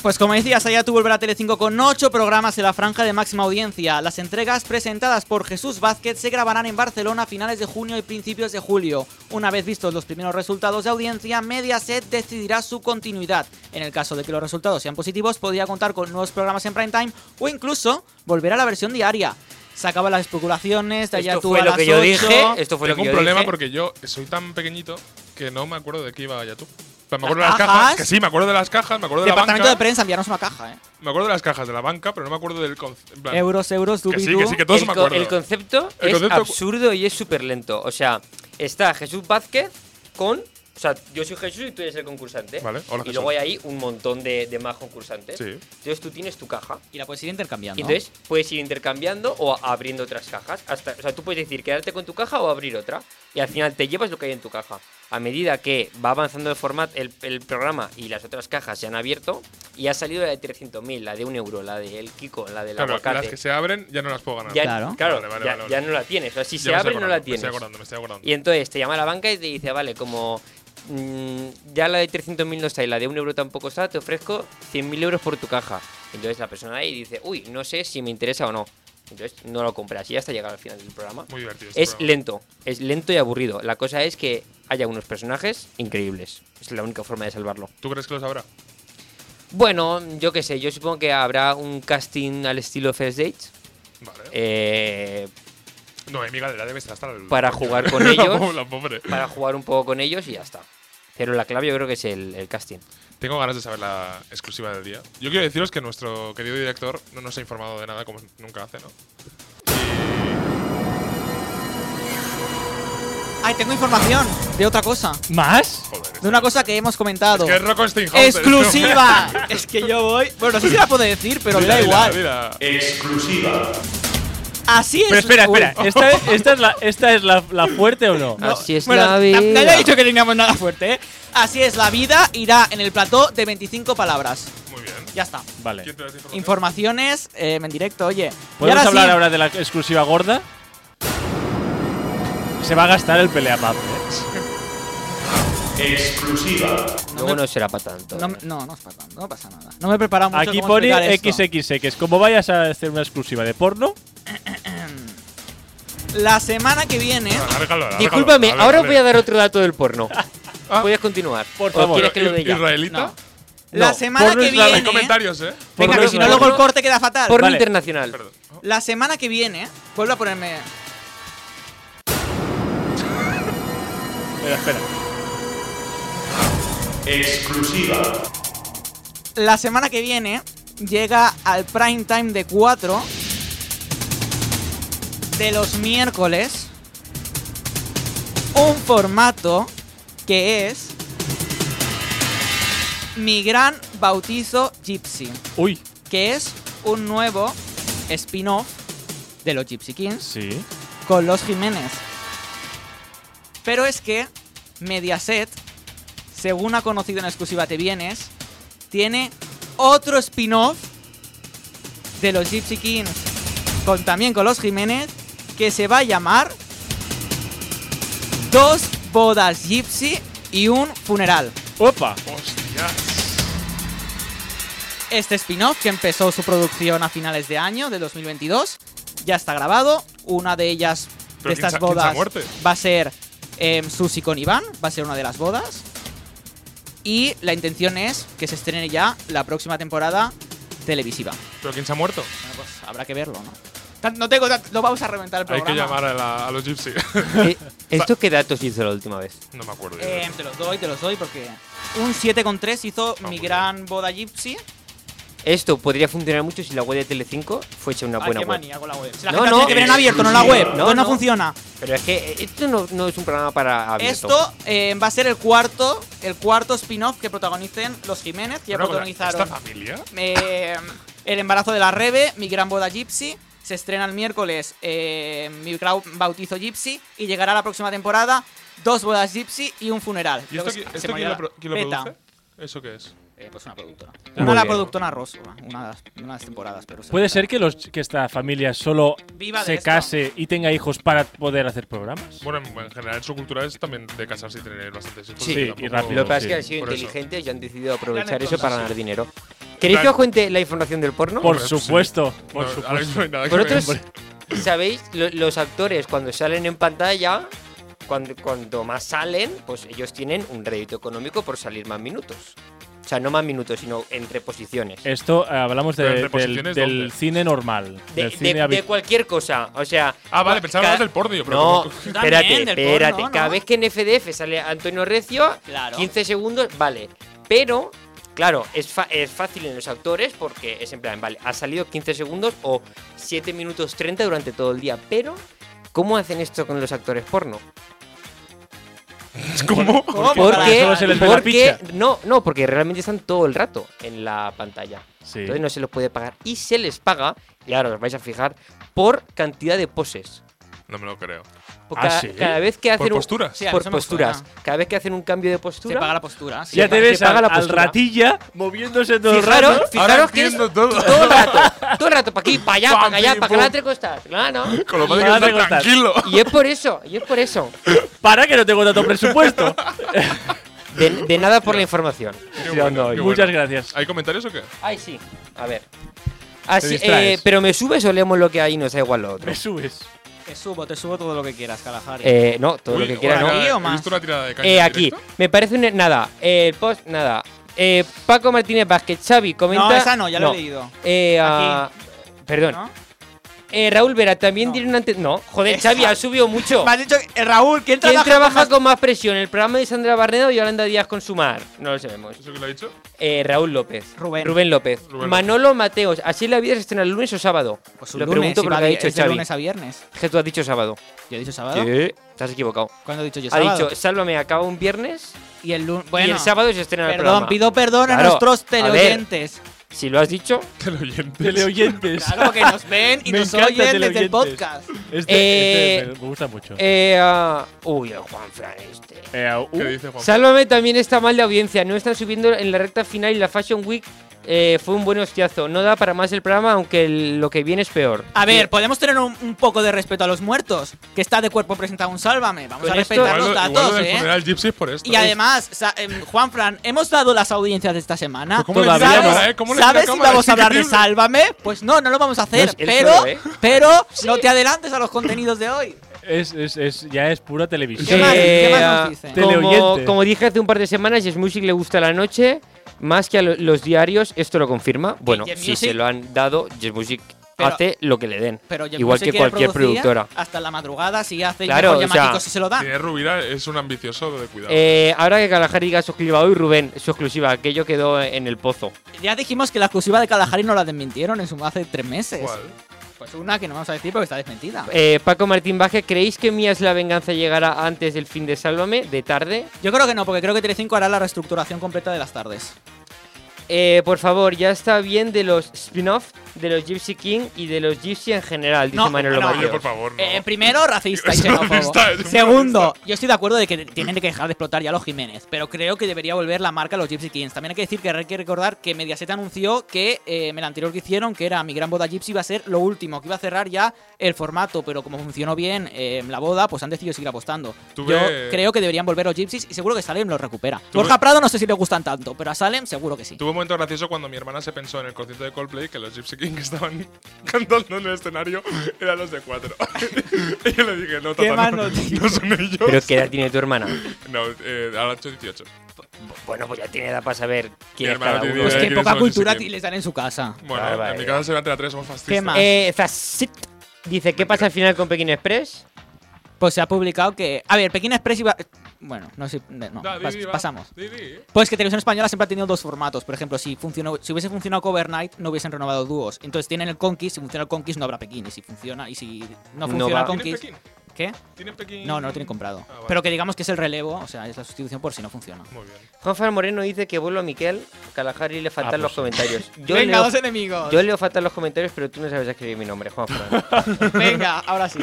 [SPEAKER 6] Pues como decías, allá tú volverá a Telecinco con 8 programas en la franja de máxima audiencia. Las entregas presentadas por Jesús Vázquez se grabarán en Barcelona a finales de junio y principios de julio. Una vez vistos los primeros resultados de audiencia, Mediaset decidirá su continuidad. En el caso de que los resultados sean positivos, podría contar con nuevos programas en prime time o incluso volver a la versión diaria. Se acaban las especulaciones de allá
[SPEAKER 5] Esto
[SPEAKER 6] tú a
[SPEAKER 5] fue lo
[SPEAKER 6] las
[SPEAKER 5] que yo
[SPEAKER 6] 8.
[SPEAKER 5] dije. Eh, Esto fue lo
[SPEAKER 4] Tengo
[SPEAKER 5] que
[SPEAKER 4] un
[SPEAKER 5] yo
[SPEAKER 4] problema
[SPEAKER 5] dije.
[SPEAKER 4] porque yo soy tan pequeñito que no me acuerdo de qué iba ya tú. O sea, me
[SPEAKER 6] ¿Las
[SPEAKER 4] acuerdo de las
[SPEAKER 6] cajas?
[SPEAKER 4] cajas. Que sí, me acuerdo de las cajas, me acuerdo de la
[SPEAKER 6] Departamento
[SPEAKER 4] banca.
[SPEAKER 6] de prensa enviarnos una caja, ¿eh?
[SPEAKER 4] me acuerdo de las cajas de la banca, pero no me acuerdo del conce- en plan,
[SPEAKER 6] Euros, euros,
[SPEAKER 4] Que sí, que sí,
[SPEAKER 6] dubidú.
[SPEAKER 4] que todos
[SPEAKER 5] el,
[SPEAKER 4] me
[SPEAKER 5] co-
[SPEAKER 4] acuerdo.
[SPEAKER 5] el concepto
[SPEAKER 4] El
[SPEAKER 5] es
[SPEAKER 4] concepto-
[SPEAKER 5] absurdo y es súper lento. O sea, está Jesús Vázquez con. O sea, yo soy Jesús y tú eres el concursante.
[SPEAKER 4] Vale, hola,
[SPEAKER 5] y
[SPEAKER 4] Jesús.
[SPEAKER 5] luego hay ahí un montón de, de más concursantes.
[SPEAKER 4] Sí.
[SPEAKER 5] Entonces tú tienes tu caja.
[SPEAKER 6] Y la puedes ir intercambiando.
[SPEAKER 5] Y entonces puedes ir intercambiando o a- abriendo otras cajas. Hasta, o sea, tú puedes decir quedarte con tu caja o abrir otra. Y al final te llevas lo que hay en tu caja. A medida que va avanzando el formato, el, el programa y las otras cajas se han abierto, y ha salido la de 300.000, la de un euro, la del Kiko, la del
[SPEAKER 4] Claro,
[SPEAKER 5] aguacate.
[SPEAKER 4] las que se abren ya no las puedo ganar.
[SPEAKER 5] Ya,
[SPEAKER 6] Claro.
[SPEAKER 5] claro,
[SPEAKER 4] Vale, vale,
[SPEAKER 5] ya,
[SPEAKER 4] vale, vale.
[SPEAKER 5] ya no la tienes. O sea, si
[SPEAKER 4] Ya
[SPEAKER 5] se
[SPEAKER 4] me
[SPEAKER 5] abre,
[SPEAKER 4] estoy
[SPEAKER 5] no la
[SPEAKER 4] acordando,
[SPEAKER 5] tienes.
[SPEAKER 4] Me estoy acordando, me estoy acordando.
[SPEAKER 5] Y entonces te llama la banca y te dice, vale, como mm, ya la de 300.000 no está y la de un euro tampoco está, te ofrezco 100.000 euros por tu caja. Entonces la persona ahí dice, uy, no sé si me interesa o no. Entonces no lo compras y hasta llegar al final del programa.
[SPEAKER 4] Muy divertido. este
[SPEAKER 5] es
[SPEAKER 4] programa.
[SPEAKER 5] lento, es lento y aburrido. La cosa es que haya unos personajes increíbles. Es la única forma de salvarlo.
[SPEAKER 4] ¿Tú crees que lo sabrá?
[SPEAKER 5] Bueno, yo qué sé, yo supongo que habrá un casting al estilo First Dates.
[SPEAKER 4] Vale.
[SPEAKER 5] Eh,
[SPEAKER 4] no, mi galera debe estar hasta el.
[SPEAKER 5] para jugar con ellos.
[SPEAKER 4] La pobre.
[SPEAKER 5] para jugar un poco con ellos y ya está. Pero la clave yo creo que es el, el casting.
[SPEAKER 4] Tengo ganas de saber la exclusiva del día. Yo quiero deciros que nuestro querido director no nos ha informado de nada como nunca hace, ¿no?
[SPEAKER 6] Ay, tengo información de otra cosa.
[SPEAKER 2] ¿Más?
[SPEAKER 4] Joder.
[SPEAKER 6] De una cosa que hemos comentado.
[SPEAKER 4] Que es Rocco Steinhauser.
[SPEAKER 6] ¡Exclusiva! es que yo voy. Bueno, no sé si la puedo decir, pero me
[SPEAKER 4] Dila,
[SPEAKER 6] da
[SPEAKER 4] dila,
[SPEAKER 6] igual.
[SPEAKER 4] dila.
[SPEAKER 3] Exclusiva.
[SPEAKER 6] Así es.
[SPEAKER 2] Pero espera,
[SPEAKER 6] Uy.
[SPEAKER 2] espera. ¿Esta, esta es, la, esta es la, la fuerte o no?
[SPEAKER 6] No,
[SPEAKER 5] Así es
[SPEAKER 6] bueno,
[SPEAKER 5] la
[SPEAKER 6] na-
[SPEAKER 5] vida.
[SPEAKER 6] Nadie ha dicho que teníamos nada fuerte, ¿eh? Así es, la vida irá en el plató de 25 palabras.
[SPEAKER 4] Muy bien.
[SPEAKER 6] Ya está.
[SPEAKER 2] Vale.
[SPEAKER 4] ¿Quién te da esa información?
[SPEAKER 6] Informaciones eh, en directo, oye. Y
[SPEAKER 2] ¿Podemos
[SPEAKER 6] ahora
[SPEAKER 2] hablar
[SPEAKER 6] sí,
[SPEAKER 2] ahora de la exclusiva gorda? Se va a gastar el peleamap. ¿eh?
[SPEAKER 3] Exclusiva.
[SPEAKER 6] No
[SPEAKER 5] Luego
[SPEAKER 6] me-
[SPEAKER 5] no será para tanto. eh.
[SPEAKER 6] No, me- no, no, pasa- no pasa nada. No me he preparado mucho
[SPEAKER 2] Aquí
[SPEAKER 6] cómo explicar
[SPEAKER 2] pone
[SPEAKER 6] esto.
[SPEAKER 2] XXX. Como vayas a hacer una exclusiva de porno,
[SPEAKER 6] La semana que viene...
[SPEAKER 4] Alárgalo, alárgalo.
[SPEAKER 5] Discúlpame,
[SPEAKER 4] ver,
[SPEAKER 5] ahora
[SPEAKER 4] dale.
[SPEAKER 5] voy a dar otro dato del porno.
[SPEAKER 4] Ah,
[SPEAKER 5] Puedes continuar.
[SPEAKER 2] Por
[SPEAKER 5] ¿O
[SPEAKER 2] favor.
[SPEAKER 5] quieres que lo
[SPEAKER 4] ¿i-
[SPEAKER 5] dé ya?
[SPEAKER 4] ¿Israelita?
[SPEAKER 6] No. La
[SPEAKER 2] No,
[SPEAKER 6] semana
[SPEAKER 2] ponnos
[SPEAKER 6] que
[SPEAKER 2] la-
[SPEAKER 6] viene.
[SPEAKER 4] Hay comentarios, ¿eh?
[SPEAKER 6] Venga,
[SPEAKER 2] Por
[SPEAKER 6] que si no,
[SPEAKER 2] nuestra-
[SPEAKER 6] luego el corte queda fatal.
[SPEAKER 5] Porno
[SPEAKER 2] Vale.
[SPEAKER 5] internacional.
[SPEAKER 4] Perdón.
[SPEAKER 6] La semana que viene, vuelvo a ponerme.
[SPEAKER 2] Espera, espera.
[SPEAKER 3] exclusiva,
[SPEAKER 6] La semana que viene llega al prime time de 4 de los miércoles un formato que es Mi gran bautizo Gypsy,
[SPEAKER 2] Uy.
[SPEAKER 6] que es un nuevo spin-off de los Gypsy Kings
[SPEAKER 2] Sí.
[SPEAKER 6] con los Jiménez. Pero es que Mediaset, según ha conocido en exclusiva Te Vienes, tiene otro spin-off de los Gypsy Kings, con, también con los Jiménez, que se va a llamar Dos bodas Gypsy y un funeral.
[SPEAKER 2] Opa.
[SPEAKER 4] Hostias.
[SPEAKER 6] Este spin-off que empezó su producción a finales de año de 2022 ya está grabado. Una de ellas
[SPEAKER 4] Pero
[SPEAKER 6] de
[SPEAKER 4] ¿quién
[SPEAKER 6] estas
[SPEAKER 4] se ha- quién se ha
[SPEAKER 6] bodas
[SPEAKER 4] muerto?
[SPEAKER 6] va a ser eh, Susi con Iván, va a ser una de las bodas. Y la intención es que se estrene ya la próxima temporada televisiva.
[SPEAKER 4] ¿Pero quién se ha muerto?
[SPEAKER 6] Bueno, pues habrá que verlo, ¿no? Tan- No tengo, tan- no vamos a reventar el
[SPEAKER 4] Hay
[SPEAKER 6] programa.
[SPEAKER 4] que llamar a, la- a los Gypsy.
[SPEAKER 5] Eh, ¿Esto qué datos hizo la última vez?
[SPEAKER 4] no me acuerdo. yo
[SPEAKER 6] Eh, te los doy, te los doy porque un 7,3 hizo
[SPEAKER 4] muy
[SPEAKER 6] mi
[SPEAKER 4] bien.
[SPEAKER 6] gran boda gypsy.
[SPEAKER 5] Esto podría funcionar mucho si la web de Telecinco fuese una
[SPEAKER 6] Ay,
[SPEAKER 5] buena
[SPEAKER 6] Ah, qué
[SPEAKER 5] web.
[SPEAKER 6] manía con la web. Si la
[SPEAKER 5] Ah, pues. No,
[SPEAKER 6] gente
[SPEAKER 5] no,
[SPEAKER 6] tiene que ver en abierto, no en la web.
[SPEAKER 5] exclusiva.
[SPEAKER 6] No,
[SPEAKER 5] No,
[SPEAKER 6] no
[SPEAKER 5] no.
[SPEAKER 6] funciona.
[SPEAKER 5] Pero es que eh, esto no, no es un programa para abierto.
[SPEAKER 6] Esto eh, va a ser el cuarto, el cuarto spin-off que protagonicen los Jiménez, que ya
[SPEAKER 4] Bueno, con
[SPEAKER 6] protagonizaron
[SPEAKER 4] ¿Esta familia?
[SPEAKER 6] eh, El embarazo de la Rebe, Mi gran boda Gypsy. Se estrena el miércoles eh, Mi gran bautizo Gypsy y llegará la próxima temporada Dos bodas Gypsy y un funeral.
[SPEAKER 4] ¿Y
[SPEAKER 6] Creo
[SPEAKER 4] esto,
[SPEAKER 6] que
[SPEAKER 4] qui-
[SPEAKER 6] se-
[SPEAKER 4] esto
[SPEAKER 6] se me
[SPEAKER 4] quién,
[SPEAKER 6] olvidaba.
[SPEAKER 4] lo, pro- quién lo
[SPEAKER 6] Beta.
[SPEAKER 4] produce? ¿Eso qué es?
[SPEAKER 6] Eh, pues una productora.
[SPEAKER 5] Muy
[SPEAKER 6] Una la
[SPEAKER 5] bien.
[SPEAKER 6] productora Rosso, una de las, una de las temporadas. Pero se
[SPEAKER 2] ¿Puede
[SPEAKER 6] me
[SPEAKER 2] ser que, los, que esta familia solo
[SPEAKER 6] Viva de
[SPEAKER 2] se
[SPEAKER 6] esto.
[SPEAKER 2] case y tenga hijos para poder hacer programas?
[SPEAKER 4] Bueno, en, en general su cultura es también de casarse y tener bastantes hijos.
[SPEAKER 2] Sí,
[SPEAKER 4] que
[SPEAKER 2] y
[SPEAKER 4] tampoco-
[SPEAKER 2] rápido.
[SPEAKER 5] Lo que pasa es
[SPEAKER 2] Sí,
[SPEAKER 5] que han sido
[SPEAKER 4] por eso.
[SPEAKER 5] inteligentes y han decidido aprovechar
[SPEAKER 6] Dale,
[SPEAKER 5] eso para
[SPEAKER 6] entonces,
[SPEAKER 5] ganar dinero. ¿Queréis que
[SPEAKER 4] Claro.
[SPEAKER 5] os cuente la información del porno?
[SPEAKER 2] Por
[SPEAKER 4] pues sí.
[SPEAKER 2] supuesto. Por
[SPEAKER 4] No, ahora mismo
[SPEAKER 2] supuesto.
[SPEAKER 4] no hay nada que
[SPEAKER 5] Vosotros
[SPEAKER 4] ver.
[SPEAKER 5] sabéis, Lo- los actores cuando salen en pantalla, cuando, cuando más salen, pues ellos tienen un rédito económico por salir más minutos. O sea, no más minutos, sino entre posiciones.
[SPEAKER 2] Esto eh, hablamos de-
[SPEAKER 4] Pero en
[SPEAKER 2] del,
[SPEAKER 4] reposiciones,
[SPEAKER 2] del
[SPEAKER 4] ¿dónde?
[SPEAKER 2] cine normal.
[SPEAKER 5] De,
[SPEAKER 2] del
[SPEAKER 5] de-
[SPEAKER 2] cine
[SPEAKER 5] de
[SPEAKER 2] habi-
[SPEAKER 5] cualquier cosa, o sea...
[SPEAKER 4] Ah, vale, pensaba
[SPEAKER 5] cua-
[SPEAKER 4] que
[SPEAKER 5] ca-
[SPEAKER 4] hablabas del porno, yo, pero
[SPEAKER 5] No,
[SPEAKER 4] como-
[SPEAKER 5] espérate,
[SPEAKER 6] También del
[SPEAKER 5] espérate.
[SPEAKER 6] porno, ¿no?
[SPEAKER 5] Cada vez que en FDF sale Antonio Recio,
[SPEAKER 6] Claro.
[SPEAKER 5] 15 segundos, vale. Pero, claro, es, fa- es fácil en los actores porque es en plan, vale, ha salido 15 segundos o 7 minutos 30 durante todo el día. Pero, ¿cómo hacen esto con los actores porno?
[SPEAKER 4] ¿Cómo?
[SPEAKER 6] ¿Cómo?
[SPEAKER 2] Porque-
[SPEAKER 5] Porque,
[SPEAKER 2] Solo se les ve la
[SPEAKER 5] porque-
[SPEAKER 2] picha.
[SPEAKER 5] no, no, porque realmente están todo el rato en la pantalla.
[SPEAKER 2] Sí.
[SPEAKER 5] Entonces no se los puede pagar. Y se les paga, y ahora os vais a fijar, por cantidad de poses.
[SPEAKER 4] No me lo creo.
[SPEAKER 5] Por
[SPEAKER 2] ¿Ah,
[SPEAKER 5] cada,
[SPEAKER 2] sí?
[SPEAKER 5] cada vez que hacen
[SPEAKER 4] ¿Por
[SPEAKER 5] un-
[SPEAKER 4] posturas?
[SPEAKER 6] Sí, a mí
[SPEAKER 5] por
[SPEAKER 6] eso me
[SPEAKER 5] posturas.
[SPEAKER 6] suena.
[SPEAKER 5] Cada vez que hacen un cambio de
[SPEAKER 6] Se
[SPEAKER 5] postura.
[SPEAKER 6] paga la postura. sí.
[SPEAKER 2] Ya
[SPEAKER 5] pa-
[SPEAKER 2] te ves
[SPEAKER 5] se paga
[SPEAKER 2] al,
[SPEAKER 5] la
[SPEAKER 2] al
[SPEAKER 5] postura.
[SPEAKER 2] ratilla moviéndose todo el rato.
[SPEAKER 5] Fijaros, fijaros que es
[SPEAKER 4] entiendo
[SPEAKER 5] todo.
[SPEAKER 4] todo.
[SPEAKER 5] el rato, todo el rato, para aquí, para allá,
[SPEAKER 4] Pam,
[SPEAKER 5] para allá,
[SPEAKER 4] pim,
[SPEAKER 5] para que la
[SPEAKER 4] pum.
[SPEAKER 5] tres costas. Claro.
[SPEAKER 4] Con lo padre
[SPEAKER 2] Nada
[SPEAKER 4] que
[SPEAKER 2] de
[SPEAKER 4] está
[SPEAKER 2] contar.
[SPEAKER 4] tranquilo.
[SPEAKER 5] Y es por eso, y es por eso.
[SPEAKER 2] Para que no tengo tanto presupuesto.
[SPEAKER 5] De, de nada por la información.
[SPEAKER 4] Qué
[SPEAKER 5] Sí,
[SPEAKER 4] bueno,
[SPEAKER 5] ando
[SPEAKER 4] qué
[SPEAKER 5] hoy.
[SPEAKER 4] bueno.
[SPEAKER 2] Muchas gracias.
[SPEAKER 4] ¿Hay comentarios o qué?
[SPEAKER 5] Ay, sí. A ver. Así,
[SPEAKER 2] distraes.
[SPEAKER 5] eh, pero me subes o leemos lo que hay y nos da igual lo otro.
[SPEAKER 2] Me subes.
[SPEAKER 6] Te subo, te subo todo lo que quieras, Kalahari.
[SPEAKER 5] Eh, no, todo
[SPEAKER 4] Uy,
[SPEAKER 5] lo que quiera,
[SPEAKER 4] hola,
[SPEAKER 5] ¿no?
[SPEAKER 6] Ahí
[SPEAKER 4] ¿he
[SPEAKER 6] o más?
[SPEAKER 4] visto una tirada de caña
[SPEAKER 5] Eh,
[SPEAKER 4] en
[SPEAKER 5] aquí,
[SPEAKER 4] directo?
[SPEAKER 5] me parece un. Nada, eh, el post, nada. Eh, Paco Martínez Vázquez, Xavi, comenta.
[SPEAKER 6] no, esa no, ya lo he leído.
[SPEAKER 5] Eh, ah, perdón.
[SPEAKER 6] ¿No?
[SPEAKER 5] Eh, Raúl Vera, también
[SPEAKER 6] No.
[SPEAKER 5] tiene una ante- No, joder,
[SPEAKER 6] Esa.
[SPEAKER 5] Xavi, ha subido mucho.
[SPEAKER 6] Me has dicho que- eh, Raúl, ¿quién trabaja,
[SPEAKER 5] ¿Quién trabaja
[SPEAKER 6] con
[SPEAKER 5] con más presión? ¿El programa de Sandra Barneda o Yolanda Díaz con Sumar? No lo sabemos.
[SPEAKER 4] ¿Eso que lo ha dicho?
[SPEAKER 5] Eh, Raúl López.
[SPEAKER 6] Rubén.
[SPEAKER 5] López.
[SPEAKER 4] Rubén López.
[SPEAKER 5] Manolo Mateos. Así la vida se estrena el lunes o sábado.
[SPEAKER 6] Pues
[SPEAKER 5] lo pregunto por lo que ha dicho
[SPEAKER 6] de
[SPEAKER 5] Xavi.
[SPEAKER 6] lunes a viernes.
[SPEAKER 5] Que tú has dicho sábado.
[SPEAKER 6] Yo he dicho sábado.
[SPEAKER 5] ¿Qué? Estás equivocado.
[SPEAKER 6] ¿Cuándo he dicho
[SPEAKER 5] Ha
[SPEAKER 6] yo sábado?
[SPEAKER 5] dicho, sálvame, acaba un viernes
[SPEAKER 6] y el lunes.
[SPEAKER 5] y
[SPEAKER 6] Bueno,
[SPEAKER 5] el sábado se estrena el
[SPEAKER 6] perdón,
[SPEAKER 5] programa.
[SPEAKER 6] pido perdón a
[SPEAKER 5] Claro,
[SPEAKER 6] nuestros
[SPEAKER 5] a
[SPEAKER 6] teleoyentes.
[SPEAKER 5] Si lo has dicho,
[SPEAKER 4] Te lo oyente.
[SPEAKER 2] Teleoyentes.
[SPEAKER 6] Claro, que nos ven y
[SPEAKER 2] Me
[SPEAKER 6] nos
[SPEAKER 2] encanta
[SPEAKER 6] oyen desde el
[SPEAKER 2] teleoyentes.
[SPEAKER 6] podcast.
[SPEAKER 2] Este,
[SPEAKER 5] Eh,
[SPEAKER 2] este me me gusta mucho.
[SPEAKER 5] Eh, ah, uy, el Juan Fran este.
[SPEAKER 2] Eh, uh,
[SPEAKER 4] ¿Qué dice Juan?
[SPEAKER 5] Sálvame también está mal de audiencia. No están subiendo en la recta final y la Fashion Week eh, fue un buen hostiazo. No da para más el programa, aunque el- lo que viene es peor.
[SPEAKER 6] A ver, podemos tener un, un poco de respeto a los muertos, que está de cuerpo presentado un sálvame. Vamos
[SPEAKER 5] Con
[SPEAKER 6] a
[SPEAKER 5] esto-
[SPEAKER 4] Igual
[SPEAKER 6] respetar los
[SPEAKER 4] lo- igual lo
[SPEAKER 6] datos,
[SPEAKER 4] del
[SPEAKER 6] ¿eh?
[SPEAKER 4] funeral Gypsy es por esto.
[SPEAKER 6] Y además, sa- em, Juanfran, hemos dado las audiencias de esta semana. Pues
[SPEAKER 4] Pero ¿cómo le
[SPEAKER 2] Todavía
[SPEAKER 6] ¿Sabes,
[SPEAKER 2] no,
[SPEAKER 4] ¿eh? ¿Cómo le
[SPEAKER 6] ¿sabes
[SPEAKER 4] tira
[SPEAKER 6] si
[SPEAKER 4] cámara?
[SPEAKER 6] vamos
[SPEAKER 4] Es
[SPEAKER 6] a hablar de
[SPEAKER 4] increíble.
[SPEAKER 6] Sálvame? Pues no, no lo vamos a hacer.
[SPEAKER 5] No es el
[SPEAKER 6] pero,
[SPEAKER 5] solo, ¿eh?
[SPEAKER 6] pero no te adelantes a los contenidos de hoy.
[SPEAKER 2] es, es, es, ya es pura televisión.
[SPEAKER 6] ¿Qué más? ¿Qué más nos
[SPEAKER 5] ah,
[SPEAKER 6] dice?
[SPEAKER 5] como,
[SPEAKER 2] Teleoyente.
[SPEAKER 5] como dije hace un par de semanas, Yes Music le gusta la noche. Más que a lo- los diarios, esto lo confirma. Bueno,
[SPEAKER 6] Jet
[SPEAKER 5] si
[SPEAKER 6] Music-
[SPEAKER 5] se lo han dado, Jet Music
[SPEAKER 6] Pero-
[SPEAKER 5] hace lo que le den.
[SPEAKER 6] Pero Jet
[SPEAKER 5] igual
[SPEAKER 6] Music
[SPEAKER 5] que
[SPEAKER 6] quiere
[SPEAKER 5] cualquier
[SPEAKER 6] producir
[SPEAKER 5] productora.
[SPEAKER 6] Hasta la madrugada, si hace
[SPEAKER 5] Claro,
[SPEAKER 6] claro,
[SPEAKER 5] o sea,
[SPEAKER 6] si se lo da.
[SPEAKER 4] Tiene Rubira es un ambicioso de cuidado.
[SPEAKER 5] Eh, ahora que Galahari diga su exclusiva hoy, Rubén, su exclusiva, aquello quedó en el pozo.
[SPEAKER 6] Ya dijimos que la exclusiva de Kalahari no la desmintieron en su- hace tres meses.
[SPEAKER 4] ¿Cuál?
[SPEAKER 6] Pues una que no vamos a decir porque está desmentida.
[SPEAKER 5] Eh, Paco Martín Baje, ¿creéis que Mía es la venganza llegará antes del fin de Sálvame, de tarde?
[SPEAKER 6] Yo creo que no, porque creo que Telecinco hará la reestructuración completa de las tardes.
[SPEAKER 5] Eh, por favor, ya está bien de los spin-off, de los Gypsy King y de los Gypsy en general, dice
[SPEAKER 6] No,
[SPEAKER 5] Manolo
[SPEAKER 6] no,
[SPEAKER 5] Mateo.
[SPEAKER 4] Oye, por favor, no.
[SPEAKER 6] Eh, primero, racista y
[SPEAKER 4] Es
[SPEAKER 6] xenófobo.
[SPEAKER 4] racista, es un
[SPEAKER 6] Segundo, yo estoy de acuerdo de que tienen que dejar de explotar ya los Jiménez, pero creo que debería volver la marca a los Gypsy Kings. También hay que decir que hay que recordar que Mediaset anunció que eh, en el anterior que hicieron, que era mi gran boda Gypsy, iba a ser lo último, que iba a cerrar ya el formato, pero como funcionó bien eh, la boda, pues han decidido seguir apostando.
[SPEAKER 4] Tuve-
[SPEAKER 6] Yo creo que deberían volver los Gypsies y seguro que Salem los recupera.
[SPEAKER 4] Tuve-
[SPEAKER 6] Borja Prado no sé si le gustan tanto, pero a Salem seguro que sí.
[SPEAKER 4] Tuve un momento gracioso cuando mi hermana se pensó en el concierto de Coldplay que los Gypsy King que estaban cantando en el escenario eran los de cuatro. y yo le dije, no,
[SPEAKER 6] Qué
[SPEAKER 4] tata, no,
[SPEAKER 6] mano, tío.
[SPEAKER 4] no son ellos.
[SPEAKER 5] Pero ¿qué edad tiene tu hermana?
[SPEAKER 4] No, eh, ahora 8 18.
[SPEAKER 5] Bueno, pues ya tiene edad para saber
[SPEAKER 4] Mi
[SPEAKER 5] quién es
[SPEAKER 4] hermano
[SPEAKER 5] cada
[SPEAKER 4] tiene
[SPEAKER 5] uno.
[SPEAKER 6] Pues
[SPEAKER 4] Eh,
[SPEAKER 6] que
[SPEAKER 4] ¿quiénes
[SPEAKER 6] poca
[SPEAKER 4] son los
[SPEAKER 6] cultura
[SPEAKER 4] Gypsy Kings?
[SPEAKER 6] les dan en su casa.
[SPEAKER 4] Bueno,
[SPEAKER 5] Ah, vale,
[SPEAKER 4] en mi
[SPEAKER 5] vale.
[SPEAKER 4] casa se ve la 3, somos fascistas.
[SPEAKER 6] ¿Qué más?
[SPEAKER 5] Eh, Zassit dice, ¿qué pasa al final con Pekín Express?
[SPEAKER 6] Pues se ha publicado que. A ver, Pekín Express iba. Bueno, no sé. No,
[SPEAKER 4] Da,
[SPEAKER 6] pas-
[SPEAKER 4] Didi, va.
[SPEAKER 6] pasamos.
[SPEAKER 4] Didi.
[SPEAKER 6] Pues que Televisión Española siempre ha tenido dos formatos. Por ejemplo, si, funcionó, si hubiese funcionado Covernight, no hubiesen renovado dúos. Entonces tienen el Conquist, si funciona el Conquist, no habrá Pekín. Y si funciona, y si
[SPEAKER 5] No
[SPEAKER 6] no funciona
[SPEAKER 5] va.
[SPEAKER 4] ¿Tienen
[SPEAKER 6] el Conquist.
[SPEAKER 4] Pekín?
[SPEAKER 6] ¿Qué?
[SPEAKER 4] ¿Tienen Pekín?
[SPEAKER 6] No, no lo tienen comprado.
[SPEAKER 4] Ah, vale.
[SPEAKER 6] Pero que digamos que es el relevo, o sea, es la sustitución por si no funciona.
[SPEAKER 4] Muy bien.
[SPEAKER 5] Juanfran Moreno dice que vuelvo a Miquel, Calajari le faltan
[SPEAKER 2] Ah,
[SPEAKER 5] los
[SPEAKER 2] pues.
[SPEAKER 5] comentarios. Yo,
[SPEAKER 6] Venga,
[SPEAKER 5] leo,
[SPEAKER 6] dos enemigos.
[SPEAKER 5] yo leo fatal los comentarios, pero tú no sabes escribir mi nombre, Juanfran.
[SPEAKER 6] Venga, ahora sí.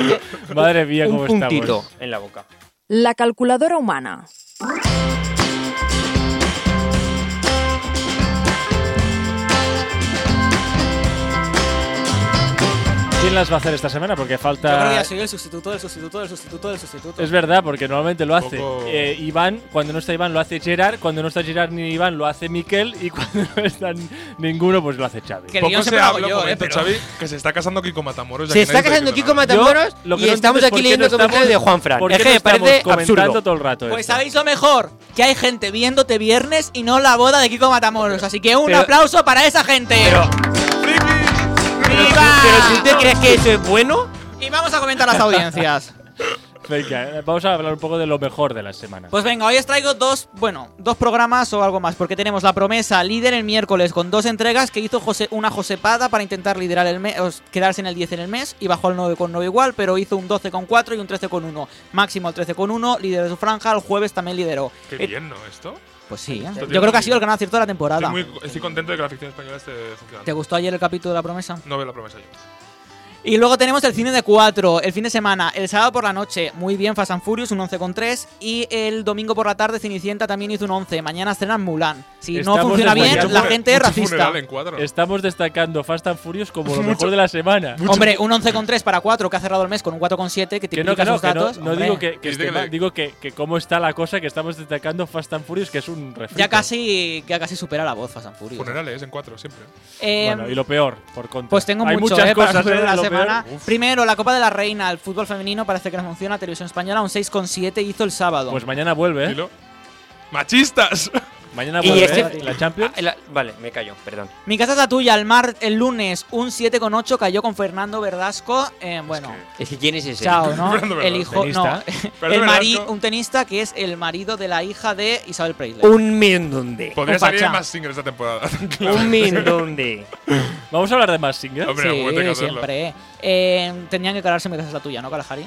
[SPEAKER 2] Madre mía, cómo
[SPEAKER 5] Un puntito
[SPEAKER 2] estamos.
[SPEAKER 5] en la boca.
[SPEAKER 1] La calculadora humana.
[SPEAKER 2] ¿Quién las va a hacer esta semana? Porque
[SPEAKER 6] Yo creo que
[SPEAKER 2] falta.
[SPEAKER 6] ya soy el sustituto del sustituto del sustituto del sustituto.
[SPEAKER 2] Es verdad, porque normalmente lo hace
[SPEAKER 4] Poco-
[SPEAKER 2] eh, Iván, cuando no está Iván lo hace Gerard, cuando no está Gerard ni Iván lo hace Miquel y cuando no están ninguno pues lo hace Xavi.
[SPEAKER 6] Que el
[SPEAKER 4] Poco
[SPEAKER 6] guión
[SPEAKER 4] se
[SPEAKER 6] siempre lo hago
[SPEAKER 4] habla, un
[SPEAKER 6] yo, eh,
[SPEAKER 4] momento,
[SPEAKER 6] pero-
[SPEAKER 4] este Xavi, que se está casando Kiko Matamoros. ya
[SPEAKER 5] Se
[SPEAKER 4] que
[SPEAKER 5] está
[SPEAKER 4] nadie
[SPEAKER 5] casando
[SPEAKER 4] diciendo
[SPEAKER 5] Kiko
[SPEAKER 4] nada.
[SPEAKER 5] Matamoros
[SPEAKER 2] Yo, lo que
[SPEAKER 5] y
[SPEAKER 2] no entiendo es
[SPEAKER 5] estamos aquí
[SPEAKER 2] por qué
[SPEAKER 5] leyendo
[SPEAKER 2] no estamos-
[SPEAKER 5] comentarios de Juanfran.
[SPEAKER 2] ¿Por
[SPEAKER 5] Es
[SPEAKER 2] qué
[SPEAKER 5] que
[SPEAKER 2] no
[SPEAKER 5] me parece
[SPEAKER 2] estamos comentando
[SPEAKER 5] absurdo.
[SPEAKER 2] todo el rato
[SPEAKER 6] Pues
[SPEAKER 2] esto?
[SPEAKER 6] sabéis lo mejor, que hay gente viéndote viernes y no la boda de Kiko Matamoros. Así que un
[SPEAKER 5] Pero-
[SPEAKER 6] aplauso para esa gente. ¡Viva!
[SPEAKER 5] Pero
[SPEAKER 2] Ah.
[SPEAKER 5] si usted crees que eso es bueno,
[SPEAKER 6] Y vamos a comentar las audiencias.
[SPEAKER 2] Venga, eh, vamos a hablar un poco de lo mejor de la semana.
[SPEAKER 6] Pues venga, hoy os traigo dos, bueno, dos programas o algo más, porque tenemos La Promesa líder el miércoles con dos entregas que hizo José, una Josepada para intentar liderar el mes, quedarse en el 10 en el mes y bajó al 9,9 igual, pero hizo un 12,4 y un 13,1. Máximo el 13,1, lideró su franja, el jueves también lideró.
[SPEAKER 4] Qué
[SPEAKER 6] Eh,
[SPEAKER 4] bien, ¿no? Esto.
[SPEAKER 6] Pues sí, ¿eh?
[SPEAKER 4] bien,
[SPEAKER 6] yo creo que ha
[SPEAKER 4] bien.
[SPEAKER 6] sido el gran acierto de la temporada.
[SPEAKER 4] Estoy, muy- estoy contento de que la ficción española esté
[SPEAKER 6] ¿Te
[SPEAKER 4] funcionando.
[SPEAKER 6] gustó ayer el capítulo de La Promesa?
[SPEAKER 4] No veo la promesa yo.
[SPEAKER 6] Y luego tenemos el cine de 4, el fin de semana, el sábado por la noche, muy bien Fast and Furious, un 11,3 y el domingo por la tarde Cenicienta también hizo un 11, mañana estrenan Mulan. Si
[SPEAKER 2] Estamos
[SPEAKER 6] no funciona bien,
[SPEAKER 2] desmayando.
[SPEAKER 6] la gente es
[SPEAKER 4] Mucho
[SPEAKER 6] racista. Este-
[SPEAKER 4] funeral
[SPEAKER 2] ¿eh?
[SPEAKER 4] en cuadro.
[SPEAKER 2] Estamos destacando Fast and Furious como lo mejor de la semana.
[SPEAKER 6] Hombre, un 11,3 para 4 que ha cerrado el mes con un 4,7 que
[SPEAKER 2] Que
[SPEAKER 6] tipifica
[SPEAKER 2] no, que no,
[SPEAKER 6] sus
[SPEAKER 2] que no,
[SPEAKER 6] datos.
[SPEAKER 2] no
[SPEAKER 6] Hombre,
[SPEAKER 2] digo que, que
[SPEAKER 4] Dice
[SPEAKER 2] esté
[SPEAKER 4] que
[SPEAKER 2] mal,
[SPEAKER 4] le-
[SPEAKER 2] digo que, que cómo está la cosa, que estamos destacando Fast and Furious, que es un refrito.
[SPEAKER 6] Ya casi, ya casi supera la voz Fast and Furious.
[SPEAKER 4] Funerales en cuatro, siempre.
[SPEAKER 6] Eh,
[SPEAKER 2] Bueno, y lo peor, por contra.
[SPEAKER 6] Pues tengo
[SPEAKER 2] Hay
[SPEAKER 6] mucho,
[SPEAKER 2] muchas
[SPEAKER 6] eh, para
[SPEAKER 2] cosas
[SPEAKER 6] hacer
[SPEAKER 2] eh,
[SPEAKER 6] la
[SPEAKER 2] lo peor.
[SPEAKER 6] semana.
[SPEAKER 2] Uf.
[SPEAKER 6] Primero, la Copa de la Reina, el fútbol femenino parece que no funciona. Televisión Española un 6,7 hizo el sábado.
[SPEAKER 2] Pues mañana vuelve, ¿eh?
[SPEAKER 4] Dilo. ¡Machistas!
[SPEAKER 2] Mañana
[SPEAKER 5] Y
[SPEAKER 2] vuelve
[SPEAKER 6] este-
[SPEAKER 5] ese-
[SPEAKER 2] ¿eh? la Champions.
[SPEAKER 5] Ah, la- vale, me callo, perdón.
[SPEAKER 6] Mi casa es la tuya, el, mar, el lunes un 7,8 cayó con Fernando Verdasco. eh, bueno,
[SPEAKER 5] Es que ¿quién es ese?
[SPEAKER 6] chao, ¿no?
[SPEAKER 4] Fernando Verdasco.
[SPEAKER 6] El hijo,
[SPEAKER 2] Tenista.
[SPEAKER 6] no.
[SPEAKER 4] Fernando
[SPEAKER 6] el mari-
[SPEAKER 4] Verdasco.
[SPEAKER 6] un tenista que es el marido de la hija de Isabel Preisler.
[SPEAKER 5] Un mendonde.
[SPEAKER 4] Podría salir
[SPEAKER 6] Pachá.
[SPEAKER 4] en más singles esta temporada.
[SPEAKER 5] Un mendonde.
[SPEAKER 2] Vamos a hablar de más singles.
[SPEAKER 4] Hombre, algún momento hay que
[SPEAKER 6] sí,
[SPEAKER 4] hacerlo.
[SPEAKER 6] siempre. eh. Eh, tenían que cargarse Mi casa es la tuya, ¿no, Kalahari?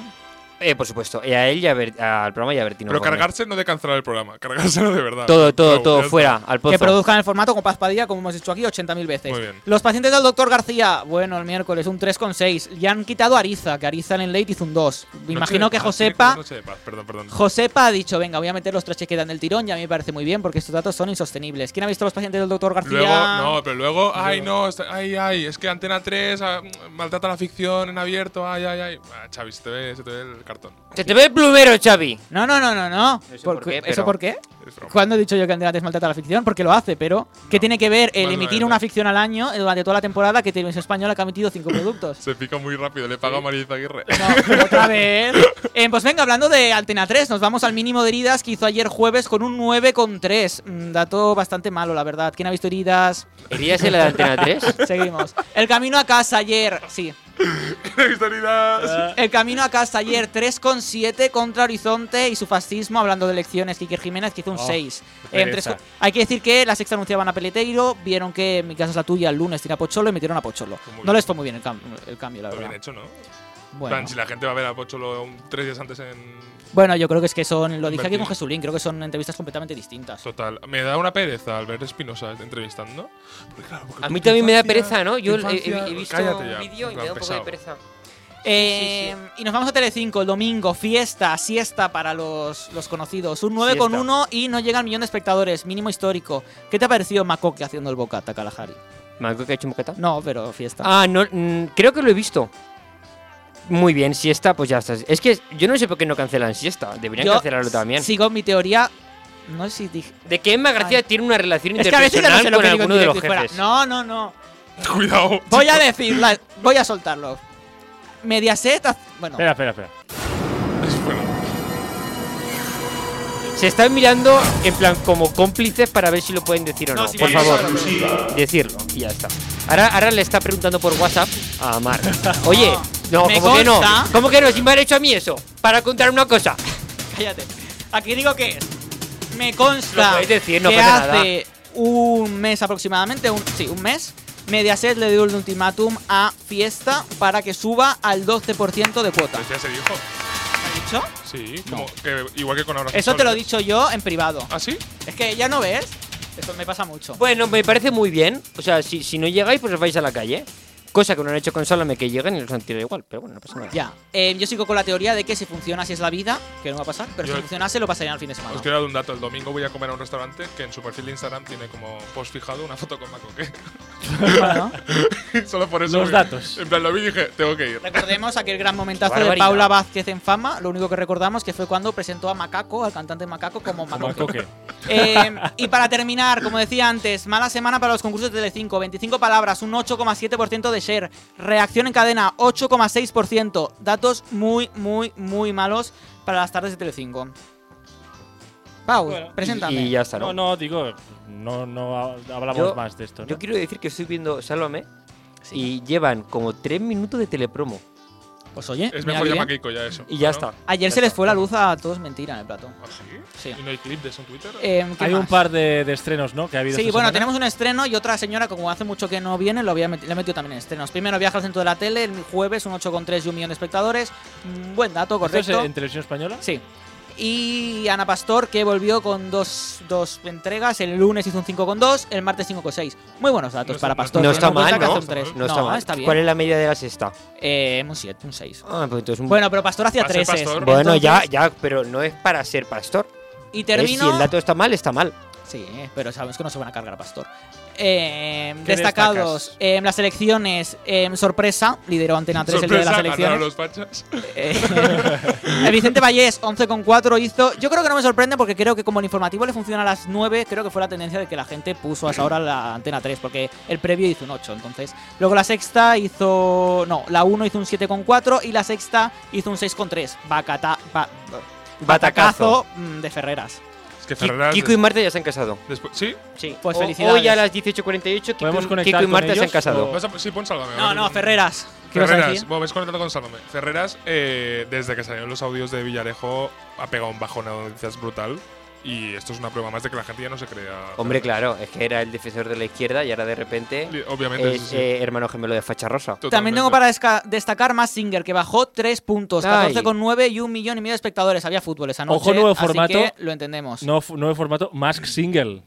[SPEAKER 5] Eh, por supuesto. eh, a él y a Ber- al programa y a Bertino.
[SPEAKER 4] Pero
[SPEAKER 6] pues
[SPEAKER 5] Borne.
[SPEAKER 4] cargarse no de cancelar el programa, cargárselo de verdad.
[SPEAKER 5] Todo, todo,
[SPEAKER 4] No,
[SPEAKER 5] todo
[SPEAKER 4] ya
[SPEAKER 5] fuera, al
[SPEAKER 6] Que
[SPEAKER 5] pozo.
[SPEAKER 6] produzcan el formato con Paz Padilla, como hemos dicho aquí, 80.000 veces.
[SPEAKER 4] Muy bien.
[SPEAKER 6] Los pacientes del doctor García, bueno, el miércoles un 3,6. Ya han quitado a Ariza, que Ariza en el late hizo un 2. Me
[SPEAKER 4] Noche
[SPEAKER 6] imagino
[SPEAKER 4] de
[SPEAKER 6] que
[SPEAKER 4] paz,
[SPEAKER 6] Josepa...
[SPEAKER 4] tiene que ser Noche de paz, perdón, perdón.
[SPEAKER 6] Josepa ha dicho, venga, voy a meter los tres que dan del tirón, ya me parece muy bien porque estos datos son insostenibles. ¿Quién ha visto los pacientes del doctor García?
[SPEAKER 4] Luego, no, pero luego, ay, no, está- ay, ay, es que Antena 3 ah, mm, maltrata la ficción en abierto, ay, ay, ay. Ah, Xavi, se te ve, se te ve el cartón.
[SPEAKER 5] ¡Se te ve el plumero, Xavi!
[SPEAKER 6] No, no, no, no, no.
[SPEAKER 5] No sé
[SPEAKER 6] ¿Por
[SPEAKER 5] por
[SPEAKER 6] qué-
[SPEAKER 5] qué,
[SPEAKER 6] ¿Eso
[SPEAKER 5] pero-
[SPEAKER 6] por qué?
[SPEAKER 4] Es broma.
[SPEAKER 6] ¿Cuándo he dicho yo que Antena 3 maltrata la ficción? Porque lo hace, pero ¿qué tiene que ver el
[SPEAKER 4] más
[SPEAKER 6] emitir
[SPEAKER 4] nueve.
[SPEAKER 6] una ficción al año eh, durante toda la temporada que Televisión Española que ha emitido cinco productos?
[SPEAKER 4] Se pica muy rápido, le paga a María Aguirre.
[SPEAKER 6] No, otra vez. Eh, pues venga, hablando de Antena 3, nos vamos al mínimo de heridas que hizo ayer jueves con un 9,3. Mm, Dato bastante malo, la verdad. ¿Quién ha visto heridas?
[SPEAKER 5] ¿Querías el de Antena 3?
[SPEAKER 6] Seguimos. El camino a casa ayer, sí.
[SPEAKER 4] Historias.
[SPEAKER 2] Eh.
[SPEAKER 6] El camino a casa ayer, 3,7 contra Horizonte y su fascismo, hablando de elecciones. Kiker Jiménez, que hizo un
[SPEAKER 2] Oh,
[SPEAKER 6] 6.
[SPEAKER 2] qué
[SPEAKER 6] Em, tres
[SPEAKER 2] pereza.
[SPEAKER 6] co- hay que decir que la sexta anunciaban a Peleteiro, vieron que en mi casa es la tuya, el lunes tiene a Pocholo y metieron a Pocholo.
[SPEAKER 4] Muy
[SPEAKER 6] No
[SPEAKER 4] bien.
[SPEAKER 6] les fue muy bien el, cam- el cambio, la
[SPEAKER 4] Está
[SPEAKER 6] verdad.
[SPEAKER 4] bien hecho, ¿no?
[SPEAKER 6] Bueno.
[SPEAKER 4] Plan, si la gente va a ver a Pocholo un- tres días antes en.
[SPEAKER 6] Bueno, yo creo que es que son, lo dije aquí con
[SPEAKER 4] Invertido.
[SPEAKER 6] Jesulín, creo que son entrevistas completamente distintas.
[SPEAKER 4] Total. Me da una pereza Albert Espinosa entrevistando. Porque, claro, porque
[SPEAKER 5] A
[SPEAKER 4] tú,
[SPEAKER 5] mí
[SPEAKER 4] tu
[SPEAKER 5] también me da
[SPEAKER 4] infancia-
[SPEAKER 5] pereza, ¿no? Yo eh,
[SPEAKER 4] tu
[SPEAKER 5] he, he- he
[SPEAKER 4] infancia-
[SPEAKER 5] visto
[SPEAKER 4] Cállate
[SPEAKER 5] un
[SPEAKER 4] ya,
[SPEAKER 5] vídeo y me
[SPEAKER 4] plan
[SPEAKER 5] da un poco de
[SPEAKER 4] pesado.
[SPEAKER 5] pereza.
[SPEAKER 6] Eh, Y nos vamos a Telecinco el domingo, fiesta, siesta para los, los conocidos. Un 9,1 y no llega al millón de espectadores, mínimo histórico. ¿Qué te ha parecido Makoki haciendo el bocata, Kalahari?
[SPEAKER 5] ¿Me acuerdo que ha hecho un bocata?
[SPEAKER 6] No, pero fiesta.
[SPEAKER 5] Ah, no, mm, creo que lo he visto. Muy bien, siesta, pues ya está. Es que yo no sé por qué no cancelan siesta. Deberían
[SPEAKER 6] Yo
[SPEAKER 5] cancelarlo también.
[SPEAKER 6] Sigo mi teoría. No sé si dije.
[SPEAKER 5] De que Emma García
[SPEAKER 6] Ay.
[SPEAKER 5] tiene una relación
[SPEAKER 6] Es que a veces yo no
[SPEAKER 5] interpersonal
[SPEAKER 6] sé lo
[SPEAKER 5] con
[SPEAKER 6] que digo en
[SPEAKER 5] alguno de los
[SPEAKER 6] directo y fuera.
[SPEAKER 5] jefes.
[SPEAKER 6] No, no, no.
[SPEAKER 4] Cuidado.
[SPEAKER 6] Voy a decirla, voy a soltarlo. Mediaset. haz- Bueno,
[SPEAKER 2] Espera, espera, espera.
[SPEAKER 5] Se están mirando en plan como cómplices para ver si lo pueden decir o no.
[SPEAKER 6] No, sí,
[SPEAKER 5] por
[SPEAKER 6] sí,
[SPEAKER 5] favor,
[SPEAKER 3] Exclusiva.
[SPEAKER 5] decirlo y ya está. Ahora, ahora le está preguntando por WhatsApp a Mar. Oye, no,
[SPEAKER 6] Ah, me
[SPEAKER 5] ¿cómo que no?
[SPEAKER 6] consta.
[SPEAKER 5] ¿Cómo que no? Si me han hecho a mí eso. Para contar una cosa.
[SPEAKER 6] cállate. Aquí digo que es. Me
[SPEAKER 5] Lo
[SPEAKER 6] consta
[SPEAKER 5] podéis decir, no
[SPEAKER 6] que
[SPEAKER 5] pasa nada.
[SPEAKER 6] hace un mes aproximadamente, un, sí, un mes, Mediaset le dio el ultimátum a Fiesta para que suba al 12% de cuota.
[SPEAKER 4] Pues ya se dijo.
[SPEAKER 6] ¿Lo he dicho?
[SPEAKER 4] Sí, como que, igual que con ahora.
[SPEAKER 6] Eso te lo he dicho yo en privado.
[SPEAKER 4] ¿Ah, sí?
[SPEAKER 6] Es que ya no ves. Esto me pasa mucho.
[SPEAKER 5] Bueno, me parece muy bien. O sea, si, si no llegáis, pues os vais a la calle. Cosa que no han hecho con Salame que lleguen y los han tirado igual. Pero bueno, no pasa nada.
[SPEAKER 6] Ya. Eh, yo sigo con la teoría de que si funciona así es la vida, que no va a pasar, pero
[SPEAKER 4] Yo-
[SPEAKER 6] si funcionase lo pasarían al fin de semana.
[SPEAKER 4] Os quiero dar un dato. El domingo voy a comer a un restaurante que en su perfil de Instagram tiene como post fijado una foto con Macoque.
[SPEAKER 6] Bueno,
[SPEAKER 4] Solo por eso.
[SPEAKER 2] Los
[SPEAKER 4] me-
[SPEAKER 2] datos.
[SPEAKER 4] En plan, lo vi y dije, tengo que ir.
[SPEAKER 6] recordemos aquel gran momentazo de
[SPEAKER 5] Barbaridad.
[SPEAKER 6] Paula Vázquez en fama. Lo único que recordamos que fue cuando presentó a Macaco, al cantante Macaco, como Macaco.
[SPEAKER 2] Macoque.
[SPEAKER 6] Eh, y para terminar, como decía antes, mala semana para los concursos de Telecinco. 25 palabras, un 8,7% de share. Reacción en cadena, 8,6%. Datos muy, muy, muy malos para las tardes de Telecinco. Pau,
[SPEAKER 2] Bueno,
[SPEAKER 6] preséntame.
[SPEAKER 5] Y ya está, ¿no?
[SPEAKER 2] No, no, digo, no, no ha- hablamos
[SPEAKER 5] Yo-
[SPEAKER 2] más de esto. ¿no?
[SPEAKER 5] Yo quiero decir que estoy viendo Salome y llevan como tres minutos de telepromo.
[SPEAKER 6] Pues oye,
[SPEAKER 4] Es
[SPEAKER 6] mira
[SPEAKER 4] mejor
[SPEAKER 6] que
[SPEAKER 4] llamar a
[SPEAKER 6] bien.
[SPEAKER 4] Kiko ya eso.
[SPEAKER 5] Y ya
[SPEAKER 4] ¿no?
[SPEAKER 5] está.
[SPEAKER 6] Ayer
[SPEAKER 5] Ya
[SPEAKER 6] se les
[SPEAKER 5] está.
[SPEAKER 6] fue la luz a todos, mentira, en el plato.
[SPEAKER 4] ¿Ah, sí?
[SPEAKER 6] Sí.
[SPEAKER 4] ¿Y no hay clip de eso en Twitter?
[SPEAKER 6] Em, ¿qué
[SPEAKER 2] Hay un
[SPEAKER 6] más?
[SPEAKER 2] par de, de estrenos, ¿no? Que ha habido.
[SPEAKER 6] Sí,
[SPEAKER 2] esta
[SPEAKER 6] bueno,
[SPEAKER 2] semana.
[SPEAKER 6] tenemos un estreno y otra señora, como hace mucho que no viene, lo había meti- le ha metido también en estrenos. Primero viaja al centro de la tele el jueves, un 8,3 y un millón de espectadores. Mm, Buen dato,
[SPEAKER 2] ¿Esto es
[SPEAKER 6] correcto.
[SPEAKER 2] en televisión española?
[SPEAKER 6] Sí. Y Ana Pastor, que volvió con dos, dos entregas. El lunes hizo un 5,2, el martes 5,6. Muy buenos datos
[SPEAKER 4] No
[SPEAKER 6] para
[SPEAKER 4] está-
[SPEAKER 5] no
[SPEAKER 6] Pastor. teniendo
[SPEAKER 5] está
[SPEAKER 6] en cuenta
[SPEAKER 5] mal,
[SPEAKER 6] que
[SPEAKER 5] ¿no?
[SPEAKER 6] hace un tres.
[SPEAKER 5] No está mal.
[SPEAKER 6] bien.
[SPEAKER 5] ¿Cuál es la media de la sexta?
[SPEAKER 6] Eh, un 7, un 6.
[SPEAKER 5] Ah, pues entonces un-
[SPEAKER 6] Bueno, pero Pastor hacía
[SPEAKER 4] Va a ser
[SPEAKER 6] 3.
[SPEAKER 4] Pastor.
[SPEAKER 5] Bueno, ya, ya, pero no es para ser pastor.
[SPEAKER 6] Y
[SPEAKER 5] Es
[SPEAKER 6] termino.
[SPEAKER 5] si el dato está mal, está mal.
[SPEAKER 6] Sí, pero sabemos que no se van a cargar a Pastor. Eh,
[SPEAKER 2] ¿Qué
[SPEAKER 6] destacados,
[SPEAKER 2] destacas?
[SPEAKER 6] eh, las elecciones, eh, sorpresa, lideró Antena 3 el día de las
[SPEAKER 4] Sorpresa, ganaron
[SPEAKER 6] elecciones.
[SPEAKER 4] los fachas.
[SPEAKER 6] Eh, Vicente Vallés, 11,4 hizo. Yo creo que no me sorprende porque creo que como el informativo le funciona a las 9, creo que fue la tendencia de que la gente puso a esa hora la Antena 3, porque el previo hizo un 8, entonces. Luego la sexta hizo... No, la 1 hizo un 7,4 y la sexta hizo un 6,3. Bacata, ba-
[SPEAKER 5] Batacazo.
[SPEAKER 6] batacazo mm, de Ferreras.
[SPEAKER 4] Es que
[SPEAKER 5] Ki-
[SPEAKER 4] Ferreras.
[SPEAKER 5] Kiko y Marta ya se han casado.
[SPEAKER 4] después, sí,
[SPEAKER 5] Sí.
[SPEAKER 6] Pues
[SPEAKER 5] O-
[SPEAKER 6] felicidades.
[SPEAKER 5] Hoy a las 18.48
[SPEAKER 2] ¿Podemos
[SPEAKER 5] Kiko,
[SPEAKER 2] conectar
[SPEAKER 5] Kiko y
[SPEAKER 2] con
[SPEAKER 5] Marta se han
[SPEAKER 2] ellos?
[SPEAKER 5] casado.
[SPEAKER 2] O-
[SPEAKER 4] Vas a- sí, pon Sálvame.
[SPEAKER 6] No,
[SPEAKER 4] ahora
[SPEAKER 6] no,
[SPEAKER 4] mismo.
[SPEAKER 6] Ferreras. ¿Qué ibas a
[SPEAKER 4] Ferreras,
[SPEAKER 6] decir?
[SPEAKER 4] bueno, ves conectando con Salome. Ferreras, eh, desde que salieron los audios de Villarejo, ha pegado un bajón de noticias brutal. Y esto es una prueba más de que la gente ya no se crea.
[SPEAKER 5] Hombre, claro, es que era el defensor de la izquierda y ahora de repente
[SPEAKER 4] Li- Obviamente, sí,
[SPEAKER 5] es
[SPEAKER 4] sí.
[SPEAKER 5] eh, hermano gemelo de Facha Rosa.
[SPEAKER 6] También
[SPEAKER 4] Totalmente.
[SPEAKER 6] tengo para desca- destacar más Singer, que bajó 3 puntos,
[SPEAKER 5] Ay.
[SPEAKER 6] 14,9 y un millón y medio de espectadores. Había fútbol esa noche.
[SPEAKER 2] Ojo, nuevo
[SPEAKER 6] así
[SPEAKER 2] formato.
[SPEAKER 6] que lo entendemos.
[SPEAKER 2] No, fu- nuevo formato, Mask Single.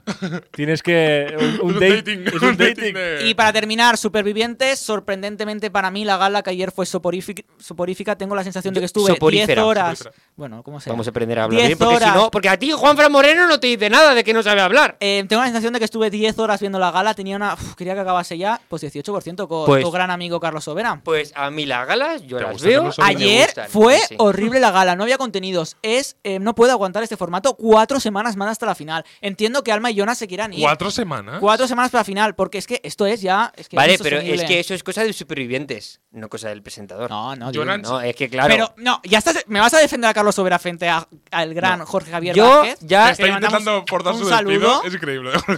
[SPEAKER 2] Tienes que. eh, Un,
[SPEAKER 4] Es
[SPEAKER 2] un
[SPEAKER 4] un
[SPEAKER 2] date-
[SPEAKER 4] dating.
[SPEAKER 2] Es un dating.
[SPEAKER 4] de-
[SPEAKER 6] Y para terminar, supervivientes, sorprendentemente para mí la gala que ayer fue soporífic- soporífica. Tengo la sensación de que estuve 10
[SPEAKER 5] Soporífera.
[SPEAKER 6] horas.
[SPEAKER 4] Soporífera.
[SPEAKER 6] Bueno, ¿cómo se
[SPEAKER 5] Vamos a aprender a hablar
[SPEAKER 6] Diez
[SPEAKER 5] bien, porque si
[SPEAKER 6] horas.
[SPEAKER 5] no, porque a ti, Juan Fran Moreno no te dice nada de que no sabe hablar.
[SPEAKER 6] Eh, tengo la sensación de que estuve 10 horas viendo la gala, tenía una. uf, quería que acabase ya, pues 18% con
[SPEAKER 5] Pues-
[SPEAKER 6] tu gran amigo Carlos Sobera.
[SPEAKER 5] Pues a mí las galas, yo
[SPEAKER 4] ¿Te
[SPEAKER 5] las
[SPEAKER 4] gustan
[SPEAKER 5] veo.
[SPEAKER 4] los hombres?
[SPEAKER 5] me
[SPEAKER 6] Ayer
[SPEAKER 5] gustan,
[SPEAKER 6] fue
[SPEAKER 5] sí.
[SPEAKER 6] horrible la gala, no había contenidos. Es, eh, no puedo aguantar este formato cuatro semanas más hasta la final. Entiendo que Alma y Jonas se quieran ir.
[SPEAKER 4] ¿Cuatro semanas?
[SPEAKER 6] Cuatro semanas para la final, porque es que esto es ya. Es que
[SPEAKER 5] Vale,
[SPEAKER 6] es
[SPEAKER 5] pero es
[SPEAKER 6] insostenible.
[SPEAKER 5] que eso es cosa de supervivientes, no cosa del presentador.
[SPEAKER 6] No, no,
[SPEAKER 4] Jonas-
[SPEAKER 6] dude.
[SPEAKER 5] No, es que claro.
[SPEAKER 6] Pero no, ya estás. ¿Me vas a defender a Carlos Sobera frente a- al gran Jorge Javier
[SPEAKER 5] yo
[SPEAKER 6] Vázquez?
[SPEAKER 4] Me
[SPEAKER 5] ya,
[SPEAKER 4] está
[SPEAKER 6] Le mandamos
[SPEAKER 4] intentando portar
[SPEAKER 6] un
[SPEAKER 4] su despido.
[SPEAKER 6] saludo.
[SPEAKER 4] Es increíble.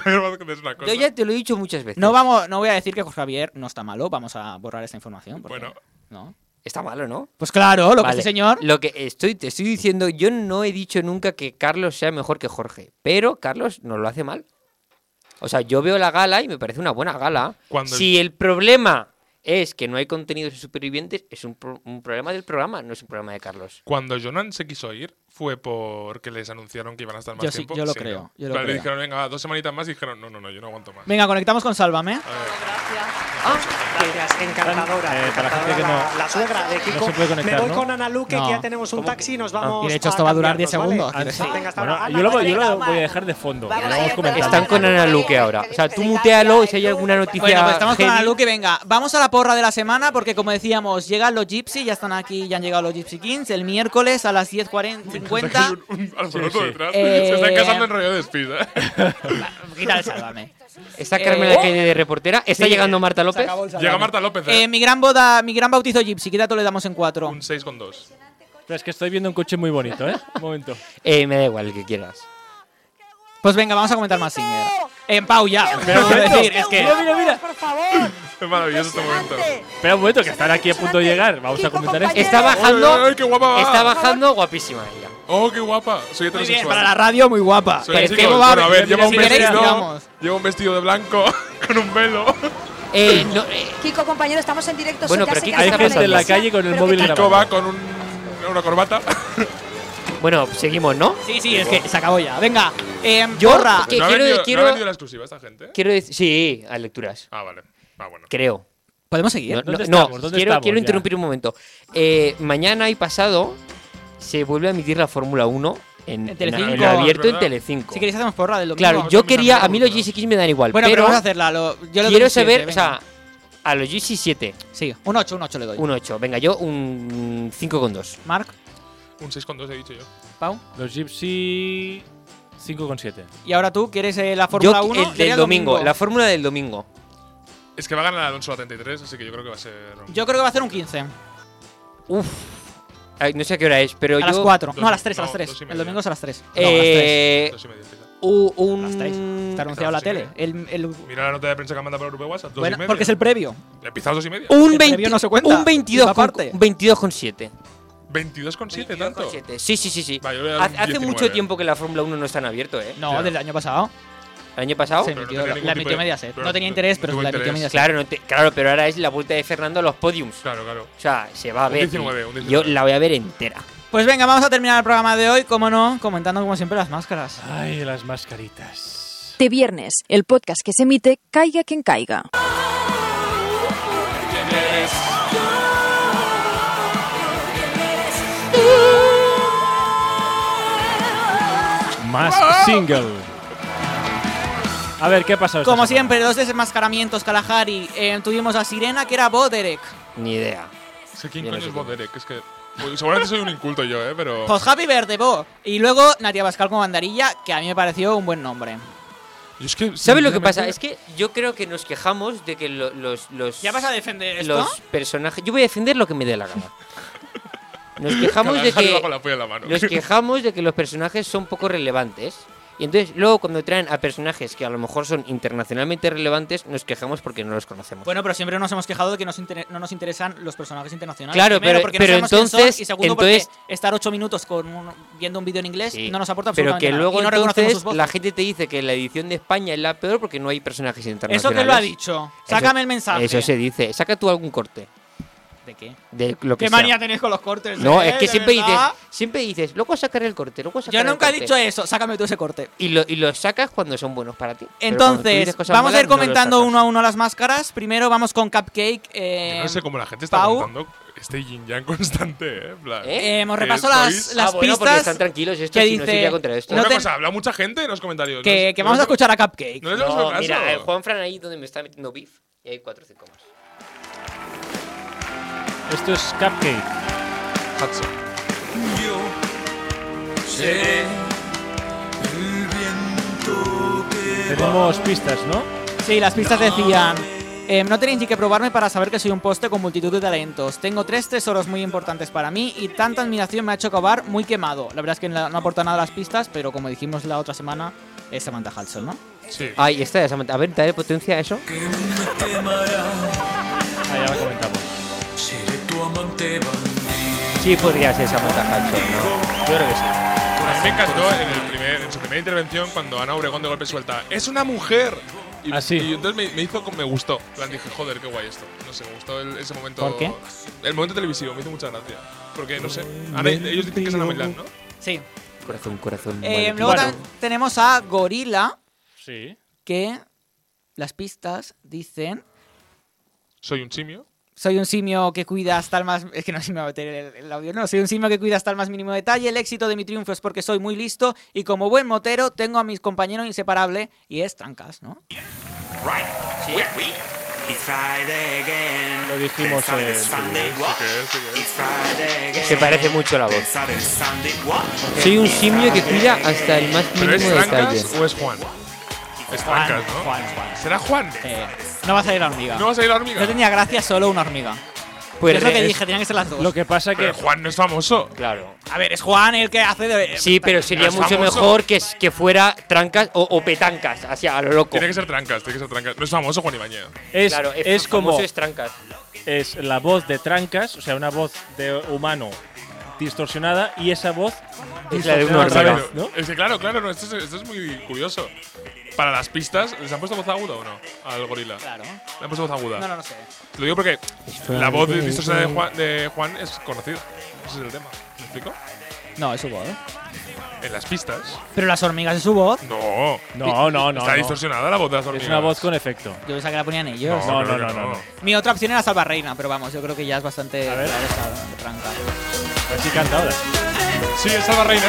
[SPEAKER 4] es una cosa.
[SPEAKER 5] yo ya te lo he dicho muchas veces.
[SPEAKER 6] No vamos, no voy a decir que Jorge Javier no está malo, vamos a borrar esta información. porque-
[SPEAKER 4] Bueno.
[SPEAKER 6] ¿no?
[SPEAKER 5] Está malo, ¿no?
[SPEAKER 6] Pues claro, lo
[SPEAKER 5] Vale,
[SPEAKER 6] que este señor.
[SPEAKER 5] Lo que estoy, te estoy diciendo, yo no he dicho nunca que Carlos sea mejor que Jorge, pero Carlos no lo hace mal. O sea, yo veo la gala y me parece una buena gala.
[SPEAKER 4] Cuando-
[SPEAKER 5] si el problema es que no hay contenidos de supervivientes, es un, pro- un problema del programa, no es un problema de Carlos.
[SPEAKER 4] Cuando Jonan se quiso ir fue porque les anunciaron que iban a estar más
[SPEAKER 6] Yo sí-
[SPEAKER 4] tiempo.
[SPEAKER 6] yo lo
[SPEAKER 4] ¿no?
[SPEAKER 6] creo, yo lo
[SPEAKER 4] Claro, Le
[SPEAKER 6] creo.
[SPEAKER 4] dijeron, venga, va, dos semanitas más y dijeron, no, no, no, yo no aguanto más.
[SPEAKER 6] Venga, conectamos con Sálvame.
[SPEAKER 7] Gracias, encantadora.
[SPEAKER 2] Eh, para la gente que
[SPEAKER 7] encantadora,
[SPEAKER 2] no-
[SPEAKER 7] la, la suegra de Kiko.
[SPEAKER 2] se puede conectar,
[SPEAKER 7] Me voy
[SPEAKER 2] ¿no?
[SPEAKER 7] con Ana Lu, que
[SPEAKER 6] No.
[SPEAKER 7] ya tenemos un taxi y nos vamos.
[SPEAKER 6] Y de hecho esto va a durar 10
[SPEAKER 7] cambiarnos,
[SPEAKER 6] segundos,
[SPEAKER 7] ¿vale?
[SPEAKER 6] quiero
[SPEAKER 7] Venga, hasta
[SPEAKER 2] Bueno,
[SPEAKER 7] ahora.
[SPEAKER 2] yo lo, voy- yo lo voy a dejar de fondo.
[SPEAKER 8] Vamos
[SPEAKER 2] lo
[SPEAKER 8] a
[SPEAKER 2] vamos
[SPEAKER 8] ir
[SPEAKER 2] comentando.
[SPEAKER 5] Están con Ana Luque ahora. O sea, tú mutealo y si hay alguna noticia.
[SPEAKER 6] Bueno, pues estamos con
[SPEAKER 5] heavy-
[SPEAKER 6] Ana Lu, que venga. Vamos a la porra de la semana, porque como decíamos, llegan los Gypsy, ya están aquí, ya han llegado los Gypsy Kings. El miércoles a las 10.50.
[SPEAKER 4] Un, un alboroto
[SPEAKER 2] Sí, sí.
[SPEAKER 4] detrás.
[SPEAKER 6] Eh,
[SPEAKER 4] Se están casando en rollo de espisa.
[SPEAKER 6] Quita el Sálvame.
[SPEAKER 5] Está
[SPEAKER 6] Eh,
[SPEAKER 5] Carmela
[SPEAKER 6] oh.
[SPEAKER 5] Calle de reportera. Está llegando Marta López.
[SPEAKER 4] Llega Marta López. ¿eh?
[SPEAKER 6] Eh, mi gran boda, mi gran bautizo Gypsy, qué dato le damos en 4.
[SPEAKER 4] Un 6 con 2.
[SPEAKER 2] Espera, Es que estoy viendo un coche muy bonito, ¿eh? Un momento.
[SPEAKER 5] Eh, me da igual el que quieras.
[SPEAKER 6] Pues venga, vamos a comentar más Singer. En Pau ya,
[SPEAKER 2] Pero
[SPEAKER 6] quiero
[SPEAKER 2] bueno.
[SPEAKER 6] decir, es que.
[SPEAKER 2] Mira, mira, mira.
[SPEAKER 8] Por favor.
[SPEAKER 4] Es maravilloso este momento.
[SPEAKER 2] Espera un momento, que están aquí a punto de llegar. Vamos a
[SPEAKER 8] Kiko,
[SPEAKER 2] comentar esto.
[SPEAKER 8] compañero.
[SPEAKER 5] Está bajando.
[SPEAKER 4] ¡Ay, ay, qué guapa va!
[SPEAKER 5] Está bajando guapísima ella.
[SPEAKER 4] ¡Oh, qué guapa! Soy
[SPEAKER 6] Muy bien,
[SPEAKER 4] heterosexual.
[SPEAKER 6] para la radio muy guapa.
[SPEAKER 4] Soy
[SPEAKER 5] Parece-
[SPEAKER 4] heterosexual.
[SPEAKER 5] Bueno,
[SPEAKER 4] Bueno, a ver,
[SPEAKER 2] mira,
[SPEAKER 4] lleva un
[SPEAKER 2] mira, si
[SPEAKER 6] queréis,
[SPEAKER 4] vestido.
[SPEAKER 6] digamos.
[SPEAKER 4] Lleva un vestido de blanco con un velo.
[SPEAKER 5] Eh, no, eh,
[SPEAKER 8] Kiko, compañero, estamos en directo.
[SPEAKER 5] Bueno,
[SPEAKER 8] ya
[SPEAKER 5] pero
[SPEAKER 8] sé
[SPEAKER 5] aquí
[SPEAKER 8] que has
[SPEAKER 5] hay
[SPEAKER 8] estado
[SPEAKER 5] gente en la
[SPEAKER 8] iglesia,
[SPEAKER 2] calle con el
[SPEAKER 8] pero
[SPEAKER 2] móvil
[SPEAKER 8] ¿qué tal?
[SPEAKER 2] grabado.
[SPEAKER 4] Kiko va con un, una corbata.
[SPEAKER 5] bueno, seguimos, ¿no?
[SPEAKER 6] Sí, sí, es que se acabó ya. Venga, eh,
[SPEAKER 5] Yo-
[SPEAKER 6] porra.
[SPEAKER 5] Que
[SPEAKER 4] ¿No, ha
[SPEAKER 5] quiero-
[SPEAKER 4] venido,
[SPEAKER 5] quiero-
[SPEAKER 4] ¿No ha venido la exclusiva esta gente? ¿eh?
[SPEAKER 5] Quiero decir. Sí, a lecturas.
[SPEAKER 4] Ah, vale. Ah, bueno.
[SPEAKER 5] Creo.
[SPEAKER 6] ¿Podemos
[SPEAKER 5] No,
[SPEAKER 6] seguir?
[SPEAKER 5] no,
[SPEAKER 2] ¿Dónde
[SPEAKER 5] no,
[SPEAKER 2] estamos? ¿Dónde
[SPEAKER 5] quiero,
[SPEAKER 2] estamos
[SPEAKER 5] quiero
[SPEAKER 2] ya?
[SPEAKER 5] interrumpir un momento. Eh, mañana y pasado se vuelve a emitir la Fórmula 1 en,
[SPEAKER 6] En
[SPEAKER 5] en- en
[SPEAKER 6] Telecinco.
[SPEAKER 5] abierto en
[SPEAKER 4] ¿Verdad?
[SPEAKER 5] Telecinco.
[SPEAKER 6] Si queréis hacemos porra del domingo.
[SPEAKER 5] claro,
[SPEAKER 4] Vamos
[SPEAKER 5] yo
[SPEAKER 4] a mirar
[SPEAKER 5] quería.
[SPEAKER 4] la
[SPEAKER 5] A mí los
[SPEAKER 4] Fórmula.
[SPEAKER 5] GC15 me dan igual.
[SPEAKER 6] Bueno, pero,
[SPEAKER 5] pero
[SPEAKER 6] vamos a hacerla. lo- yo le doy
[SPEAKER 5] quiero
[SPEAKER 6] un siete,
[SPEAKER 5] saber. o
[SPEAKER 6] venga.
[SPEAKER 5] sea, a los GC7,
[SPEAKER 6] Sí, un 8, un 8 le doy.
[SPEAKER 5] un 8. Venga, yo un 5,2.
[SPEAKER 6] Marc,
[SPEAKER 4] Un 6 con 2 he dicho yo.
[SPEAKER 6] Pau.
[SPEAKER 2] Los Gypsy 5,7.
[SPEAKER 6] Y ahora tú quieres eh, la Fórmula
[SPEAKER 5] Yo
[SPEAKER 6] 1.
[SPEAKER 5] el del domingo, la Fórmula del domingo.
[SPEAKER 4] Es que va a ganar Alonso la 33, así que yo creo que va a ser. un-
[SPEAKER 6] Yo creo que va a hacer un 15.
[SPEAKER 5] Uf. Ay, No sé a qué hora es, pero
[SPEAKER 6] a
[SPEAKER 5] yo.
[SPEAKER 6] las 4.
[SPEAKER 4] dos-
[SPEAKER 6] No, a las 3, a
[SPEAKER 4] no,
[SPEAKER 6] las 3.
[SPEAKER 4] dos y
[SPEAKER 6] El
[SPEAKER 4] media.
[SPEAKER 6] domingo es a las 3.
[SPEAKER 5] Eh,
[SPEAKER 4] Dos y media, quizá.
[SPEAKER 5] u-
[SPEAKER 6] no, a las 3. Está
[SPEAKER 5] un.
[SPEAKER 6] anunciado la
[SPEAKER 4] dos y
[SPEAKER 6] tele.
[SPEAKER 4] media.
[SPEAKER 6] El, el-
[SPEAKER 4] Mira la nota de prensa que manda por el grupo de WhatsApp. Dos
[SPEAKER 6] bueno,
[SPEAKER 4] y media.
[SPEAKER 6] porque es el previo.
[SPEAKER 4] ¿Le pisas dos y media?
[SPEAKER 5] Un,
[SPEAKER 6] El
[SPEAKER 5] 20
[SPEAKER 6] previo no se cuenta,
[SPEAKER 5] un 22
[SPEAKER 6] es
[SPEAKER 5] con,
[SPEAKER 6] aparte.
[SPEAKER 5] 22 con 7.
[SPEAKER 4] 22,7 tanto.
[SPEAKER 5] 7. Sí, sí, sí, sí.
[SPEAKER 4] Va, yo le voy a dar
[SPEAKER 5] Hace,
[SPEAKER 4] un
[SPEAKER 5] hace
[SPEAKER 4] 19.
[SPEAKER 5] mucho tiempo que la Fórmula 1 no está en abierto, ¿eh?
[SPEAKER 6] No,
[SPEAKER 4] Ya.
[SPEAKER 6] del año pasado.
[SPEAKER 5] ¿El año pasado?
[SPEAKER 6] se
[SPEAKER 4] pero no
[SPEAKER 6] emitió,
[SPEAKER 4] tenía
[SPEAKER 6] la-
[SPEAKER 4] ningún
[SPEAKER 6] la
[SPEAKER 4] tipo
[SPEAKER 6] emitió
[SPEAKER 4] de-
[SPEAKER 6] Mediaset.
[SPEAKER 4] pero
[SPEAKER 6] no tenía
[SPEAKER 4] no-
[SPEAKER 6] interés,
[SPEAKER 4] no
[SPEAKER 6] pero
[SPEAKER 4] tuvo
[SPEAKER 6] la emitió
[SPEAKER 4] interés.
[SPEAKER 6] Mediaset.
[SPEAKER 5] Claro, no te- claro, pero ahora es la vuelta de Fernando a los podiums.
[SPEAKER 4] Claro, claro.
[SPEAKER 5] O sea, se va a
[SPEAKER 4] Un
[SPEAKER 5] ver.
[SPEAKER 4] 19, un 19.
[SPEAKER 5] Yo la voy a ver entera.
[SPEAKER 6] Pues venga, vamos a terminar el programa de hoy, como no, comentando como siempre las máscaras.
[SPEAKER 4] Ah,
[SPEAKER 2] Ay, las mascaritas.
[SPEAKER 1] Te viernes, el podcast que se emite caiga quien caiga.
[SPEAKER 2] Más single. A ver, ¿qué ha
[SPEAKER 4] pues
[SPEAKER 2] pasado? esta semana?
[SPEAKER 6] Como siempre, dos desmascaramientos, Kalahari. Eh, tuvimos a Sirena, que era Boderek.
[SPEAKER 5] Ni idea.
[SPEAKER 4] Es que ¿quién
[SPEAKER 5] Yo no
[SPEAKER 4] coño
[SPEAKER 5] sé
[SPEAKER 4] es
[SPEAKER 5] cómo.
[SPEAKER 4] Bob Derek? Es que. pues, seguramente soy un inculto yo, ¿eh? Pero.
[SPEAKER 6] Pues Happy Verde, Bo. Y luego Nadia Bascal como bandarilla, que a mí me pareció un buen nombre.
[SPEAKER 4] Yo es que,
[SPEAKER 5] ¿Sabes lo que
[SPEAKER 4] sinceramente,
[SPEAKER 5] pasa? Es que yo creo que nos quejamos de que lo- los, los.
[SPEAKER 6] ¿Ya vas a defender esto?
[SPEAKER 5] Los personajes. Yo voy a defender lo que me dé la gana. Nos quejamos
[SPEAKER 4] cada
[SPEAKER 5] de
[SPEAKER 4] jarro
[SPEAKER 5] que.
[SPEAKER 4] va con la polla en la mano.
[SPEAKER 5] Nos quejamos de que los personajes son poco relevantes. Y entonces, luego cuando traen a personajes que a lo mejor son internacionalmente relevantes, nos quejamos porque no los conocemos.
[SPEAKER 6] Bueno, pero siempre nos hemos quejado de que nos inter- no nos interesan los personajes internacionales.
[SPEAKER 5] Claro,
[SPEAKER 6] Primero,
[SPEAKER 5] pero-
[SPEAKER 6] porque
[SPEAKER 5] pero
[SPEAKER 6] no sabemos quién son,
[SPEAKER 5] entonces-
[SPEAKER 6] y segundo,
[SPEAKER 5] entonces-
[SPEAKER 6] porque estar ocho minutos con un- viendo un vídeo en inglés
[SPEAKER 5] Sí.
[SPEAKER 6] pues, no nos aporta
[SPEAKER 5] Pero
[SPEAKER 6] absolutamente
[SPEAKER 5] que luego
[SPEAKER 6] nada. Y no reconocemos sus
[SPEAKER 5] entonces
[SPEAKER 6] voces.
[SPEAKER 5] la gente te dice que la edición de España es la peor porque no hay personajes
[SPEAKER 6] Eso
[SPEAKER 5] internacionales.
[SPEAKER 6] que lo ha dicho.
[SPEAKER 5] Eso-
[SPEAKER 6] Sácame el mensaje.
[SPEAKER 5] Eso se dice. Saca tú algún corte.
[SPEAKER 6] ¿De qué?
[SPEAKER 5] de lo que
[SPEAKER 6] ¿Qué
[SPEAKER 5] sea.
[SPEAKER 6] manía tenéis con los cortes?
[SPEAKER 5] No,
[SPEAKER 6] eh?
[SPEAKER 5] es que
[SPEAKER 6] ¿De
[SPEAKER 5] siempre dices,
[SPEAKER 6] verdad?
[SPEAKER 5] siempre dices, luego sacaré el corte, luego sacaré
[SPEAKER 6] Yo
[SPEAKER 5] el
[SPEAKER 6] nunca he
[SPEAKER 5] corte".
[SPEAKER 6] dicho eso. Sácame tú ese corte.
[SPEAKER 5] Y lo, y lo sacas cuando son buenos para ti. Pero cuando tú dices
[SPEAKER 6] Entonces,
[SPEAKER 5] cosas
[SPEAKER 6] vamos a
[SPEAKER 5] malas,
[SPEAKER 6] ir
[SPEAKER 5] no lo
[SPEAKER 6] comentando
[SPEAKER 5] sacas.
[SPEAKER 6] uno a uno las máscaras. Primero vamos con Cupcake. eh,
[SPEAKER 4] Yo no sé cómo la gente está
[SPEAKER 6] Pau.
[SPEAKER 4] aguantando este yin yang constante, ¿eh? En plan-
[SPEAKER 5] ¿Eh?
[SPEAKER 6] eh, hemos
[SPEAKER 4] Que
[SPEAKER 6] repasado
[SPEAKER 4] sois-
[SPEAKER 6] las, las
[SPEAKER 5] ah, bueno, porque
[SPEAKER 6] pistas
[SPEAKER 5] están tranquilos, esto
[SPEAKER 6] que
[SPEAKER 5] sí, no
[SPEAKER 6] dice-
[SPEAKER 5] se iría contra esto.
[SPEAKER 6] no
[SPEAKER 4] Una
[SPEAKER 6] te-
[SPEAKER 4] cosa, habla mucha gente en los comentarios.
[SPEAKER 6] que,
[SPEAKER 4] ¿No-
[SPEAKER 6] que
[SPEAKER 4] no
[SPEAKER 6] vamos a
[SPEAKER 4] les-
[SPEAKER 6] escuchar a Cupcake.
[SPEAKER 4] ¿No les
[SPEAKER 5] No,
[SPEAKER 4] hemos hecho caso?
[SPEAKER 5] mira, el Juan Fran ahí donde me está metiendo beef, y hay 4 o 5 más.
[SPEAKER 2] Esto es Cupcake.
[SPEAKER 4] Hudson.
[SPEAKER 2] Tenemos pistas, ¿no?
[SPEAKER 6] Sí, las pistas decían. eh, no tenéis ni que probarme para saber que soy un poste con multitud de talentos. Tengo tres tesoros muy importantes para mí y tanta admiración me ha hecho acabar muy quemado. La verdad es que no no aporta nada las pistas, pero como dijimos la otra semana, es Samantha Hudson, ¿no?
[SPEAKER 4] Sí.
[SPEAKER 5] Ay, esta de Samantha. A ver, dale potencia a eso.
[SPEAKER 2] Ah, ya lo comentamos.
[SPEAKER 5] Sí, podría ser Samantha Hudson, ¿no?
[SPEAKER 2] Yo creo que sí.
[SPEAKER 4] A mí me encantó en, el primer- en su primera intervención cuando Ana Obregón de golpe suelta ¡Es una mujer! Y,
[SPEAKER 2] Ah, sí.
[SPEAKER 4] y entonces me, me hizo, me gustó. En plan, dije, joder, qué guay esto. No sé, me gustó el- ese momento.
[SPEAKER 6] ¿Por qué?
[SPEAKER 4] El momento televisivo, me hizo mucha gracia. Porque, no sé, Ana- ellos dicen que es Ana Milán, ¿no?
[SPEAKER 6] Sí.
[SPEAKER 5] Corazón, corazón.
[SPEAKER 6] Eh,
[SPEAKER 5] Valentín.
[SPEAKER 6] luego
[SPEAKER 2] Bueno.
[SPEAKER 6] tam- tenemos a Gorila,
[SPEAKER 2] Sí.
[SPEAKER 6] que las pistas dicen.
[SPEAKER 4] Soy un simio.
[SPEAKER 6] Soy un simio que cuida hasta el más. Es que no sé si me va a meter el, el audio. No, soy un simio que cuida hasta el más mínimo detalle. El éxito de mi triunfo es porque soy muy listo y como buen motero tengo a mis compañeros inseparable y es trancas, ¿no?
[SPEAKER 2] Lo dijimos en-
[SPEAKER 5] Se parece mucho la voz. Soy un simio que cuida hasta el más
[SPEAKER 4] ¿Pero es
[SPEAKER 5] mínimo detalle.
[SPEAKER 4] Trancas o es Juan? Es Trancas, ¿no?
[SPEAKER 6] Juan, Juan.
[SPEAKER 4] ¿Será Juan?
[SPEAKER 6] Eh, no va a salir la hormiga.
[SPEAKER 4] ¿No
[SPEAKER 6] No,
[SPEAKER 4] vas a ir a la hormiga?
[SPEAKER 6] tenía gracia solo una hormiga.
[SPEAKER 5] Pues
[SPEAKER 6] es lo que
[SPEAKER 5] es-
[SPEAKER 6] dije, tenían que ser las dos.
[SPEAKER 2] Lo que pasa que
[SPEAKER 4] Pero Juan no es famoso.
[SPEAKER 5] Claro.
[SPEAKER 6] A ver, es Juan el que hace de.
[SPEAKER 5] Sí, pero sería
[SPEAKER 4] ¿Es
[SPEAKER 5] mucho
[SPEAKER 4] famoso?
[SPEAKER 5] mejor que, s- que fuera trancas o, o petancas, hacia a lo loco.
[SPEAKER 4] Tiene que ser Trancas, tiene que ser Trancas. No es famoso Juan Ibañez.
[SPEAKER 2] es,
[SPEAKER 5] Claro, es,
[SPEAKER 2] es como
[SPEAKER 5] famoso este- es trancas.
[SPEAKER 2] es la voz de Trancas, o sea, una voz de humano distorsionada y esa voz
[SPEAKER 5] Es la de
[SPEAKER 2] distorsionada
[SPEAKER 5] una
[SPEAKER 2] al
[SPEAKER 5] hormiga.
[SPEAKER 2] revés, ¿no?
[SPEAKER 4] Es que claro, claro, no, esto, es, esto es muy curioso. Para las pistas, ¿les han puesto voz aguda o no? Al gorila.
[SPEAKER 6] Claro.
[SPEAKER 4] Le han puesto voz aguda.
[SPEAKER 6] No, no, no sé.
[SPEAKER 4] Lo digo porque la voz de distorsionada de Juan, de Juan es conocida. Ese es el tema. ¿Me explico?
[SPEAKER 6] No, es su voz.
[SPEAKER 4] En las pistas.
[SPEAKER 6] Pero las hormigas es su voz.
[SPEAKER 4] No.
[SPEAKER 2] No, no, no.
[SPEAKER 4] Está
[SPEAKER 2] no.
[SPEAKER 4] distorsionada la voz de las hormigas.
[SPEAKER 2] Es una voz con efecto.
[SPEAKER 6] Yo pensaba que la ponían ellos.
[SPEAKER 4] No, no,
[SPEAKER 2] No,
[SPEAKER 4] no,
[SPEAKER 2] no,
[SPEAKER 4] no.
[SPEAKER 2] no, no.
[SPEAKER 6] Mi otra opción era Salva Reina, pero vamos, yo creo que ya es bastante.
[SPEAKER 2] A ver.
[SPEAKER 6] claro, esa tranca.
[SPEAKER 2] A ver si canta ahora.
[SPEAKER 4] Sí, es Salva Reina.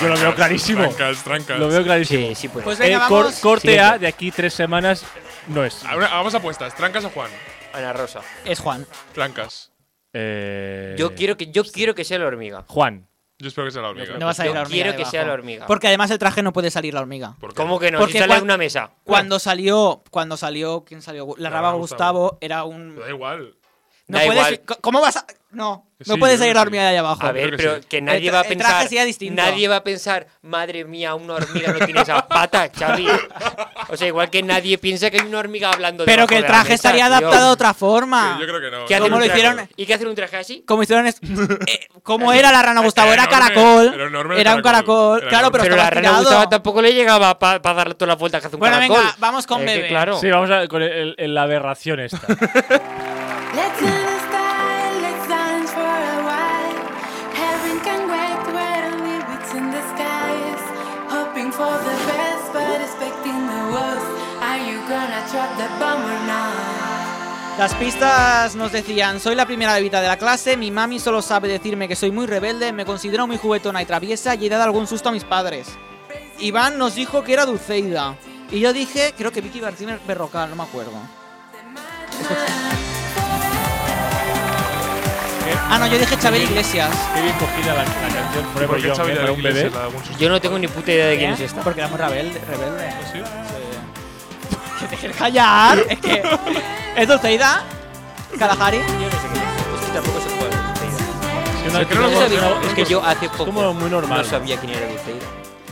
[SPEAKER 2] Yo lo veo clarísimo.
[SPEAKER 4] Trancas, trancas.
[SPEAKER 2] Lo veo clarísimo.
[SPEAKER 5] Sí, sí, pues.
[SPEAKER 6] Pues venga,
[SPEAKER 2] Eh, cor-
[SPEAKER 6] vamos.
[SPEAKER 2] corte
[SPEAKER 5] Siguiente.
[SPEAKER 2] A de aquí tres semanas no es.
[SPEAKER 4] Ahora, Vamos a apuestas. ¿Trancas o Juan?
[SPEAKER 5] Ana Rosa.
[SPEAKER 6] Es Juan.
[SPEAKER 4] Trancas.
[SPEAKER 2] Eh,
[SPEAKER 5] Yo quiero que yo quiero que sea la hormiga.
[SPEAKER 2] Juan.
[SPEAKER 4] Yo espero que sea la hormiga.
[SPEAKER 6] No vas a
[SPEAKER 5] yo
[SPEAKER 6] ir la hormiga.
[SPEAKER 5] quiero que
[SPEAKER 6] debajo.
[SPEAKER 5] sea la hormiga.
[SPEAKER 6] Porque además el traje no puede salir la hormiga.
[SPEAKER 4] ¿Por qué?
[SPEAKER 5] ¿Cómo que no?
[SPEAKER 6] Porque
[SPEAKER 5] si sale
[SPEAKER 6] cuan-
[SPEAKER 5] de una mesa.
[SPEAKER 6] Cuando salió, cuando salió, ¿quién salió? La
[SPEAKER 4] La
[SPEAKER 6] raba
[SPEAKER 4] Raba
[SPEAKER 6] Gustavo era un.
[SPEAKER 4] Pues Da igual.
[SPEAKER 6] No
[SPEAKER 5] Da
[SPEAKER 6] puedes.
[SPEAKER 5] igual.
[SPEAKER 6] ¿Cómo vas a.? No, no
[SPEAKER 4] Sí,
[SPEAKER 6] puedes
[SPEAKER 4] yo creo
[SPEAKER 6] salir la
[SPEAKER 4] que
[SPEAKER 6] hormiga
[SPEAKER 4] sí.
[SPEAKER 6] de ahí abajo.
[SPEAKER 5] A ver,
[SPEAKER 4] que
[SPEAKER 5] pero
[SPEAKER 4] sí.
[SPEAKER 5] que nadie
[SPEAKER 6] El tra-
[SPEAKER 5] va a
[SPEAKER 6] el
[SPEAKER 5] pensar.
[SPEAKER 6] traje sería distinto.
[SPEAKER 5] Nadie va a pensar, madre mía, una hormiga no tiene esas patas, Xavi. O sea, igual que nadie piensa que hay una hormiga hablando
[SPEAKER 6] Pero
[SPEAKER 5] debajo
[SPEAKER 6] que el
[SPEAKER 5] de la
[SPEAKER 6] traje
[SPEAKER 5] mesa,
[SPEAKER 6] estaría
[SPEAKER 5] tío.
[SPEAKER 6] adaptado a otra forma.
[SPEAKER 4] Sí, yo creo que no.
[SPEAKER 5] ¿Qué hacen
[SPEAKER 6] ¿Cómo
[SPEAKER 5] un
[SPEAKER 6] Ah. lo
[SPEAKER 5] traje?
[SPEAKER 6] hicieron?
[SPEAKER 5] ¿Y qué hacen un traje así?
[SPEAKER 6] Como hicieron es, eh, ¿Cómo era la rana Gustavo? Era
[SPEAKER 4] Era enorme,
[SPEAKER 6] caracol.
[SPEAKER 4] era enorme el
[SPEAKER 6] Era un
[SPEAKER 4] caracol.
[SPEAKER 6] caracol.
[SPEAKER 4] Era
[SPEAKER 6] Claro,
[SPEAKER 4] enorme.
[SPEAKER 6] pero,
[SPEAKER 5] Pero, la
[SPEAKER 6] estaba
[SPEAKER 5] rana
[SPEAKER 6] tirado.
[SPEAKER 5] Gustavo tampoco le llegaba para darle todas las vueltas que hace un
[SPEAKER 6] Bueno,
[SPEAKER 5] caracol.
[SPEAKER 6] venga, vamos con
[SPEAKER 5] Es que,
[SPEAKER 6] Bebe.
[SPEAKER 5] Claro.
[SPEAKER 2] Sí, vamos a con el- el- el- la aberración esta.
[SPEAKER 8] Let's do this dance, let's dance for a while. Heaven can wait, we're only in the skies. Hoping for the best, but expecting the worst. Are you gonna drop the bomb or not?
[SPEAKER 6] Las pistas nos decían, soy la primera bebita de la clase, mi mami solo sabe decirme que soy muy rebelde, me considero muy juguetona y traviesa y he dado algún susto a mis padres. Iván nos dijo que era Dulceida. Y yo dije, creo que Vicky Martínez Berrocal, no me acuerdo. Ah, no, yo dije Chabel Iglesias.
[SPEAKER 2] Qué bien cogida la, la canción Forever
[SPEAKER 4] ¿Por qué
[SPEAKER 2] Young,
[SPEAKER 4] Xavi
[SPEAKER 2] ¿eh?
[SPEAKER 4] de
[SPEAKER 2] para un bebé.
[SPEAKER 4] Iglesias le da algún susto?
[SPEAKER 5] Yo no tengo ni puta idea de quién es
[SPEAKER 6] ¿Eh?
[SPEAKER 5] esta. Pues
[SPEAKER 6] Porque era muy rebelde. rebelde.
[SPEAKER 4] ¿Sí?
[SPEAKER 6] Que te quieres callar. es que... ¿Es Dulceida? ¿Kalahari?
[SPEAKER 5] tampoco se puede.
[SPEAKER 2] Es que no-
[SPEAKER 4] Sí,
[SPEAKER 2] es que
[SPEAKER 4] creo
[SPEAKER 2] no-
[SPEAKER 4] que lo
[SPEAKER 2] no-
[SPEAKER 5] este. es que yo hace
[SPEAKER 2] es
[SPEAKER 5] poco
[SPEAKER 2] como muy normal.
[SPEAKER 5] no sabía quién era Dulceida.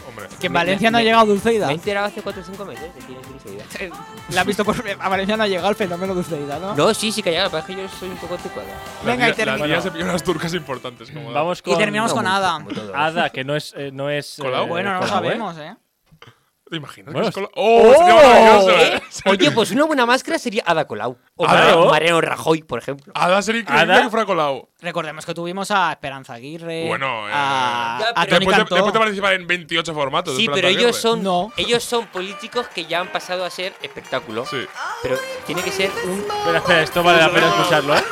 [SPEAKER 4] Hombre.
[SPEAKER 6] Que en
[SPEAKER 5] Me-
[SPEAKER 6] Valencia no ha
[SPEAKER 5] me-
[SPEAKER 6] llegado Dulceida.
[SPEAKER 5] Me he enterado hace 4 o 5 meses de quién es Dulceida.
[SPEAKER 6] Eh, La has visto por. A Valencia no ha llegado el fenómeno de Dulceida, ¿no?
[SPEAKER 5] No, sí, sí que llega, pero es que yo soy un poco anticuado.
[SPEAKER 6] Venga, y
[SPEAKER 4] las, las
[SPEAKER 6] termino.
[SPEAKER 4] tías se pillan unas turcas importantes. Como
[SPEAKER 2] Mm, Vamos
[SPEAKER 6] Y
[SPEAKER 2] con
[SPEAKER 6] terminamos
[SPEAKER 5] No,
[SPEAKER 6] con
[SPEAKER 5] como-
[SPEAKER 6] Ada.
[SPEAKER 5] como todo.
[SPEAKER 2] Ada, que no es. eh, no es eh,
[SPEAKER 4] Colau.
[SPEAKER 6] Bueno, no lo
[SPEAKER 2] Colau, ¿eh?
[SPEAKER 6] sabemos, ¿eh?
[SPEAKER 4] ¿Te imaginas?
[SPEAKER 2] Bueno,
[SPEAKER 4] que es colo- ¡Oh! Sería maravilloso, ¿eh?
[SPEAKER 5] Oye, pues una buena máscara sería Ada Colau. O
[SPEAKER 4] Ah,
[SPEAKER 2] Ada.
[SPEAKER 5] Mariano, Mariano Rajoy, por ejemplo.
[SPEAKER 4] Ada sería increíble
[SPEAKER 2] Ada.
[SPEAKER 4] que fuera colado.
[SPEAKER 6] Recordemos que tuvimos a Esperanza Aguirre.
[SPEAKER 4] Bueno, eh,
[SPEAKER 6] a,
[SPEAKER 5] Ya,
[SPEAKER 6] a
[SPEAKER 5] pero-
[SPEAKER 6] Tony
[SPEAKER 4] Después de,
[SPEAKER 6] Cantó.
[SPEAKER 4] después de participar en 28 formatos.
[SPEAKER 5] Sí,
[SPEAKER 4] de
[SPEAKER 5] pero
[SPEAKER 4] Plata
[SPEAKER 5] ellos
[SPEAKER 4] Verde.
[SPEAKER 5] son,
[SPEAKER 6] No.
[SPEAKER 5] ellos son políticos que ya han pasado a ser espectáculo.
[SPEAKER 4] Sí.
[SPEAKER 5] Pero tiene que ser un
[SPEAKER 2] Espera, espera, esto vale la pena escucharlo, ¿eh?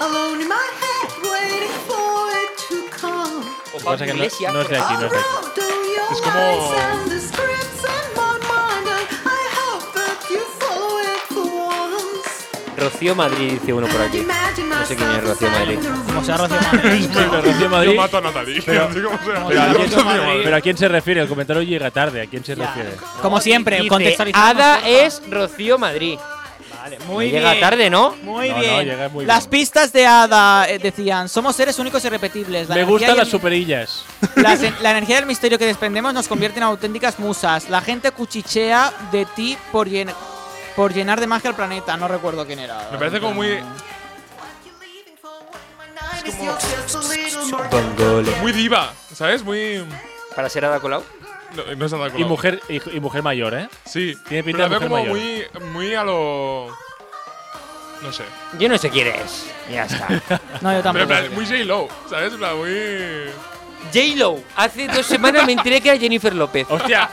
[SPEAKER 8] Alone in my head, waiting for it to come.
[SPEAKER 2] Lo
[SPEAKER 5] o
[SPEAKER 2] que pasa
[SPEAKER 5] Pablo
[SPEAKER 2] es que no-
[SPEAKER 5] Iglesias.
[SPEAKER 2] no es de aquí. no es de aquí.
[SPEAKER 4] Es como-
[SPEAKER 5] Rocío Madrid dice uno por aquí. No sé quién es Rocío Madrid.
[SPEAKER 6] Como sea Rocío Madrid.
[SPEAKER 2] Pero Rocío Madrid-
[SPEAKER 4] Yo mato a Natalie.
[SPEAKER 2] Pero-
[SPEAKER 4] así como sea.
[SPEAKER 2] Pero a,
[SPEAKER 4] Yo mato a mi
[SPEAKER 2] quién,
[SPEAKER 4] madre.
[SPEAKER 2] pero ¿a quién se refiere? El comentario llega tarde. ¿A quién se refiere?
[SPEAKER 6] Como siempre,
[SPEAKER 5] Dice,
[SPEAKER 6] contextualizamos.
[SPEAKER 5] Ada es Rocío Madrid.
[SPEAKER 6] Vale,
[SPEAKER 5] No
[SPEAKER 6] muy
[SPEAKER 5] llega
[SPEAKER 6] bien.
[SPEAKER 5] tarde, ¿no?
[SPEAKER 6] Muy
[SPEAKER 2] No, no,
[SPEAKER 6] bien.
[SPEAKER 2] llega muy
[SPEAKER 6] Las
[SPEAKER 2] bien.
[SPEAKER 6] pistas de Ada eh, decían: Somos seres únicos y repetibles. La
[SPEAKER 2] Me
[SPEAKER 6] energía
[SPEAKER 2] gustan
[SPEAKER 6] y el-
[SPEAKER 2] las superillas.
[SPEAKER 6] las en- la energía del misterio que desprendemos nos convierte en auténticas musas. La gente cuchichea de ti por, llen- por llenar de magia el planeta. No recuerdo quién era.
[SPEAKER 4] Me parece como muy, muy diva, ¿sabes? Muy.
[SPEAKER 5] Para ser Ada Colau.
[SPEAKER 4] No, no es Ada Colau.
[SPEAKER 2] Y mujer, y, y mujer mayor, ¿eh?
[SPEAKER 4] Sí.
[SPEAKER 2] Tiene pinta de
[SPEAKER 4] pero la veo como
[SPEAKER 2] mujer
[SPEAKER 4] muy, muy a lo. No sé.
[SPEAKER 5] Yo no sé quién es. Ya está.
[SPEAKER 6] No,
[SPEAKER 4] Pero
[SPEAKER 6] yo
[SPEAKER 4] en
[SPEAKER 6] tampoco.
[SPEAKER 4] plan, muy J-Lo, ¿sabes? En plan, muy.
[SPEAKER 5] J-Lo. Hace dos semanas me enteré que era Jennifer López.
[SPEAKER 2] ¡Hostia!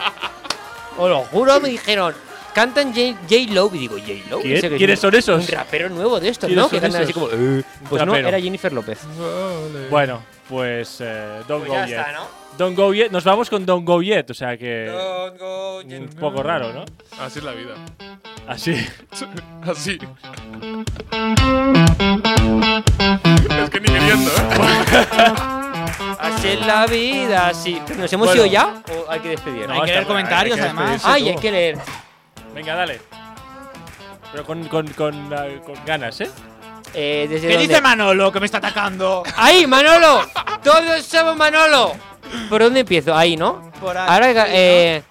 [SPEAKER 5] Os lo juro, me dijeron. Cantan J- J-Lo. Y digo, ¿J-Lo?
[SPEAKER 2] ¿Quién?
[SPEAKER 5] No sé qué
[SPEAKER 2] ¿Quiénes
[SPEAKER 5] es.
[SPEAKER 2] son esos?
[SPEAKER 5] Un rapero nuevo de estos,
[SPEAKER 2] ¿Quiénes
[SPEAKER 5] ¿no? Que
[SPEAKER 2] son
[SPEAKER 5] cantan así
[SPEAKER 2] esos?
[SPEAKER 5] como. eh, Pues no,
[SPEAKER 2] rapero.
[SPEAKER 5] era Jennifer López.
[SPEAKER 2] Bueno, pues. eh, don't
[SPEAKER 5] Pues
[SPEAKER 2] go
[SPEAKER 5] ya
[SPEAKER 2] yet.
[SPEAKER 5] está, ¿no?
[SPEAKER 2] Don't go yet. Nos vamos con Don't go yet. O sea que. Un poco raro, ¿no?
[SPEAKER 4] Así es la vida.
[SPEAKER 2] Así.
[SPEAKER 4] Así. es que ni queriendo, ¿eh?
[SPEAKER 5] Así es la vida, sí. ¿Nos hemos
[SPEAKER 2] Bueno.
[SPEAKER 5] ido ya? ¿O hay que despedir?
[SPEAKER 2] No,
[SPEAKER 6] Hay
[SPEAKER 2] está
[SPEAKER 6] que leer
[SPEAKER 2] bueno,
[SPEAKER 6] comentarios,
[SPEAKER 2] hay que
[SPEAKER 6] además.
[SPEAKER 2] despedirse
[SPEAKER 5] Ay,
[SPEAKER 2] tú.
[SPEAKER 5] hay que leer.
[SPEAKER 2] Venga, dale. Pero con, con, con, eh, con ganas, ¿eh?
[SPEAKER 5] Eh, ¿desde
[SPEAKER 6] ¿Qué
[SPEAKER 5] dónde?
[SPEAKER 6] dice Manolo que me está atacando?
[SPEAKER 5] ¡Ahí, Manolo! ¡Todos somos Manolo! ¿Por dónde empiezo? Ahí, ¿no?
[SPEAKER 6] Por ahí,
[SPEAKER 5] Ahora,
[SPEAKER 6] sí,
[SPEAKER 5] eh,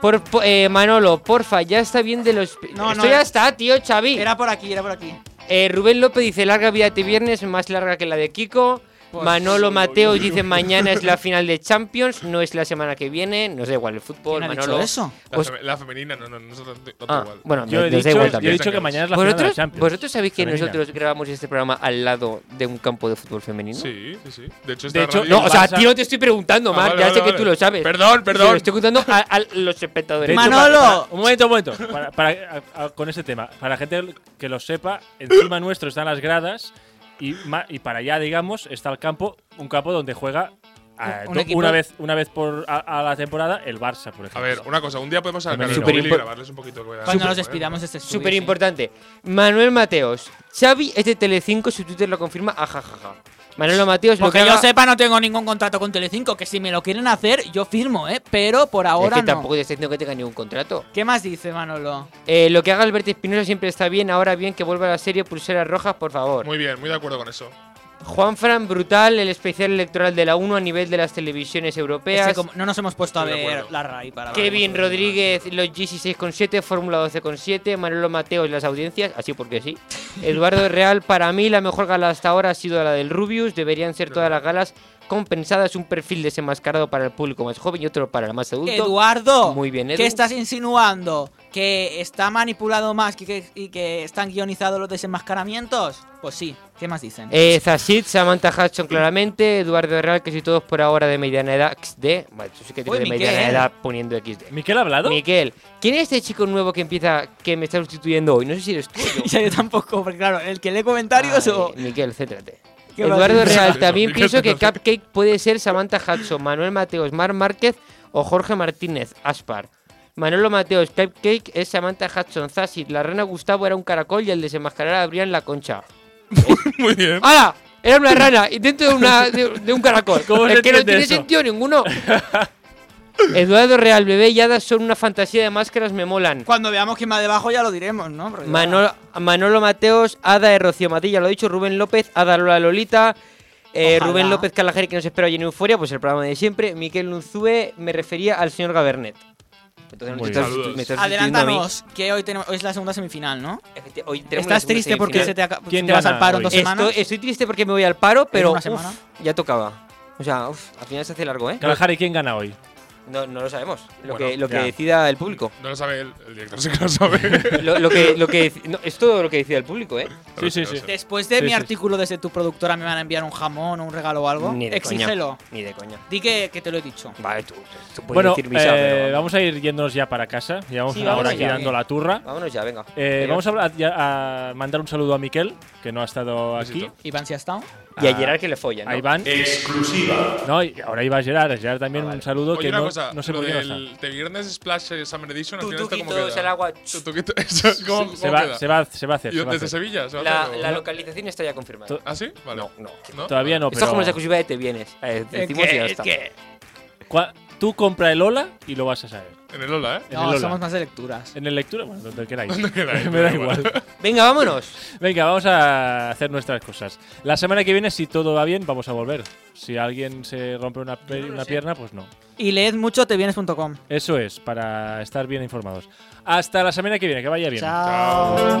[SPEAKER 5] por, po- eh, Manolo, porfa, ya está bien de los...
[SPEAKER 6] No,
[SPEAKER 5] Esto
[SPEAKER 6] no,
[SPEAKER 5] ya
[SPEAKER 6] eh.
[SPEAKER 5] está, tío, Xavi.
[SPEAKER 6] Era por aquí, era por aquí.
[SPEAKER 5] Eh, Rubén López dice, larga vida este viernes, más larga que la de Kiko.
[SPEAKER 6] Pues-
[SPEAKER 5] Manolo Mateo dice, mañana es la final de Champions, no es la semana que viene, nos da igual el fútbol,
[SPEAKER 6] ¿Quién ha
[SPEAKER 5] Manolo.
[SPEAKER 6] dicho eso?
[SPEAKER 4] La,
[SPEAKER 5] Os-
[SPEAKER 4] feme- la femenina, no, no, no es tanto tanto
[SPEAKER 5] pues Ah,
[SPEAKER 4] igual.
[SPEAKER 5] bueno,
[SPEAKER 2] Yo he
[SPEAKER 5] nos- nos
[SPEAKER 2] dicho,
[SPEAKER 5] da igual
[SPEAKER 2] yo he
[SPEAKER 5] también.
[SPEAKER 2] dicho que mañana es la final de la
[SPEAKER 5] ¿Vosotros,
[SPEAKER 2] Champions.
[SPEAKER 5] vosotros sabéis que
[SPEAKER 2] Femenina.
[SPEAKER 5] nosotros grabamos este programa al lado de un campo de fútbol femenino?
[SPEAKER 4] Sí, sí, sí. De hecho,
[SPEAKER 2] De
[SPEAKER 4] esta
[SPEAKER 2] hecho,
[SPEAKER 4] radio-
[SPEAKER 5] No, o sea, a
[SPEAKER 2] Barça-
[SPEAKER 5] ti no te estoy preguntando,
[SPEAKER 4] Ah,
[SPEAKER 5] Marc,
[SPEAKER 4] vale,
[SPEAKER 5] ya
[SPEAKER 4] vale,
[SPEAKER 5] sé que
[SPEAKER 4] vale.
[SPEAKER 5] tú lo sabes.
[SPEAKER 4] Perdón,
[SPEAKER 5] Se
[SPEAKER 4] perdón.
[SPEAKER 5] lo estoy contando a, a los espectadores.
[SPEAKER 2] hecho,
[SPEAKER 6] ¡Manolo!
[SPEAKER 2] para- para- un momento, un momento. Para- para- a- a- con ese tema, para la gente que lo sepa, encima nuestro están las gradas y, ma- y para allá, digamos, está el campo, un campo donde juega ah,
[SPEAKER 6] Un- un
[SPEAKER 2] do-
[SPEAKER 6] equipo-
[SPEAKER 2] una vez una vez por a, a la temporada el Barça, por ejemplo.
[SPEAKER 4] A ver, una cosa, un día podemos sacar a
[SPEAKER 2] Femenino.
[SPEAKER 4] Willy y
[SPEAKER 5] Superimpo-
[SPEAKER 4] grabarles un poquito.
[SPEAKER 6] Cuando nos despidamos de este estudio.
[SPEAKER 5] Súper
[SPEAKER 6] sí.
[SPEAKER 5] importante. Manuel Mateos. Xavi es de Telecinco, su Twitter lo confirma. Ajajaja. Manolo Mateos lo que
[SPEAKER 6] Porque yo
[SPEAKER 5] haga-
[SPEAKER 6] sepa, no tengo ningún contrato con Telecinco, que si me lo quieren hacer, yo firmo, ¿eh? Pero por
[SPEAKER 5] Es
[SPEAKER 6] ahora
[SPEAKER 5] que
[SPEAKER 6] no.
[SPEAKER 5] tampoco te está diciendo que tenga ningún contrato.
[SPEAKER 6] ¿Qué más dice Manolo?
[SPEAKER 5] Eh, lo que haga Alberto Espinosa siempre está bien. Ahora bien, que vuelva a la serie Pulseras Rojas, por favor.
[SPEAKER 4] Muy bien, muy de acuerdo con eso.
[SPEAKER 5] Juan Fran, brutal. El especial electoral de la 1 a nivel de las televisiones europeas.
[SPEAKER 6] Ese como- no nos hemos puesto a
[SPEAKER 4] Estoy de
[SPEAKER 6] ver
[SPEAKER 4] acuerdo.
[SPEAKER 6] la RAI para ver.
[SPEAKER 5] Kevin Rodríguez, los GC 6,7, Fórmula 12,7, Manolo Mateos, las audiencias, así porque sí. Eduardo Real, para mí la mejor gala hasta ahora ha sido la del Rubius, deberían ser todas las galas compensadas, un perfil desenmascarado para el público más joven y otro para el más adulto.
[SPEAKER 6] Eduardo,
[SPEAKER 5] Muy bien, Edu.
[SPEAKER 6] ¿qué estás insinuando? ¿Que está manipulado más que, que- y que están guionizados los desenmascaramientos? Pues sí, ¿qué más dicen?
[SPEAKER 5] Eh, Zasid, Samantha Hudson claramente, Eduardo Real, que si todos por ahora de mediana edad, XD, vale, tú sí que
[SPEAKER 6] Uy,
[SPEAKER 5] tienes de
[SPEAKER 6] Miquel.
[SPEAKER 5] mediana edad poniendo XD.
[SPEAKER 2] ¿Miquel ha hablado?
[SPEAKER 5] Miquel, ¿quién es este chico nuevo que empieza, que me está sustituyendo hoy? No sé si eres tú o yo.
[SPEAKER 6] Ya yo tampoco, porque claro, el que lee comentarios
[SPEAKER 5] Ay,
[SPEAKER 6] o...
[SPEAKER 5] Miquel, céntrate.
[SPEAKER 6] ¿Qué vas a
[SPEAKER 5] Eduardo
[SPEAKER 6] decir?
[SPEAKER 5] Real,
[SPEAKER 4] Eso,
[SPEAKER 5] también
[SPEAKER 4] Miquel,
[SPEAKER 5] pienso que
[SPEAKER 4] céntrate.
[SPEAKER 5] Cupcake puede ser Samantha Hudson, Manuel Mateos, Mar Márquez o Jorge Martínez, Aspar. Manolo Mateos, Cupcake es Samantha Hudson, Zassit, la rana Gustavo era un caracol y el desenmascarar abrían la concha.
[SPEAKER 4] muy bien.
[SPEAKER 5] ¡Hala! Era una rana y dentro de, una, de, de un caracol.
[SPEAKER 2] ¿Cómo
[SPEAKER 5] es
[SPEAKER 2] se
[SPEAKER 5] que no
[SPEAKER 2] entiende
[SPEAKER 5] tiene
[SPEAKER 2] eso?
[SPEAKER 5] sentido ninguno. Eduardo Real, Bebé y Ada son una fantasía de máscaras, me molan.
[SPEAKER 6] Cuando veamos quién va debajo ya lo diremos, ¿no? Porque-
[SPEAKER 5] Manolo, Manolo Mateos, Ada de Rocío Matilla, lo ha dicho Rubén López, Ada Lola Lolita, eh,
[SPEAKER 6] Ojalá.
[SPEAKER 5] Rubén López Calajeri que nos espera hoy en Euforia, pues el programa de siempre, Miquel Nunzúe, me refería al señor Gabernet. Entonces
[SPEAKER 2] Muy
[SPEAKER 5] me estás,
[SPEAKER 4] bien.
[SPEAKER 5] sustitu- me estás sustituyendo a mí.
[SPEAKER 6] Adelántanos, que hoy, tenemos, hoy es la segunda semifinal, ¿no?
[SPEAKER 5] Efecti- hoy tenemos la
[SPEAKER 6] Estás
[SPEAKER 5] segunda
[SPEAKER 6] triste porque se
[SPEAKER 5] semifinal.
[SPEAKER 6] te, aca-
[SPEAKER 2] ¿Quién
[SPEAKER 6] te vas
[SPEAKER 2] gana
[SPEAKER 6] al paro en
[SPEAKER 2] hoy?
[SPEAKER 6] dos
[SPEAKER 5] estoy,
[SPEAKER 6] semanas.
[SPEAKER 5] estoy triste porque me voy al paro, pero
[SPEAKER 6] una
[SPEAKER 5] uf,
[SPEAKER 6] semana?
[SPEAKER 5] ya tocaba. O sea, uf, al final se hace largo, ¿eh?
[SPEAKER 2] Kalahari, ¿quién gana hoy?
[SPEAKER 5] No, no lo sabemos. Lo,
[SPEAKER 4] Bueno,
[SPEAKER 5] que, lo que
[SPEAKER 2] ya.
[SPEAKER 5] decida el público.
[SPEAKER 4] No lo sabe él, el director sí que lo sabe.
[SPEAKER 5] Lo, lo que, lo que, deci- no, es todo lo que decida el público, ¿eh?
[SPEAKER 2] Sí, sí, sí.
[SPEAKER 6] Después de
[SPEAKER 2] Sí,
[SPEAKER 6] mi
[SPEAKER 2] sí, sí.
[SPEAKER 6] artículo de si tu productora me van a enviar un jamón o un regalo o algo,
[SPEAKER 5] Ni de
[SPEAKER 6] exígelo.
[SPEAKER 5] coña. Ni de coña.
[SPEAKER 6] Di que, que te lo he dicho.
[SPEAKER 5] Vale, tú, tú puedes
[SPEAKER 2] Bueno,
[SPEAKER 5] decir
[SPEAKER 2] eh,
[SPEAKER 5] misa, pero
[SPEAKER 2] vamos a ir yéndonos ya para casa. Llevamos
[SPEAKER 5] Sí,
[SPEAKER 2] una
[SPEAKER 5] vamos
[SPEAKER 2] hora
[SPEAKER 5] ya,
[SPEAKER 2] aquí dando
[SPEAKER 5] eh.
[SPEAKER 2] la turra.
[SPEAKER 5] Vámonos ya, venga.
[SPEAKER 2] Eh,
[SPEAKER 5] Venga.
[SPEAKER 2] vamos a, hablar- ya- a mandar un saludo a Miquel, que no ha estado aquí.
[SPEAKER 4] Besito.
[SPEAKER 6] Iván, si ha estado.
[SPEAKER 5] Y a Gerard que le follan. Eh, ¿no?
[SPEAKER 2] A Iván.
[SPEAKER 3] Exclusiva.
[SPEAKER 2] No, y ahora iba a Gerard. A Gerard también
[SPEAKER 5] Ah,
[SPEAKER 2] un
[SPEAKER 5] vale.
[SPEAKER 2] saludo
[SPEAKER 4] Oye,
[SPEAKER 2] que
[SPEAKER 4] una
[SPEAKER 2] no,
[SPEAKER 4] cosa,
[SPEAKER 2] no sé
[SPEAKER 4] lo
[SPEAKER 2] por qué no está.
[SPEAKER 4] del de viernes Splash eh, Summer Edition, al final está como
[SPEAKER 5] Tutuquitos al agua.
[SPEAKER 4] Tutuquito, eso, ¿cómo,
[SPEAKER 2] Se
[SPEAKER 4] cómo
[SPEAKER 2] va,
[SPEAKER 4] queda?
[SPEAKER 2] se, va, se va a hacer.
[SPEAKER 4] ¿Y
[SPEAKER 2] se va a
[SPEAKER 4] desde
[SPEAKER 2] hacer.
[SPEAKER 4] Sevilla? ¿Se va a
[SPEAKER 5] La,
[SPEAKER 4] hacer o
[SPEAKER 5] la
[SPEAKER 4] no?
[SPEAKER 5] localización está ya confirmada.
[SPEAKER 2] To-
[SPEAKER 5] Esto
[SPEAKER 4] ¿Ah, sí? Vale.
[SPEAKER 5] No, no.
[SPEAKER 2] Todavía no, pero.
[SPEAKER 5] es como el jacuzzi de te vienes. Eh, decimos y ya está.
[SPEAKER 2] Cua- Tú compra el Ola y lo vas a saber.
[SPEAKER 4] En el Ola, ¿eh?
[SPEAKER 2] En
[SPEAKER 6] No,
[SPEAKER 2] el Eh. Ola.
[SPEAKER 6] somos más de lecturas.
[SPEAKER 2] En el lectura, bueno, donde queráis.
[SPEAKER 4] Donde queráis,
[SPEAKER 2] Me da igual.
[SPEAKER 5] Venga, vámonos.
[SPEAKER 2] Venga, vamos a hacer nuestras cosas. La semana que viene, si todo va bien, vamos a volver. Si alguien se rompe una, pe- una pierna, pues no.
[SPEAKER 6] Y leed mucho tevienes.com.
[SPEAKER 2] Eso es, para estar bien informados. Hasta la semana que viene, que vaya bien.
[SPEAKER 6] Chao.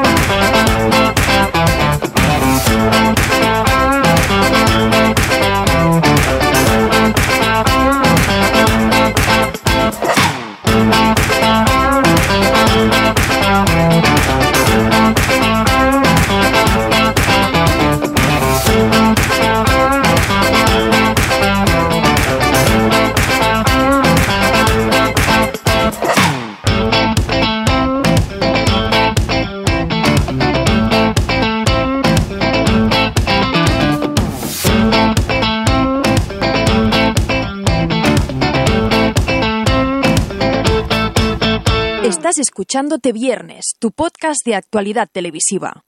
[SPEAKER 1] Estás escuchándote Viernes, tu podcast de actualidad televisiva.